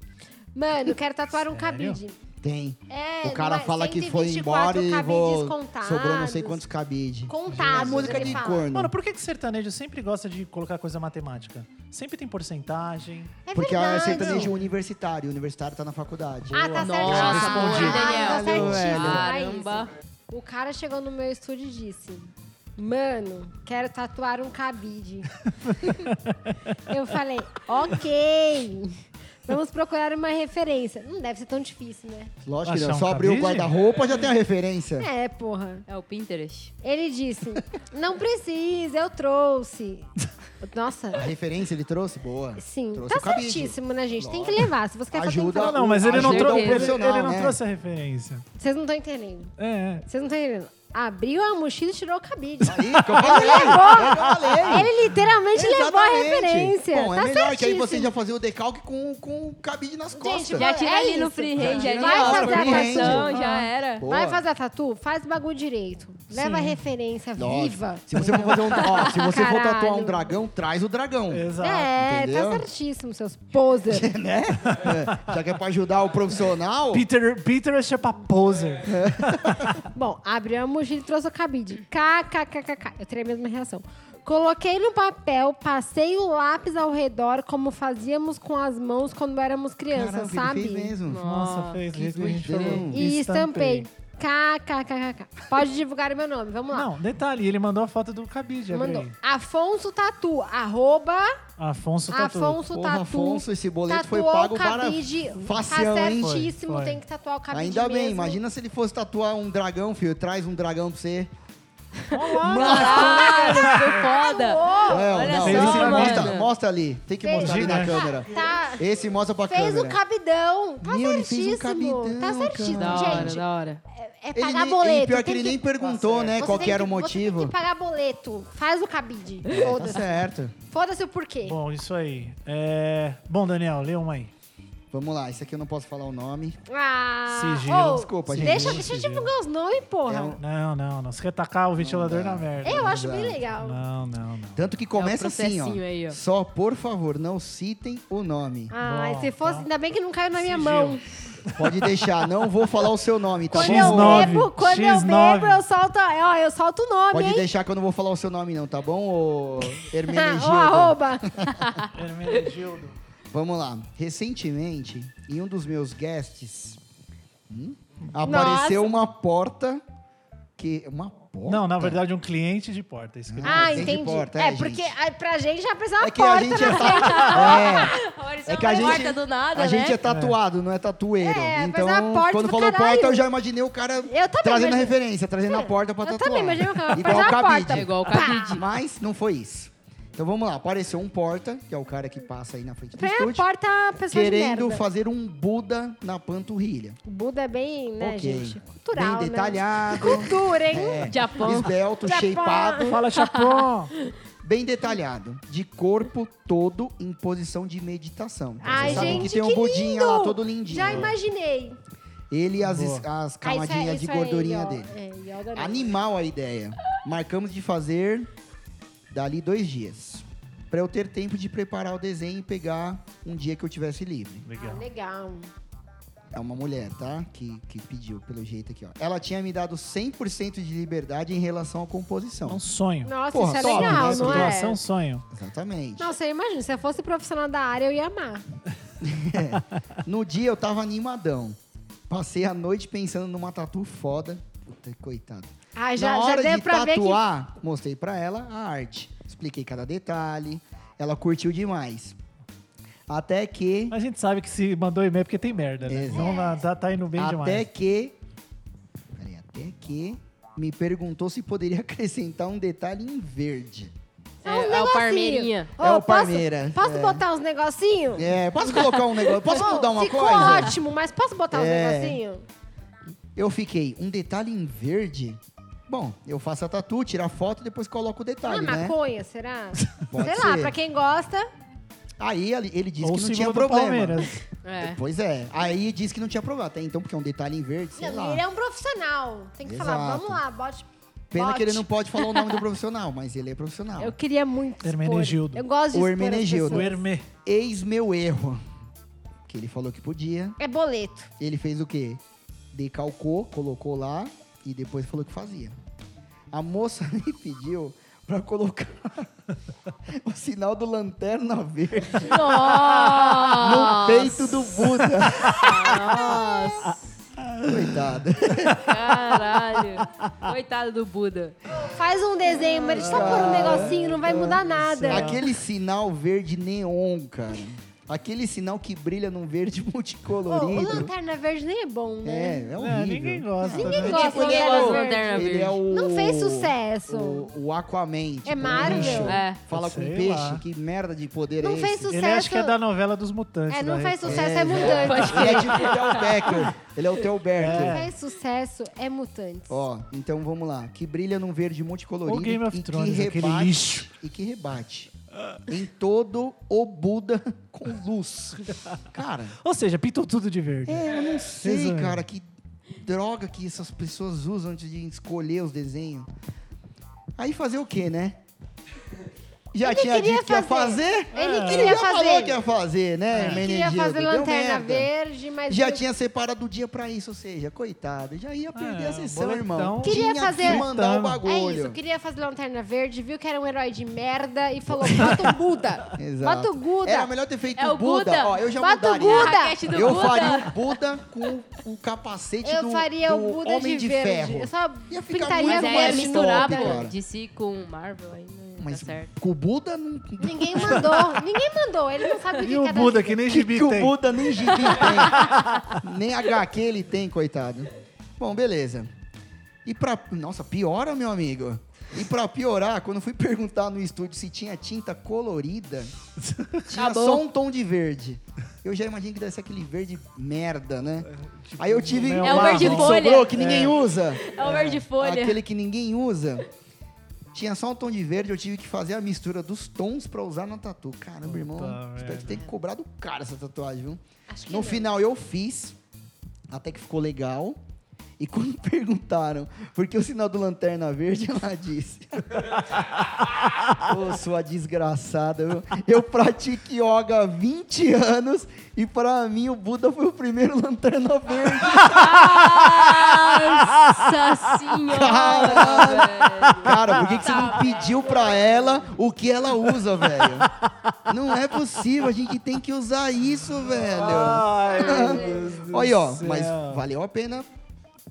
S5: Mano, quero tatuar um cabide.
S3: Tem.
S5: É,
S3: o cara
S5: não é-
S3: fala que foi
S5: 124
S3: embora e
S5: cabides
S3: vou...
S5: contados.
S3: sobrou não sei quantos cabide.
S5: Contados,
S3: A música
S5: ele
S3: de
S5: fala.
S3: corno.
S2: Mano, por que, que sertanejo sempre gosta de colocar coisa matemática? Sempre tem porcentagem.
S5: É
S3: Porque é
S5: verdade.
S3: sertanejo universitário. O universitário tá na faculdade.
S5: Ah, tá certo.
S4: Nossa,
S5: Ah,
S4: respondi.
S5: tá
S4: Caralho,
S5: certíssimo.
S3: velho.
S5: é isso.
S4: Caramba.
S5: O cara chegou no meu estúdio e disse: Mano, quero tatuar um cabide. Eu falei: Ok. Vamos procurar uma referência. Não deve ser tão difícil, né?
S3: Lógico que
S2: Achar
S3: não.
S2: um
S3: Só abrir o
S2: cabide?
S3: guarda-roupa já tem a referência.
S5: É, porra.
S4: É o Pinterest.
S5: Ele disse: Não precisa, eu trouxe. Nossa,
S3: A referência ele trouxe? Boa.
S5: sim.
S3: Trouxe
S5: Tá
S3: o cabide.
S5: certíssimo, né, gente? Tem que levar. Se você quer fazer, um tem que
S3: um Ajuda
S5: falar.
S2: Não, não, mas ele não,
S4: ajuda
S2: trouxe,
S4: o
S2: ele,
S3: profissional,
S2: ele não
S3: né?
S2: trouxe a referência.
S5: Vocês não estão entendendo.
S2: É, é.
S5: Vocês não estão entendendo. Abriu a mochila e tirou o cabide.
S3: Aí, que eu falei. eu falei.
S5: Ele literalmente levou a
S3: é Exatamente.
S5: referência.
S3: Bom, é
S5: tá
S3: melhor que aí
S5: certíssimo.
S3: você já fazia o decalque com, com o cabide nas costas.
S5: Gente,
S4: Já
S5: É
S4: tira ali
S5: isso. Ah.
S4: no free hand,
S3: Já tira
S4: ali
S5: ali
S4: na
S5: no
S4: hora da
S5: free hand.
S4: apresentação, já era.
S3: Boa.
S5: Vai fazer a tatu? Faz o bagulho direito. Leva a referência
S3: Lógico.
S5: viva.
S3: Se você for fazer um, ó, se você for tatuar um
S5: Caralho.
S3: dragão, traz o dragão.
S2: Exato.
S5: É,
S3: Entendeu?
S5: tá certíssimo, seus poser.
S3: Né? É, já que é pra ajudar o profissional.
S2: Peter, Peter é pra poser.
S5: Bom, abriu a mochila e trouxe o cabide. KKKKK. Eu teria a mesma reação. Coloquei no papel, passei o lápis ao redor, como fazíamos com as mãos quando éramos
S3: Caramba,
S5: crianças,
S3: ele
S5: sabe?
S3: fez mesmo.
S2: Nossa, fez do
S3: Ah, que
S2: jeito que a gente
S3: doidão.
S2: falou.
S5: E estampei. KKKKK. Pode divulgar o meu nome, vamos lá.
S2: Não, detalhe, ele mandou a foto do cabide. abre
S5: Mandou.
S2: aí.
S5: Afonso Tatu, arroba
S2: Afonso tá Tatu.
S5: Afonso
S3: Porra,
S5: Tatu.
S3: Afonso, esse boleto
S5: tatuou
S3: foi pago
S5: o cabide,
S3: para
S5: tá
S3: facião, hein?
S5: certíssimo,
S2: Foi, foi.
S5: tem que tatuar o cabide
S3: Ainda bem,
S5: mesmo.
S3: imagina se ele fosse tatuar um dragão, filho. Traz um dragão pra você.
S4: Caralho, foi foda.
S3: Não,
S4: Olha
S3: não,
S2: só,
S3: esse
S2: mano.
S3: mostra, mostra ali. Tem que
S5: Oh, Fez-
S3: mostrar ali na
S2: Diga, né?
S3: câmera.
S5: Tá,
S3: Esse mostra pra
S5: fez
S3: câmera.
S5: o cabidão, tá
S3: Meu, ele fez um
S5: certíssimo, tá
S3: cabidão,
S5: certíssimo,
S4: Da hora,
S5: gente.
S4: da hora.
S5: É
S3: Ele
S5: pagar
S3: nem-
S5: boleto.
S3: ele- pior que
S5: tem
S3: ele nem perguntou, né,
S5: você
S3: qual
S5: tem
S3: que era o
S5: você tem
S3: motivo.
S5: que pagar boleto, faz o cabide,
S3: Tá
S5: foda-se.
S3: certo.
S5: Foda-se o porquê.
S2: Bom, isso aí. É... Bom, Daniel, lê uma aí.
S3: Vamos lá, isso aqui eu não posso falar o nome.
S5: Ah,
S2: Sigilo.
S5: ô,
S3: Desculpa, gente.
S5: Deixa,
S3: Sigilo,
S5: deixa eu
S2: sigilo.
S5: divulgar os nomes, porra.
S3: É um-
S2: Não, não, não. Você quer tacar o ventilador na merda.
S5: Eu acho bem legal.
S2: Não, não, não.
S3: Tanto que começa assim, ó.
S4: É processinho aí, ó.
S3: Só, por favor, não citem o nome.
S5: Ai,
S2: Bom,
S5: se fosse,
S2: tá.
S5: ainda bem que não caiu na minha
S2: Sigilo.
S5: mão.
S3: Pode deixar, não vou falar o seu nome, tá
S5: Quando
S3: bom?
S2: X9,
S5: eu bebo, quando eu
S2: X9.
S5: bebo, eu solto, ó, eu solto o nome,
S3: Pode
S5: hein?
S3: deixar que eu não vou falar o seu nome não, tá bom, ô
S5: Ah,
S3: Hermenegildo?
S5: o arroba.
S2: Hermenegildo.
S3: Vamos lá. Recentemente, em um dos meus guests, hum? Apareceu uma porta que. Uma porta?
S2: Não, na verdade, um cliente de porta. Isso que eu-
S5: Ah,
S3: tem de
S5: entendi.
S3: porta, é,
S5: é,
S3: gente.
S5: porque ah, pra gente já precisa uma
S3: É que a
S5: porta,
S3: gente
S5: né?
S3: é, tatu...
S4: Apareceu
S3: é, é que a
S4: uma
S3: gente,
S4: porta do nada,
S3: a
S4: né?
S3: gente é tatuado, não é tatueiro.
S5: É, mas é
S3: então,
S5: uma porta,
S3: quando falou
S5: eu falei, "Caralho".
S3: porta, eu já imaginei o cara
S5: Eu também
S3: é trazendo a
S5: imaginei.
S3: referência, trazendo
S5: É,
S3: a porta pra
S5: tá Eu
S3: tatuar.
S5: também imaginei o cara
S3: Igual
S5: fazendo
S3: o
S5: a
S3: cabide.
S5: porta.
S4: Igual o cabide.
S3: Mas não foi isso. Então vamos lá, apareceu um porta, que é o cara que passa aí na frente do
S5: Pra mim, a
S3: estúdio,
S5: porta pessoa de
S3: querendo
S5: merda.
S3: fazer um Buda na panturrilha.
S5: O Buda é bem, né,
S3: ok.
S5: gente? Cultural,
S3: Bem
S5: né?
S3: detalhado. É.
S5: Cultura, hein?
S4: Japão.
S3: Esbelto,
S5: Japão.
S3: shapeado.
S2: Fala, Chapão!
S3: Bem detalhado. De corpo todo em posição de meditação. Então,
S5: Ai,
S3: Vocês sabem
S5: gente,
S3: que tem um
S5: que
S3: budinha
S5: lindo!
S3: lá, todo lindinho.
S5: Já imaginei.
S3: Ele e as,
S2: Boa.
S3: as
S5: Ah, isso é-
S3: camadinhas de
S5: isso é
S3: gordurinha
S5: yoga.
S3: dele.
S5: É, yoga mesmo.
S3: Animal a ideia. Marcamos de fazer dali dois dias. Pra eu ter tempo de preparar o desenho e pegar um dia que eu tivesse livre.
S5: Ah,
S2: Legal.
S5: legal.
S3: É uma mulher, tá? Que, que pediu, pelo jeito aqui, ó. Ela tinha me dado 100% de liberdade em relação à composição.
S2: É um sonho.
S5: Nossa,
S3: Porra,
S5: isso é
S3: top,
S5: legal,
S3: né?
S5: não
S2: Doação,
S5: é?
S2: sonho.
S3: Exatamente.
S5: Nossa, eu imagino, se eu fosse profissional da área, eu ia amar.
S3: No dia eu tava animadão. Passei a noite pensando numa tatu foda. Puta, coitado.
S5: Ah, já,
S3: Na
S5: já
S3: hora
S5: deu
S3: de
S5: pra ver que...
S3: tatuar, mostrei pra ela a arte. Expliquei cada detalhe. Ela curtiu demais. Até que...
S2: A gente sabe que se mandou e-mail é porque tem merda, né?
S3: Exato.
S2: Então lá, tá, tá indo bem
S3: até
S2: demais.
S3: que... Peraí, até que... Me perguntou se poderia acrescentar um detalhe em verde.
S4: É, é o
S5: um negocinho.
S4: Parmeirinha.
S5: Ô,
S3: É o
S5: posso-
S3: Parmeira,
S5: Posso,
S3: é.
S5: botar uns negocinhos?
S3: É, posso colocar um negócio? Posso mudar uma
S5: Ficou
S3: coisa?
S5: ótimo, mas posso botar uns
S3: É.
S5: negocinhos?
S3: Eu fiquei, um detalhe em verde? Bom, eu faço a tatu, tiro a foto e depois coloco o
S5: Ah,
S3: detalhe, né?
S5: maconha, será?
S3: Pode
S5: Sei lá,
S3: ser.
S5: pra quem gosta.
S3: Aí ele ele disse
S2: Ou o
S3: que
S2: símbolo
S3: não tinha
S2: do
S3: problema.
S2: Palmeiras.
S4: É.
S3: Pois é. Aí disse que não tinha problema. Até então, porque é um detalhe em verde, sei
S5: Não,
S3: lá.
S5: ele é um profissional. Tem que falar,
S3: Exato.
S5: vamos lá, bote.
S3: Pena
S5: bote.
S3: que ele não pode falar o nome do profissional, mas ele é profissional.
S5: Eu queria muito.
S2: Hermenegildo.
S5: Expor. Eu gosto de
S3: O
S5: expor as
S3: Hermenegildo.
S2: O
S5: pessoas.
S2: Hermê.
S3: Eis meu erro. Que ele falou que podia.
S5: É boleto.
S3: Ele fez o quê? Decalcou, colocou lá e depois falou que fazia. A moça me pediu pra colocar o sinal do lanterna verde no
S4: Nossa!
S3: peito do Buda. Coitado.
S4: Caralho. Coitado do Buda.
S5: Faz um desenho, mas deixa eu só
S3: Ah,
S5: pôr um negocinho, não vai mudar nada.
S3: Aquele sinal verde neon, cara. Aquele sinal que brilha num verde
S5: Pô, o
S3: multicolorido.
S5: Lanterna Verde nem é bom, né?
S3: é, é horrível.
S2: É, ninguém gosta. né?
S5: Ninguém
S4: Tipo,
S5: gosta de
S4: ninguém
S5: Lanterna
S4: gosta de
S5: Verde.
S4: Lanterna
S3: é Ele
S4: Verde.
S3: é o...
S5: Não fez sucesso.
S3: O, o Aquaman. tipo,
S5: É Marvel.
S3: bicho.
S4: É.
S3: Fala com
S2: Sei
S3: peixe,
S2: lá.
S3: que merda de poder é
S5: Não
S3: esse?
S5: fez sucesso.
S2: Ele acha que é da novela dos mutantes.
S5: É, não
S2: da
S5: faz
S2: Record.
S5: sucesso, é, mutante.
S3: Ele é tipo o Theo Becker. Ele é o Theo Becker.
S5: Não faz sucesso, é mutante.
S3: Ó, então vamos lá. Que brilha num verde multicolorido
S2: O Game of
S3: e
S2: Thrones,
S3: que
S2: aquele
S3: rebate,
S2: lixo.
S3: E que rebate. Em todo o Buda com luz. Cara,
S2: Ou seja, pintou tudo de verde.
S5: É,
S3: eu não sei,
S2: Resumo.
S3: cara, que droga que essas pessoas usam antes de escolher os desenhos. Aí fazer o quê, né? Já tinha
S5: queria
S3: dito que ia fazer?
S5: Ele
S3: Ele
S5: queria
S3: já falou
S5: fazer.
S3: que ia fazer, né,
S5: Ele queria
S3: Menegildo?
S5: fazer
S3: Deu
S5: Lanterna
S3: merda.
S5: Verde, mas...
S3: Já
S5: eu-
S3: tinha separado o dia pra isso, ou seja, coitado, já ia perder
S2: É,
S3: a sessão,
S2: boletão.
S3: irmão.
S5: Queria
S3: tinha
S5: fazer-
S3: que mandar o
S5: Ah, É
S3: bagulho.
S5: isso, queria fazer Lanterna Verde, viu que era um herói de merda e falou, bota o Buda.
S3: Exato.
S5: Bota o Buda.
S3: Era melhor ter feito
S4: É o
S3: o Buda.
S4: Buda.
S3: Ó, eu já
S5: Bota o
S3: mudaria.
S5: Buda.
S4: É a raquete do
S3: Eu
S4: Buda.
S3: faria o Buda com o capacete
S5: Eu
S3: do,
S5: faria
S3: do
S5: o Buda
S3: Homem
S5: de,
S3: de,
S5: verde.
S3: Ferro.
S5: Eu só
S3: Ia ficar
S4: Mas
S5: pintaria
S3: muito mais
S4: é
S5: verde.
S3: top,
S4: misturar,
S3: cara.
S4: pô, DC com Marvel aí não dá
S2: Tá
S3: Mas
S4: certo.
S3: com o Buda não...
S5: Ninguém mandou, ninguém mandou. Ele não sabe o que
S2: E o
S5: cada
S2: Buda, que nem
S3: Que,
S2: gibi
S3: que o
S2: tem.
S3: Buda nem gibi tem. nem HQ ele tem, coitado. Bom, beleza. E pra... Nossa, piora, meu amigo. E pra piorar, quando eu fui perguntar no estúdio se tinha tinta colorida, tinha só um tom de verde. Eu já imagino que deve ser aquele verde merda, né? Aí eu tive
S2: É o
S3: aquele
S2: verde
S3: que
S4: folha.
S3: sobrou, que ninguém usa.
S4: É o verde folha.
S3: Aquele que ninguém usa. Tinha só um tom de verde, eu tive que fazer a mistura dos tons pra usar na tatu. Caramba, irmão.
S2: merda.
S3: Espero que tenha cobrado caro essa tatuagem, viu?
S5: Acho que
S3: No
S5: não.
S3: final eu fiz, até que ficou legal. E quando perguntaram por que o sinal do Lanterna Verde, ela disse: Ô, sua desgraçada, eu, eu pratico yoga há 20 anos e pra mim o Buda foi o primeiro Lanterna Verde.
S4: Nossa senhora, velho.
S3: Cara, por que, que você
S5: Tá.
S3: não pediu pra ela o que ela usa, velho? Não é possível, a gente tem que usar isso, velho.
S2: Ai, meu Deus do
S3: Olha, aí, ó,
S2: céu.
S3: mas valeu a pena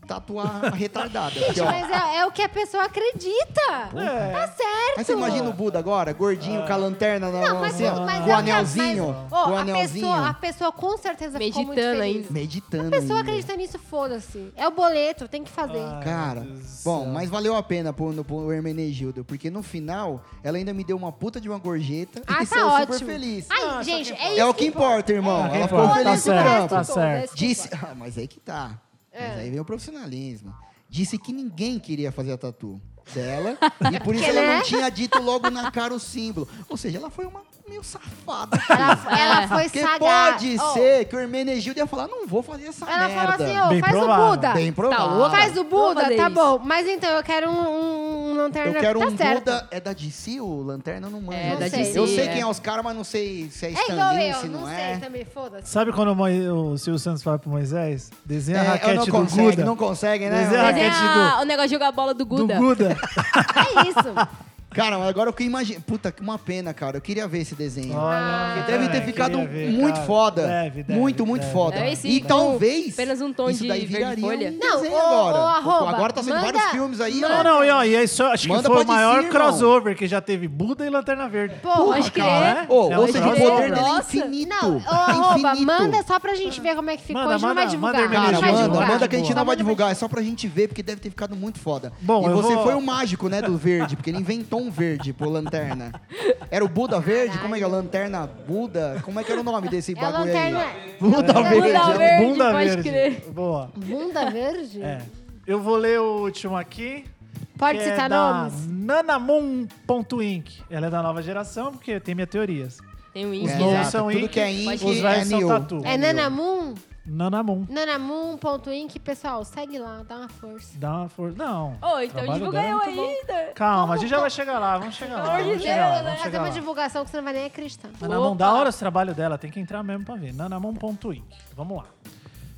S3: tatuar a retardada. Porque, ó,
S5: Mas é, é o que a pessoa acredita. Tá certo.
S3: aí você imagina o Buda agora, gordinho, com a lanterna na mão,
S5: Mas,
S3: assim, ó,
S5: mas
S3: com o
S5: é o que a-
S3: anelzinho,
S5: mas,
S3: com
S5: ó,
S3: o
S5: a,
S3: anelzinho,
S5: pessoa, a pessoa com certeza ficou muito
S4: Meditando
S5: feliz.
S4: ainda.
S3: meditando.
S5: A pessoa
S3: ainda.
S5: acredita nisso, foda-se. É o boleto, tem que fazer.
S3: Cara, bom, mas valeu a pena pôr no pôr o Hermenegildo, porque no final ela ainda me deu uma puta de uma gorjeta
S5: Ah,
S3: e
S5: tá
S3: saiu
S5: ótimo.
S3: super feliz.
S5: Ai, gente, é isso.
S3: é o que importa, irmão.
S2: É, quem
S3: ela ficou
S2: importa.
S3: feliz
S2: Tá
S3: no
S2: certo,
S3: campo.
S2: tá
S5: né?
S2: certo.
S3: Disse, ah, mas aí que tá.
S5: É.
S3: Mas aí vem o profissionalismo. Disse que ninguém queria fazer a tatu dela e por isso
S5: Porque,
S3: ela
S5: né?
S3: não tinha dito logo na cara o símbolo. Ou seja, ela foi uma meio safada.
S5: Ela, ela foi
S3: Porque
S5: sagaz.
S3: É. pode
S5: Ó,
S3: ser que o Hermenegildo ia falar, não vou fazer essa
S5: Oh. Ela
S3: merda.
S5: falou assim, tá ó,
S2: Bem
S5: faz
S2: provável.
S5: o Buda.
S3: Bem provável.
S4: louca?
S5: Faz o
S4: Vou
S5: Buda,
S4: fazer
S5: tá
S4: isso.
S5: bom. Mas então, eu quero um, um, um lanterna.
S3: Eu quero
S5: tá
S3: um
S5: certo.
S3: Buda. É da DC ou Lanterna? Eu não manjo.
S4: É,
S5: da
S3: Não sei.
S5: DC,
S3: Eu sei
S4: é.
S3: quem é os caras, mas não sei se é
S5: É igual
S3: Stanley,
S5: eu,
S3: se
S5: não,
S3: não
S5: sei
S3: é.
S5: também, foda-se.
S2: Sabe quando o Mo- o Silvio Santos fala pro Moisés? Desenha a
S3: É, eu não
S2: raquete do
S3: consegue,
S2: Buda.
S3: não consegue, né?
S2: Desenha a
S4: Mas é
S2: raquete
S4: a- o negócio de jogar a bola do
S2: do,
S4: Guda.
S2: do Guda.
S5: É isso.
S3: Cara, mas agora eu que imagino. Puta, que uma pena, cara. Eu queria ver esse desenho.
S5: Ah.
S2: Olha,
S3: deve ter
S2: cara,
S3: ficado
S2: queria ver,
S3: muito
S2: cara.
S3: foda.
S2: Deve, deve,
S3: muito, muito
S2: deve.
S3: foda.
S4: É, esse
S3: e
S4: tom,
S3: talvez.
S4: apenas um tom
S3: isso
S4: de
S3: daí
S4: verde
S3: viraria
S4: folha.
S3: Um
S5: Não,
S3: desenho
S5: ô,
S3: agora.
S5: ô, arroba,
S3: agora tá saindo
S5: manda-
S3: vários filmes aí, ó.
S2: Não, não, e, ó, e é isso, acho
S3: Manda
S2: que foi o
S3: pode ser,
S2: maior
S3: irmão.
S2: crossover que já teve Buda e Lanterna Verde.
S5: Pô,
S4: Pode
S5: acho que-
S4: crer.
S2: Cara,
S3: Ô,
S2: é
S3: ou
S2: um
S3: seja, o
S2: crossover.
S3: poder dele é
S4: Nossa.
S3: infinito.
S5: Não, ô,
S3: é
S5: arroba,
S3: infinito.
S5: manda só pra gente ver como é que ficou.
S2: Manda,
S5: a gente não
S2: manda,
S5: vai divulgar.
S2: manda,
S5: a
S3: Cara,
S5: gente
S2: Hermenegildo,
S5: vai
S3: manda,
S5: divulgar.
S3: manda que a gente não
S5: Só
S3: vai
S5: manda pra
S3: divulgar, é só pra gente ver, porque deve ter ficado muito foda.
S2: Bom,
S3: e
S2: eu
S3: você
S2: vou-
S3: foi o mágico, né, do verde, porque ele inventou um verde pro lanterna. Era o Buda Verde? Como é que é? Lanterna Buda? Como é que era o nome desse
S5: É a
S3: bagulho aí?
S5: lanterna-
S3: Buda
S5: é a
S3: Verde.
S4: Bunda verde,
S2: Bunda
S4: pode
S2: verde.
S4: crer.
S2: Boa.
S5: Bunda verde?
S2: É. Eu vou ler o último aqui.
S5: Pode
S2: que é
S5: citar
S2: da
S5: nomes?
S2: Nanamoon.inc. Ela é da nova geração, porque tem minhas teorias.
S4: Tem o
S2: Os
S4: Inks,
S3: É,
S2: nomes
S4: né?
S3: exato.
S2: são
S3: Tudo
S2: Inc,
S3: que é Inc
S2: Os
S3: é
S2: velhos são
S3: new.
S2: tatu.
S5: É Nanamun?
S2: Nanamoon.
S5: Nanamun.inc, pessoal, segue lá, dá uma força.
S2: Dá uma força. Não.
S4: Ô, então
S2: Trabalho
S4: divulga
S2: dela
S4: eu
S2: é muito bom.
S4: ainda.
S2: Calma, a gente já vai chegar lá. Vamos chegar lá.
S4: amor de
S2: Vamos
S4: Deus,
S2: chegar lá,
S4: né?
S2: vamos
S5: Fazer
S2: chegar
S5: uma
S2: lá.
S5: divulgação que você não vai nem acreditar. É um
S2: Nanamon,
S4: Opa.
S2: da hora esse trabalho dela, tem que entrar mesmo pra ver. Nanamon.inc. Vamos lá.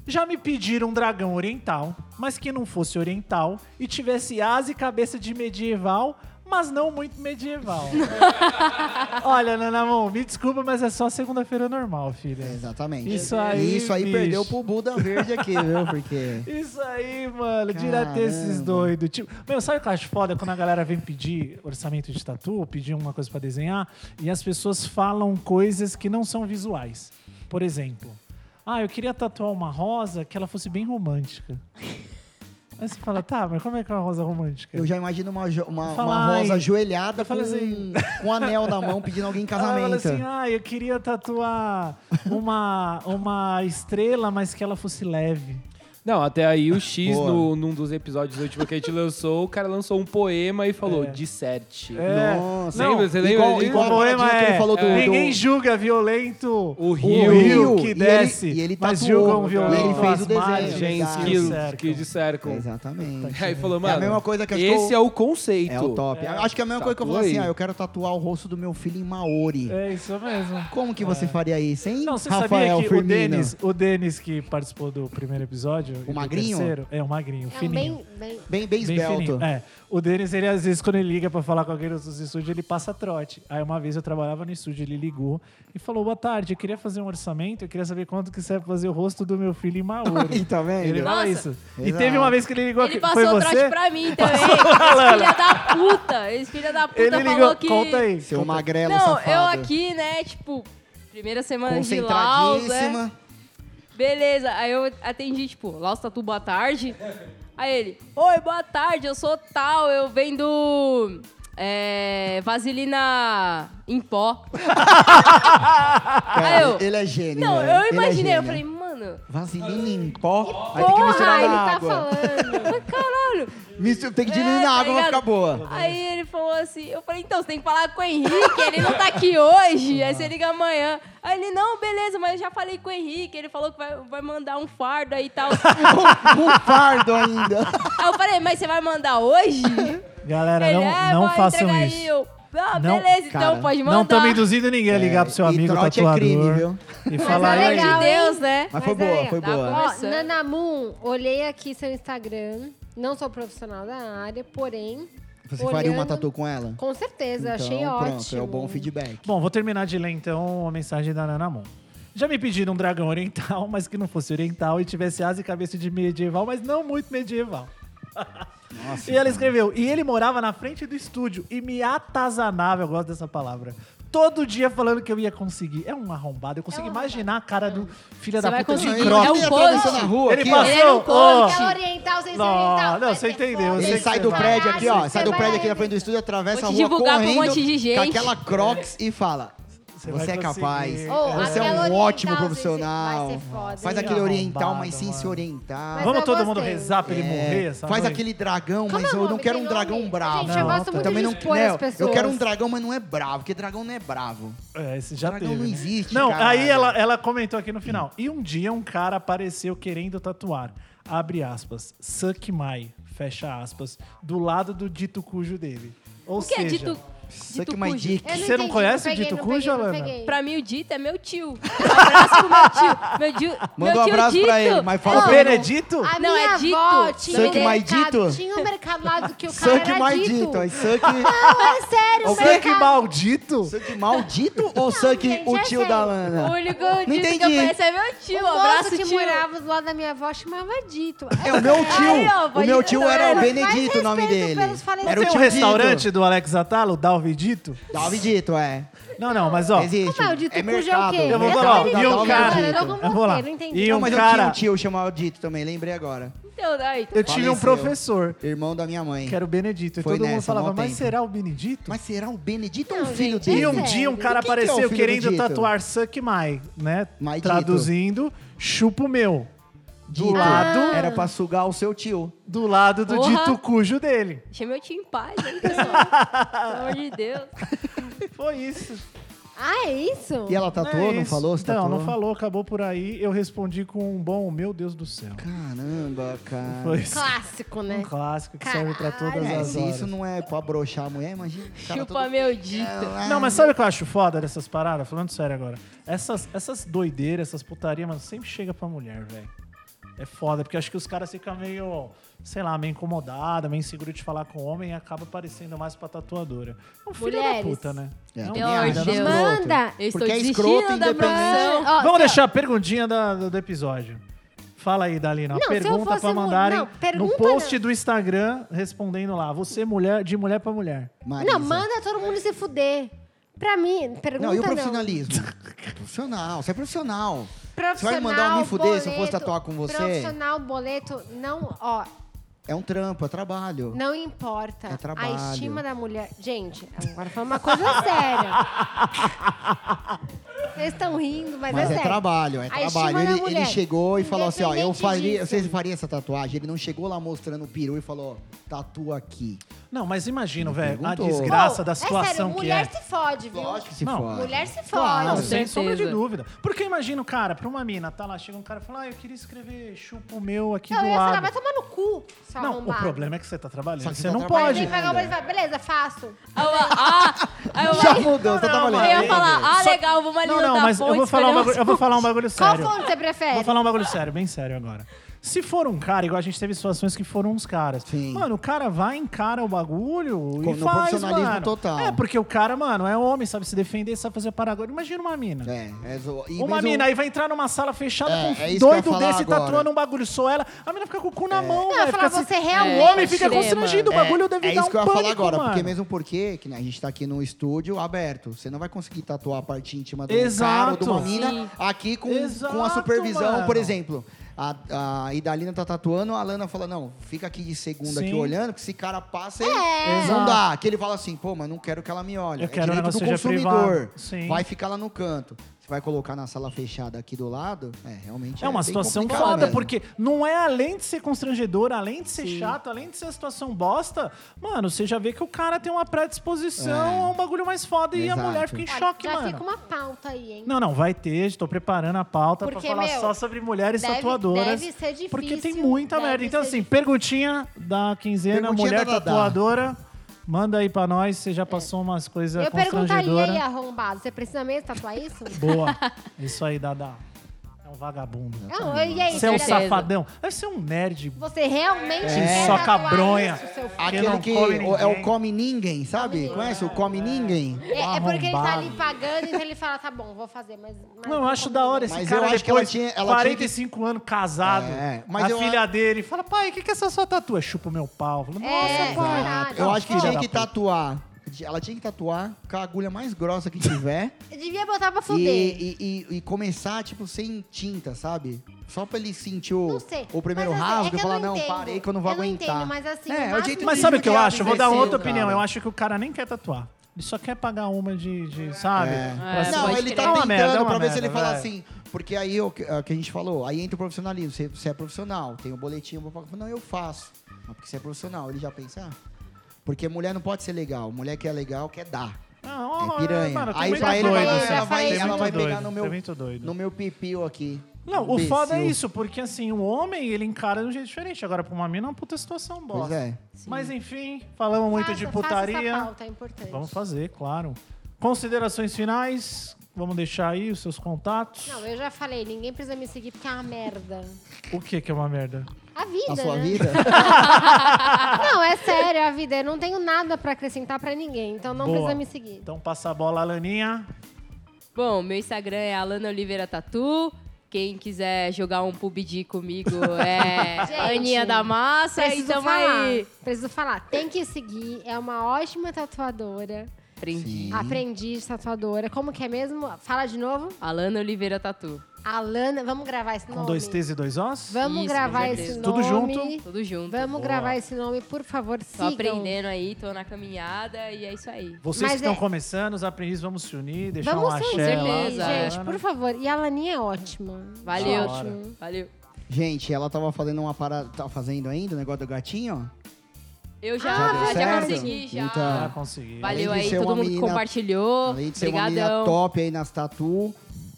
S2: Já me pediram um dragão oriental, mas que não fosse oriental e tivesse asa e cabeça de medieval, mas não muito medieval. Olha, Nanamon, me desculpa, mas é só segunda-feira normal, filha.
S3: Exatamente.
S2: Isso aí,
S3: Isso aí
S2: bicho.
S3: perdeu pro Buda Verde aqui, viu? Porque.
S2: Isso aí, mano. Direto esses
S3: Caramba.
S2: doidos. Tipo, meu, sabe o que eu acho foda quando a galera vem pedir orçamento de tatu, pedir uma coisa pra desenhar, e as pessoas falam coisas que não são visuais. Por exemplo, ah, eu queria tatuar uma rosa que ela fosse bem romântica. Aí você fala, tá, mas como é que é uma rosa romântica?
S3: Eu já imagino uma, jo- uma,
S2: Fala,
S3: uma rosa
S2: ai.
S3: ajoelhada com
S2: Fala assim.
S3: um anel na mão pedindo alguém em
S2: Ela
S3: casamento.
S2: fala assim, ah, eu queria tatuar uma, uma estrela, mas que ela fosse leve.
S6: Não, até aí o X,
S3: Boa.
S6: no, num dos episódios últimos que a gente lançou, o cara lançou um poema e falou,
S2: É.
S6: disserte.
S2: É.
S3: Nossa,
S2: Não,
S6: Lembra? Você lembra
S3: igual-
S6: disso?
S3: igual-
S2: O poema
S3: paradinha que
S2: é,
S3: ele falou do-
S2: ninguém
S3: do-
S2: julga violento
S6: O
S2: o
S6: rio.
S2: rio
S3: rio. E
S2: que
S3: ele-
S2: desce,
S3: e ele
S2: mas
S3: tatuou, né?
S2: julgam
S3: e
S2: violento
S6: ele
S3: fez
S2: as
S3: o desenho,
S2: margens
S6: Gens
S3: verdade.
S2: que
S6: que,
S2: o cercam.
S6: que dissercam.
S3: Exatamente.
S6: Aí falou,
S3: É a
S6: mano,
S3: mesma coisa que eu acho que
S6: esse
S3: eu-
S6: é o conceito. Tá
S3: É o top. Acho que é a mesma
S5: Tá
S3: coisa que eu falo
S6: Tatuei.
S3: assim, ah, eu quero tatuar o rosto do meu filho em Maori.
S2: É isso mesmo.
S3: Como que você faria isso, hein,
S2: É. Não, você
S3: Rafael
S2: sabia que o
S3: Firmino?
S2: Denis, o Denis que participou do primeiro episódio, e do
S3: magrinho?
S2: terceiro, é o magrinho,
S5: É um
S2: fininho.
S5: bem, bem...
S3: Bem, bem
S2: Bem
S3: esbelto.
S2: fininho. É. O Denis, ele às vezes, quando ele liga pra falar com alguém nos outros estúdios, ele passa trote. Aí uma vez eu trabalhava no estúdio, ele ligou e falou: Boa tarde, eu queria fazer um orçamento, eu queria saber quanto que serve pra fazer o rosto do meu filho em Maori.
S3: Aí, tá vendo?
S2: É, Ele fala
S4: Nossa.
S2: isso. E
S3: Exato.
S2: teve uma vez que ele ligou
S4: Ele
S2: aqui, foi
S4: passou o trote
S2: você?
S4: pra mim também. Esse filho da puta. Esse filho da puta
S2: Ele
S4: falou
S2: ligou,
S4: que...
S2: conta aí.
S3: Seu
S2: conta aí.
S3: magrelo
S4: Não,
S3: safado.
S4: eu aqui, né, tipo, primeira semana de Laus, né?
S3: Concentradíssima.
S4: Beleza, aí eu atendi, tipo, Laus Tatu, boa tarde. Aí ele, oi, boa tarde, eu sou tal, eu vendo é, vaselina em pó.
S3: Cara,
S4: Aí Ah, eu-
S3: Ele é gênio,
S4: Não,
S3: velho. Ele
S4: eu
S3: é
S4: imaginei, eu
S3: gênio.
S4: falei, mano,
S3: Vaselina em pó. Aí tem que
S5: Porra,
S3: misturar
S5: ele
S3: na
S5: tá
S3: água.
S5: falando.
S4: mas caralho.
S3: Mistura- Tem que diluir
S4: É,
S3: na
S4: tá
S3: água pra
S4: ligado?
S3: ficar boa.
S4: Aí ele falou assim, eu falei, então, você tem que falar com o Henrique, ele não tá aqui hoje, aí você liga amanhã. Aí ele, não, beleza, mas eu já falei com o Henrique, ele falou que vai, vai mandar um fardo aí e tal. aí
S3: um fardo ainda.
S4: eu falei, mas você vai mandar hoje?
S3: é,
S2: Galera,
S4: ele, "É,
S2: não, não
S4: vou
S2: façam
S4: entregar
S2: isso.
S4: Aí. Eu, ah,
S2: Não,
S4: beleza,
S3: cara,
S4: então pode mandar.
S2: Não estamos induzindo ninguém a ligar pro seu
S3: e
S2: amigo
S3: trote é
S2: tatuador.
S3: crime, viu?
S2: E
S5: Mas
S2: falar,
S5: é
S2: "Ei,
S5: legal,
S4: de Deus, né?
S3: Mas foi
S5: Mas
S3: boa,
S5: aí,
S3: foi
S4: dá
S3: boa.
S4: pra-
S5: Ó,
S4: Começando.
S5: Nanamun, olhei aqui seu Instagram. Não sou profissional da área, porém.
S3: Você
S5: olhando,
S3: faria uma tatu com ela?
S5: Com certeza, achei
S3: então,
S5: ótimo.
S3: pronto, é o bom feedback.
S2: Bom, vou terminar de ler então a mensagem da Nanamun. Já me pediram um dragão oriental, mas que não fosse oriental e tivesse asa e cabeça de medieval, mas não muito medieval. e ela escreveu, e ele morava na frente do estúdio e me atazanava, eu gosto dessa palavra. Todo dia falando que eu ia conseguir. É um arrombado. Eu consigo imaginar a cara do filho da
S4: vai
S2: puta de
S4: conseguir.
S2: croque.
S4: É um post.
S3: na rua
S2: Ele
S3: aqui, ó.
S2: passou.
S4: Ele era um
S2: ó,
S5: Você é oriental, sem ser
S2: Não,
S5: oriental.
S2: não,
S5: vai
S2: você
S5: ter
S2: entendeu,
S5: fome.
S2: Eu sei
S3: Ele
S2: que
S3: sai
S2: você
S3: do
S2: vai.
S3: prédio aqui, ó.
S5: Você
S3: Sai do
S5: vai.
S3: prédio aqui na frente do estúdio, atravessa
S4: Vou
S3: a
S4: te
S3: rua
S4: divulgar pra um
S3: correndo,
S4: monte de gente.
S3: com aquela crocs e fala... Você,
S2: vai
S3: é capaz.
S2: conseguir."
S5: Ou
S3: Você é
S5: aquela
S3: um
S5: oriental,
S3: ótimo
S5: você
S3: profissional.
S5: vai ser foda,
S3: Faz
S5: hein?
S3: aquele oriental,
S2: Arrombado,
S3: mas sem se
S2: mano.
S3: orientar.
S5: Mas
S2: Vamos
S5: eu
S2: todo mundo
S5: gostei.
S2: rezar pra ele
S3: É,
S2: morrer essa
S3: faz
S2: noite?
S3: aquele dragão,
S5: Como
S3: mas
S5: é o
S3: eu não
S5: nome?
S3: quero um
S5: Tem
S3: dragão
S5: nome?
S3: bravo.
S5: Gente, eu
S2: Não,
S5: gosto
S2: tá.
S5: muito
S3: Também
S5: de
S3: não,
S5: expor
S3: né,
S5: as pessoas.
S3: eu quero um dragão, mas não é bravo, porque dragão não é bravo.
S2: É, esse já
S3: Dragão
S2: teve.
S3: não
S2: né?
S3: existe,
S2: Não,
S3: caralho.
S2: aí ela, ela comentou aqui no final. E um dia um cara apareceu querendo tatuar. Abre aspas. Suck my. Fecha aspas. Do lado do dito cujo dele. Ou
S4: O que
S2: seja,
S4: é dito?
S3: Isso que
S4: dito
S3: mais
S4: cujo?
S3: dica.
S5: Eu
S2: Você não
S5: entendi,
S2: conhece o
S5: peguei,
S2: Dito
S5: não
S2: Cujo,
S5: peguei, não
S2: Alana?
S5: peguei.
S4: Pra mim, o Dito é meu tio. Um abraço pro meu tio. Meu tio meu
S3: Manda um
S4: tio
S3: abraço pra
S4: Dito.
S3: ele, mas fala
S2: o
S3: pra ele não-
S2: Benedito?
S5: A
S4: Não,
S5: minha
S4: é dito.
S5: avó tinha
S3: Sangue
S5: um
S3: mais
S5: mercado,
S3: dito?
S5: tinha um mercado lá do que o cara
S3: Sangue
S5: era
S3: maldito.
S5: dito.
S3: é
S5: Não, é sério, o
S2: Suck
S5: mercado.
S2: maldito?
S3: Sangue maldito ou sangue
S5: gente,
S3: o
S5: é
S3: tio
S5: sério.
S3: da
S4: O
S3: Lana?
S4: único
S3: Não
S4: Dito que
S3: entendi.
S4: eu conheço é meu
S5: O
S4: tio. Um
S5: moço
S4: abraço,
S5: que
S4: tio.
S5: morava do lado da minha avó chamava Dito.
S3: É o meu
S4: Aí, ó,
S3: tio. O
S4: pode
S3: meu tio era o
S4: saber.
S3: Benedito, o nome
S5: respeito
S3: dele.
S5: pelos falecidos.
S3: Era o
S2: Tem um
S3: tio
S2: restaurante do Alex Atala, o Dalvidito?
S3: Davidito, é.
S2: Não, não, mas ó.
S3: Existe.
S5: Como é o dito
S3: é
S5: cujo é o
S3: mercado.
S5: quê?
S2: Eu vou
S5: Mercado
S2: falar, ó,
S5: americano,
S2: e um cara.
S5: eu tô
S2: Eu
S5: com
S2: vou
S5: você,
S2: lá.
S5: não entendi.
S2: E
S3: Não,
S2: um
S3: mas eu tinha
S2: cara-
S3: um tio chamado Dito também, lembrei agora.
S4: Então, aí,
S2: Eu tive um
S3: Faleceu.
S2: professor
S3: Irmão da minha mãe.
S2: que era o Benedito. E
S3: Foi
S2: todo mundo
S3: nessa,
S2: falava,
S3: mal
S2: mas
S3: tempo."
S2: será o Benedito?
S3: Mas será o Benedito ou o
S5: Não,
S3: filho
S5: gente, é
S2: E
S3: dele?
S2: um
S5: Sério?
S2: dia um cara
S3: Quem que é o
S2: apareceu
S3: filho do
S2: querendo
S3: Dito?
S2: tatuar Suck My, né?
S3: My Dito.
S2: Traduzindo, chupa o meu. Do
S3: Dito.
S2: lado,
S5: Ah.
S3: Era pra sugar o seu tio.
S2: do lado do
S4: Porra.
S2: dito cujo dele.
S4: Deixa meu tio em paz aí, pessoal. Pelo amor de Deus.
S2: Foi isso.
S5: Ah, é isso?
S3: E ela tatuou,
S2: É
S3: não
S2: isso.
S3: falou? Se
S2: Não,
S3: tatuou?
S2: não falou, acabou por aí. Eu respondi com um bom, meu Deus do céu.
S3: Caramba, cara.
S2: Foi isso.
S5: Clássico, né?
S2: Um clássico que serve pra todas
S5: Caralho.
S3: É,
S2: as
S3: se
S2: horas.
S3: isso não é pra broxar a mulher, imagina. o cara
S4: Chupa meu Dito.
S3: todo-
S2: Não, mas sabe o que eu acho foda dessas paradas? Falando sério agora. Essas, essas doideiras, essas putarias, mano, sempre chega pra mulher, velho. É foda, porque acho que os caras ficam meio, sei lá, meio incomodados, meio inseguro de falar com o homem e acaba parecendo mais pra tatuadora. É um filho da
S5: Mulheres.
S2: puta, né?
S3: É,
S2: É um
S3: também
S4: Pelo
S2: filho
S4: amor
S3: acho,
S4: de
S2: da
S3: é um
S4: Deus.
S2: puta.
S3: escroto.
S5: Manda.
S4: Eu estou
S3: Porque é
S4: desistindo
S3: escroto,
S4: da
S3: independente.
S4: profissão.
S5: Ó,
S2: Vamos
S5: se-
S2: deixar a perguntinha da- do episódio. Fala aí, Dalina.
S5: Não,
S2: Uma
S5: se eu
S2: pergunta
S5: fosse
S2: pra
S5: mu-
S2: mandarem
S5: não, pergunta
S2: no post do Instagram, respondendo lá. Você, mulher, de mulher pra mulher.
S3: Marisa.
S5: Não, manda todo mundo se fuder. Pra mim, pergunta
S3: é. Não, e o
S5: não.
S3: profissionalismo? profissional, você é profissional.
S5: Profissional,
S3: Você vai mandar eu me fuder se eu fosse
S5: boleto,
S3: tatuar com você?
S5: Profissional, boleto, não, ó,
S3: É um trampo, é trabalho.
S5: não importa.
S3: É trabalho.
S5: A estima da mulher... Gente, agora foi uma coisa séria. Vocês estão rindo, mas,
S3: Mas é,
S5: sério.
S3: trabalho, é
S5: A
S3: trabalho.
S5: estima da
S3: Ele,
S5: mulher,
S3: ele chegou e falou assim, ó, eu
S5: independente
S3: faria,
S5: disso.
S3: você faria essa tatuagem. Ele não chegou lá mostrando o peru e falou, tatua aqui.
S2: Não, mas imagina, velho, a
S3: perguntou.
S2: desgraça
S5: Pô,
S2: da situação
S5: é sério,
S2: que
S5: mulher
S2: é.
S5: se fode, viu?
S3: Lógico que se
S2: Não,
S3: fode.
S5: Mulher se fode.
S2: Não,
S3: Claro.
S2: sem
S4: certeza.
S2: sombra de dúvida. Porque imagina, o cara, pra uma mina, tá lá, chega um cara e fala, ah, eu queria escrever chupa o meu aqui
S5: Não,
S2: do
S5: eu ia falar, vai
S2: lado.
S5: tomar no cu, seu
S2: Não, o
S5: arrombado.
S2: problema é que você tá trabalhando.
S3: Só que
S2: Você
S3: você tá
S2: não
S3: trabalhando.
S2: pode.
S5: Ele vai pagar o boleto e fala, beleza, faço.
S4: Aí eu- Ah, aí eu-
S3: Já mudou, você tá
S2: não,
S3: trabalhando.
S4: Eu ia falar, ah, legal, vamos ali
S2: Não,
S4: no
S2: não,
S4: da
S2: mas eu
S4: ponte,
S2: vou falar um
S4: escolher
S2: bagulho, eu vou falar um bagulho
S5: Qual
S2: sério.
S5: fonte você prefere?
S2: Vou falar um bagulho sério, bem sério agora. Se for um cara, igual a gente teve situações que foram uns caras.
S3: Sim.
S2: Mano, o cara vai, encara o bagulho
S3: Com-
S2: e
S3: no
S2: faz,
S3: profissionalismo
S2: mano.
S3: total.
S2: É, porque o cara, mano, é homem, sabe se defender, sabe fazer paragulho. Imagina uma mina.
S3: É, é zo... e
S2: Uma
S3: mesmo-
S2: mina aí vai entrar numa sala fechada
S3: É,
S2: com
S3: é
S2: um
S3: isso que eu ia
S2: doido
S3: falar
S2: desse
S3: agora. É.
S2: tatuando um bagulho só ela. A mina fica com o cu na mão,
S5: Não, eu ia
S2: velho,
S5: falar,
S2: fica
S5: você é
S2: assim-
S5: realmente...
S2: O homem fica
S4: extrema.
S2: constrangido, o bagulho deve
S3: É
S2: dar um
S3: isso que eu ia
S2: pânico,
S3: falar agora,
S2: mano.
S3: porque mesmo porque que nem a gente tá aqui num estúdio aberto, você não vai conseguir tatuar a parte íntima do
S2: Exato.
S3: cara ou de uma mina
S4: Sim.
S3: aqui com,
S2: Exato,
S3: com a supervisão,
S2: mano.
S3: por exemplo. A, a Idalina tá tatuando, a Lana fala, não, fica aqui de segunda
S2: Sim.
S3: aqui olhando, que esse cara passa e
S2: Exato.
S3: não dá. Que ele fala assim, pô, mas não quero que ela me olhe.
S2: Eu quero o
S3: é direito
S2: negócio
S3: do
S2: seja privado.
S3: consumidor.
S2: Sim.
S3: Vai ficar lá no canto. Você vai colocar na sala fechada aqui do lado, é, realmente
S2: É uma
S3: bem
S2: situação
S3: complicado
S2: foda,
S3: mesmo.
S2: porque não é além de ser constrangedor, além de ser chato, além de ser a situação bosta, mano, você já vê que o cara tem uma predisposição a um bagulho mais foda e a
S3: É. Exato.
S2: mulher fica em
S5: Olha,
S2: choque,
S5: já
S2: mano.
S5: fica uma pauta aí, hein?
S2: Não, não, vai ter, estou preparando a pauta
S5: Porque,
S2: pra falar
S5: meu,
S2: só sobre mulheres
S5: deve-
S2: tatuadoras.
S5: deve ser difícil,
S2: Porque tem muita
S5: deve
S2: merda. Então,
S5: ser
S2: assim,
S5: difícil.
S2: perguntinha da quinzena,
S3: Perguntinha
S2: mulher
S3: da Dadá.
S2: tatuadora. Manda aí pra nós, você já passou umas coisas
S5: Eu perguntaria
S2: constrangedoras.
S5: aí, arrombado, você precisa mesmo tatuar isso?
S2: Boa. Isso aí, Dada. É um um vagabundo.
S5: Não, e aí,
S2: Você é um
S4: certeza.
S2: safadão. Deve ser um nerd.
S5: Você realmente
S2: É.
S5: quer
S2: Só
S5: tatuar
S2: cabronha.
S5: isso, seu filho?
S2: não
S3: Aquele que
S2: come
S3: o- é
S2: ninguém.
S3: o come ninguém, sabe? Conhece o come ninguém?
S5: É, é porque ele tá
S2: Arrombado.
S5: ali pagando, então ele fala, tá bom, vou fazer, mas... mas
S2: Não, eu acho da hora esse
S3: Mas
S2: cara
S3: eu acho que ela
S2: depois,
S3: tinha- ela tinha
S2: 45 anos, casado,
S3: É, mas
S2: a
S3: eu
S2: filha dele, fala, pai, o que, que é essa sua tatua? Chupa o meu pau. Fala, Nossa,
S5: É,
S2: pai.
S5: caralho.
S3: Eu acho que
S2: Filha
S3: tinha
S2: da
S3: que
S2: puta.
S3: tatuar. Ela tinha que tatuar com a agulha mais grossa que tiver.
S5: Eu devia botar pra
S3: e,
S5: fuder.
S3: e- e- e começar, tipo, sem tinta, sabe? Só pra ele sentir
S5: Não
S3: o,
S5: sei.
S3: o primeiro
S5: mas, assim, é
S3: rasgo
S5: que
S3: e
S5: eu
S3: falar,
S5: não,
S3: não,
S5: entendo.
S3: parei que eu não vou aguentar.
S5: Eu não entendo, mas assim,
S3: É,
S5: o
S3: é o
S5: máximo-
S3: jeito
S2: Mas sabe o que eu
S3: Desviado
S2: acho? Eu vou dar
S3: imbecil,
S2: outra opinião.
S3: cara.
S2: Eu acho que o cara nem quer tatuar. Ele só quer pagar uma de, de- sabe? Pra
S4: É,
S2: se-
S3: não,
S4: pode
S3: ele
S4: crer.
S3: tá
S2: É uma
S3: tentando
S2: merda, é uma
S3: pra ver se
S2: merda,
S3: ele fala
S2: vai.
S3: assim. Porque aí o que, é o que a gente falou, aí entra o profissionalismo. Você, você é profissional, tem o boletim, eu falo, não, eu faço. Mas porque você é profissional, ele já pensa. ah, Porque mulher não pode ser legal. Mulher que é legal quer dar.
S2: Não,
S3: É
S2: ó,
S3: piranha.
S2: mano, tem
S3: Aí
S2: muito
S3: pra ele,
S2: doido,
S5: ela
S2: assim.
S5: vai- ela vai-
S2: Tem
S5: ela
S2: muito
S3: vai pegar
S2: doido,
S3: no meu-
S2: tem muito doido.
S3: No meu pipio aqui.
S2: Não, o foda é
S3: Imbecil.
S2: isso, porque assim, o homem, ele encara de um jeito diferente. Agora, pra uma mina, é uma puta situação
S3: Pois
S2: bosta.
S3: é.
S2: Mas enfim, falamos muito
S5: Faça-
S2: de
S5: faça
S2: putaria.
S5: Essa pauta, é importante.
S2: Vamos fazer, claro. Considerações finais. Vamos deixar aí os seus contatos.
S5: Não, eu já falei, ninguém precisa me seguir porque é uma merda.
S2: O que que é uma merda?
S5: A vida,
S3: A sua
S5: né?
S3: vida?
S5: Não, é sério, a vida. Eu não tenho nada pra acrescentar pra ninguém, então não
S2: Boa.
S5: precisa me seguir.
S2: Então passa a bola, Alaninha.
S4: Bom, meu Instagram é Alana Oliveira Tatu. Quem quiser jogar um PUBG comigo é
S5: Gente,
S4: Aninha da Massa.
S5: Preciso
S4: então
S5: falar.
S4: aí.
S5: Preciso falar. Tem que seguir. É uma ótima tatuadora.
S4: Aprendi.
S5: Aprendiz tatuadora. Como que é mesmo? Fala de novo.
S4: Alana Oliveira Tatu.
S5: Alana. Vamos gravar esse nome.
S2: Com dois T's e dois O's.
S5: Vamos
S4: Isso,
S5: gravar
S4: com
S5: esse
S4: certeza.
S5: nome.
S2: Tudo junto.
S4: Tudo junto.
S5: Vamos gravar esse nome, por favor,
S4: Tô
S5: sigam.
S4: aprendendo aí, tô na caminhada e é isso aí.
S2: Vocês que
S5: Mas
S2: estão
S5: é-
S2: começando, os aprendizes, vamos se unir, deixar
S5: Vamos
S2: um axé
S5: sim,
S2: lá. Né?
S4: certeza.
S5: gente, por favor. E a Alaninha é ótima.
S4: Valeu.
S2: Da hora.
S4: Valeu.
S3: Gente, ela tava fazendo uma parada. Tá fazendo ainda o negócio do gatinho?
S4: Eu
S3: Já
S4: já,
S3: deu
S4: já,
S3: certo?
S4: consegui, já.
S3: Então.
S2: Já consegui.
S4: Valeu
S3: Além de
S4: aí,
S3: ser
S4: todo
S3: uma
S4: mundo
S3: menina-
S4: que compartilhou.
S3: Além de ser uma menina
S4: Obrigadão.
S3: top aí nas tatu.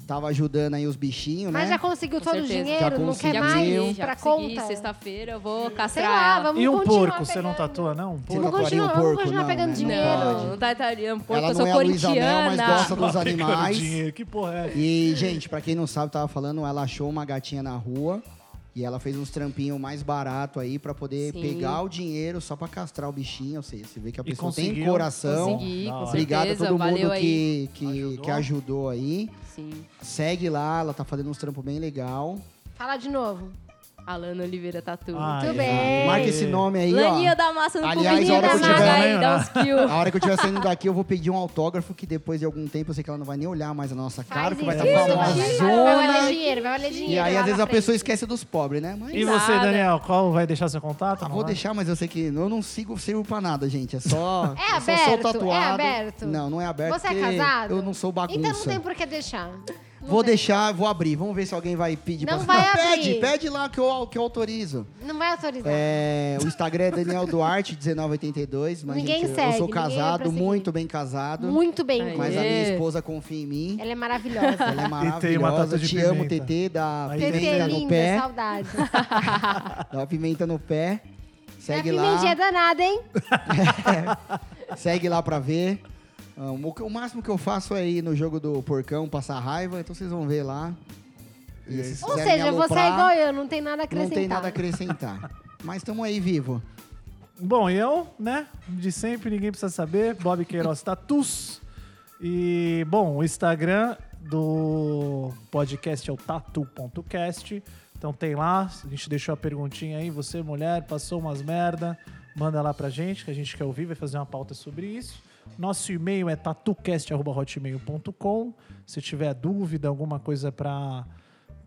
S3: Tava ajudando aí os bichinhos,
S5: Mas
S3: né?
S5: já conseguiu
S4: Com
S5: todo o
S4: certeza.
S3: Já
S5: dinheiro? Não
S3: consegui,
S5: quer
S4: Já
S5: mais
S4: consegui, já
S5: pra
S4: consegui.
S5: conta?
S4: Sexta-feira eu vou
S5: Sei
S4: castrar
S5: lá,
S4: ela.
S5: vamos
S2: E um
S5: continuar
S2: porco, você não
S5: pegando.
S2: tatua, não? Um
S3: Você
S5: Vamos
S2: porco?
S3: tatuaria
S5: continuar,
S3: um
S5: vamos
S3: porco?
S5: continuar
S3: Não,
S5: pegando
S3: né?
S5: dinheiro.
S3: Não
S4: Não,
S3: pode.
S4: não tá italiano, porque
S3: Ela
S4: eu
S3: não
S4: sou
S3: é a Luísa Mel, mas gosta
S4: corintiana.
S3: dos animais.
S2: Dinheiro, que porra é?
S3: E, gente, pra quem não sabe, tava falando, ela achou uma gatinha na rua e ela fez uns trampinhos mais barato aí pra poder
S4: Sim.
S3: pegar o dinheiro só pra castrar o bichinho. Ou seja, você vê que
S2: E
S3: a pessoa tem
S2: conseguiu.
S3: coração.
S4: Consegui,
S2: Da
S4: com
S2: hora.
S3: Obrigado
S4: certeza.
S3: a todo mundo
S4: valeu aí.
S3: que, que,
S2: Ajudou.
S3: que ajudou aí.
S4: Sim.
S3: Segue lá, ela tá fazendo uns trampos bem legal.
S2: tá-
S5: Fala de novo.
S4: Alana Oliveira Tatu.
S2: Ai,
S5: Muito
S4: É.
S5: bem.
S3: Marca esse nome Ah, aí,
S4: Laninha
S3: ó.
S4: da massa no
S3: Aliás,
S4: cubinho
S3: a hora
S4: da
S3: que eu
S4: maga
S3: tiver-
S4: aí, dá uns kills.
S3: A hora que eu estiver saindo daqui, eu vou pedir um autógrafo que depois de algum tempo eu sei que ela não vai nem olhar mais a nossa cara,
S5: Faz
S3: porque vai tá
S5: isso,
S2: tá
S3: estar
S5: vai
S3: falando
S5: valer
S3: uma
S5: dinheiro, vai
S2: né?
S5: valer
S3: zona.
S5: dinheiro, vai valer dinheiro.
S3: E aí,
S5: lá
S3: às vezes,
S5: na
S3: a pessoa
S5: frente.
S3: esquece dos pobres, né? Mas
S2: E você,
S4: Nada.
S2: Daniel, qual vai deixar seu contato? Não
S3: Ah, vou
S2: vai?
S3: deixar, mas eu sei que eu não sigo sirvo pra nada, gente. É só.
S5: É
S3: eu só sou
S5: aberto, é
S3: tatuado.
S5: aberto.
S3: Não, não é aberto.
S5: Você é
S3: porque
S5: casado?
S3: Eu não sou bagunça.
S5: Então não tem por que deixar. Não
S3: Vou
S5: tem.
S3: deixar, vou abrir. Vamos ver se alguém vai pedir
S5: Não
S3: pra
S5: vai
S3: Pede,
S5: abrir.
S3: pede lá que eu, que eu autorizo.
S5: Não vai autorizar.
S3: É, o Instagram é Daniel Duarte, 1982. Mas,
S5: Ninguém
S3: gente, eu
S5: segue,
S3: sou
S5: ninguém é pra
S3: casado,
S5: seguir.
S3: muito bem casado.
S5: Muito bem.
S4: Aí.
S3: mas a
S4: Aê.
S3: minha esposa confia em mim.
S5: Ela é maravilhosa.
S3: Ela é
S2: tem uma
S3: maravilhosa.
S2: tatu de
S3: Te amo,
S2: pimenta.
S3: TT, da
S2: Aí
S5: Tete
S3: pimenta
S5: é
S3: no
S5: linda,
S3: pé.
S5: saudade.
S3: Dá uma pimenta no pé. Segue
S5: Minha
S3: lá.
S5: pimentinha é danada, hein?
S3: Segue lá pra ver. Ah, O, que- o máximo que eu faço é ir no jogo do porcão, passar raiva, então vocês vão ver lá. E se
S5: Ou
S3: quiserem
S5: seja,
S3: me
S5: você é
S3: aloprar,
S5: igual eu, não tem nada a acrescentar.
S3: Não tem nada a acrescentar. Mas estamos aí vivo.
S2: Tá Bom, eu, né? De sempre, ninguém precisa saber. Bob Queiroz Tatus. E, bom, o Instagram do podcast é o tatu.cast. Então tem lá, a gente deixou a perguntinha aí. Você, mulher, passou umas merda, manda lá pra gente, que a gente quer ouvir, vai fazer uma pauta sobre isso. Nosso e-mail é tatucast.hotmail.com. Se tiver dúvida, alguma coisa pra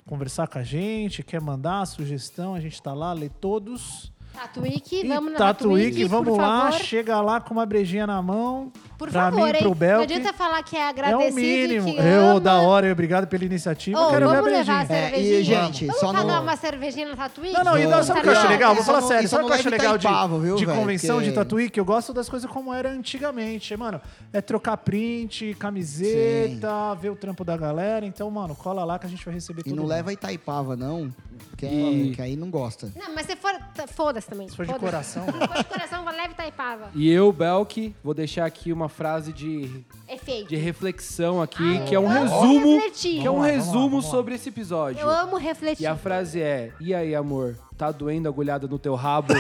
S2: conversar com a gente, quer mandar sugestão, a gente tá lá, lê todos.
S5: Tatuíque,
S2: E
S5: vamos na
S2: Tatuíque, vamos
S5: por
S2: lá,
S5: favor.
S2: chega lá com uma brejinha na mão.
S5: Por
S2: pra
S5: favor,
S2: mim,
S5: hein?
S2: pro
S5: não
S2: Belk.
S5: adianta falar que é
S2: É o
S5: agradecido
S2: mínimo.
S5: e que
S2: Eu,
S5: ama.
S2: da hora, eu obrigado pela iniciativa.
S5: Ô,
S2: quero minha
S5: vamos
S2: brejinha.
S5: levar a
S3: É,
S5: cervejinha?
S3: e, gente,
S5: vamos
S3: só
S5: pagar
S3: não-
S5: uma cervejinha na Tatuíque?
S2: Não, não, e dá, sabe o que eu acho
S3: Não,
S2: legal? Vou
S3: isso
S2: falar
S3: não-
S2: sério,
S3: isso
S2: sabe o
S3: não
S2: que eu acho
S3: deve tá
S2: legal
S3: Itaipava,
S2: de,
S3: viu,
S2: de
S3: velho?
S2: convenção de
S3: Porque-
S2: tatuí? Que eu gosto das coisas como era antigamente, mano. É trocar print, camiseta, ver o trampo da galera. Então, mano, cola lá que a gente vai receber
S3: E
S2: tudo.
S3: não
S2: bem.
S3: leva Itaipava, não. que, é, que aí não gosta.
S5: Não, mas se for. tá, Foda-se também.
S2: Se for de
S5: Foda-se.
S2: coração.
S5: Se for de coração, vai leve taipava.
S6: E eu, Belk, vou deixar aqui uma frase de,
S5: É feio.
S6: de reflexão aqui,
S2: Ah,
S5: Ai,
S6: que é
S5: eu
S6: um
S5: amo
S6: resumo,
S5: refletir.
S6: que é um
S2: Vamos lá, vamos lá,
S6: resumo
S2: vamos lá.
S6: sobre esse episódio.
S5: Eu amo refletir.
S6: E a frase é: E aí, amor, tá doendo a agulhada no teu rabo?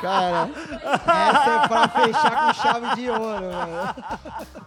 S3: Cara, essa é pra fechar com chave de ouro, velho.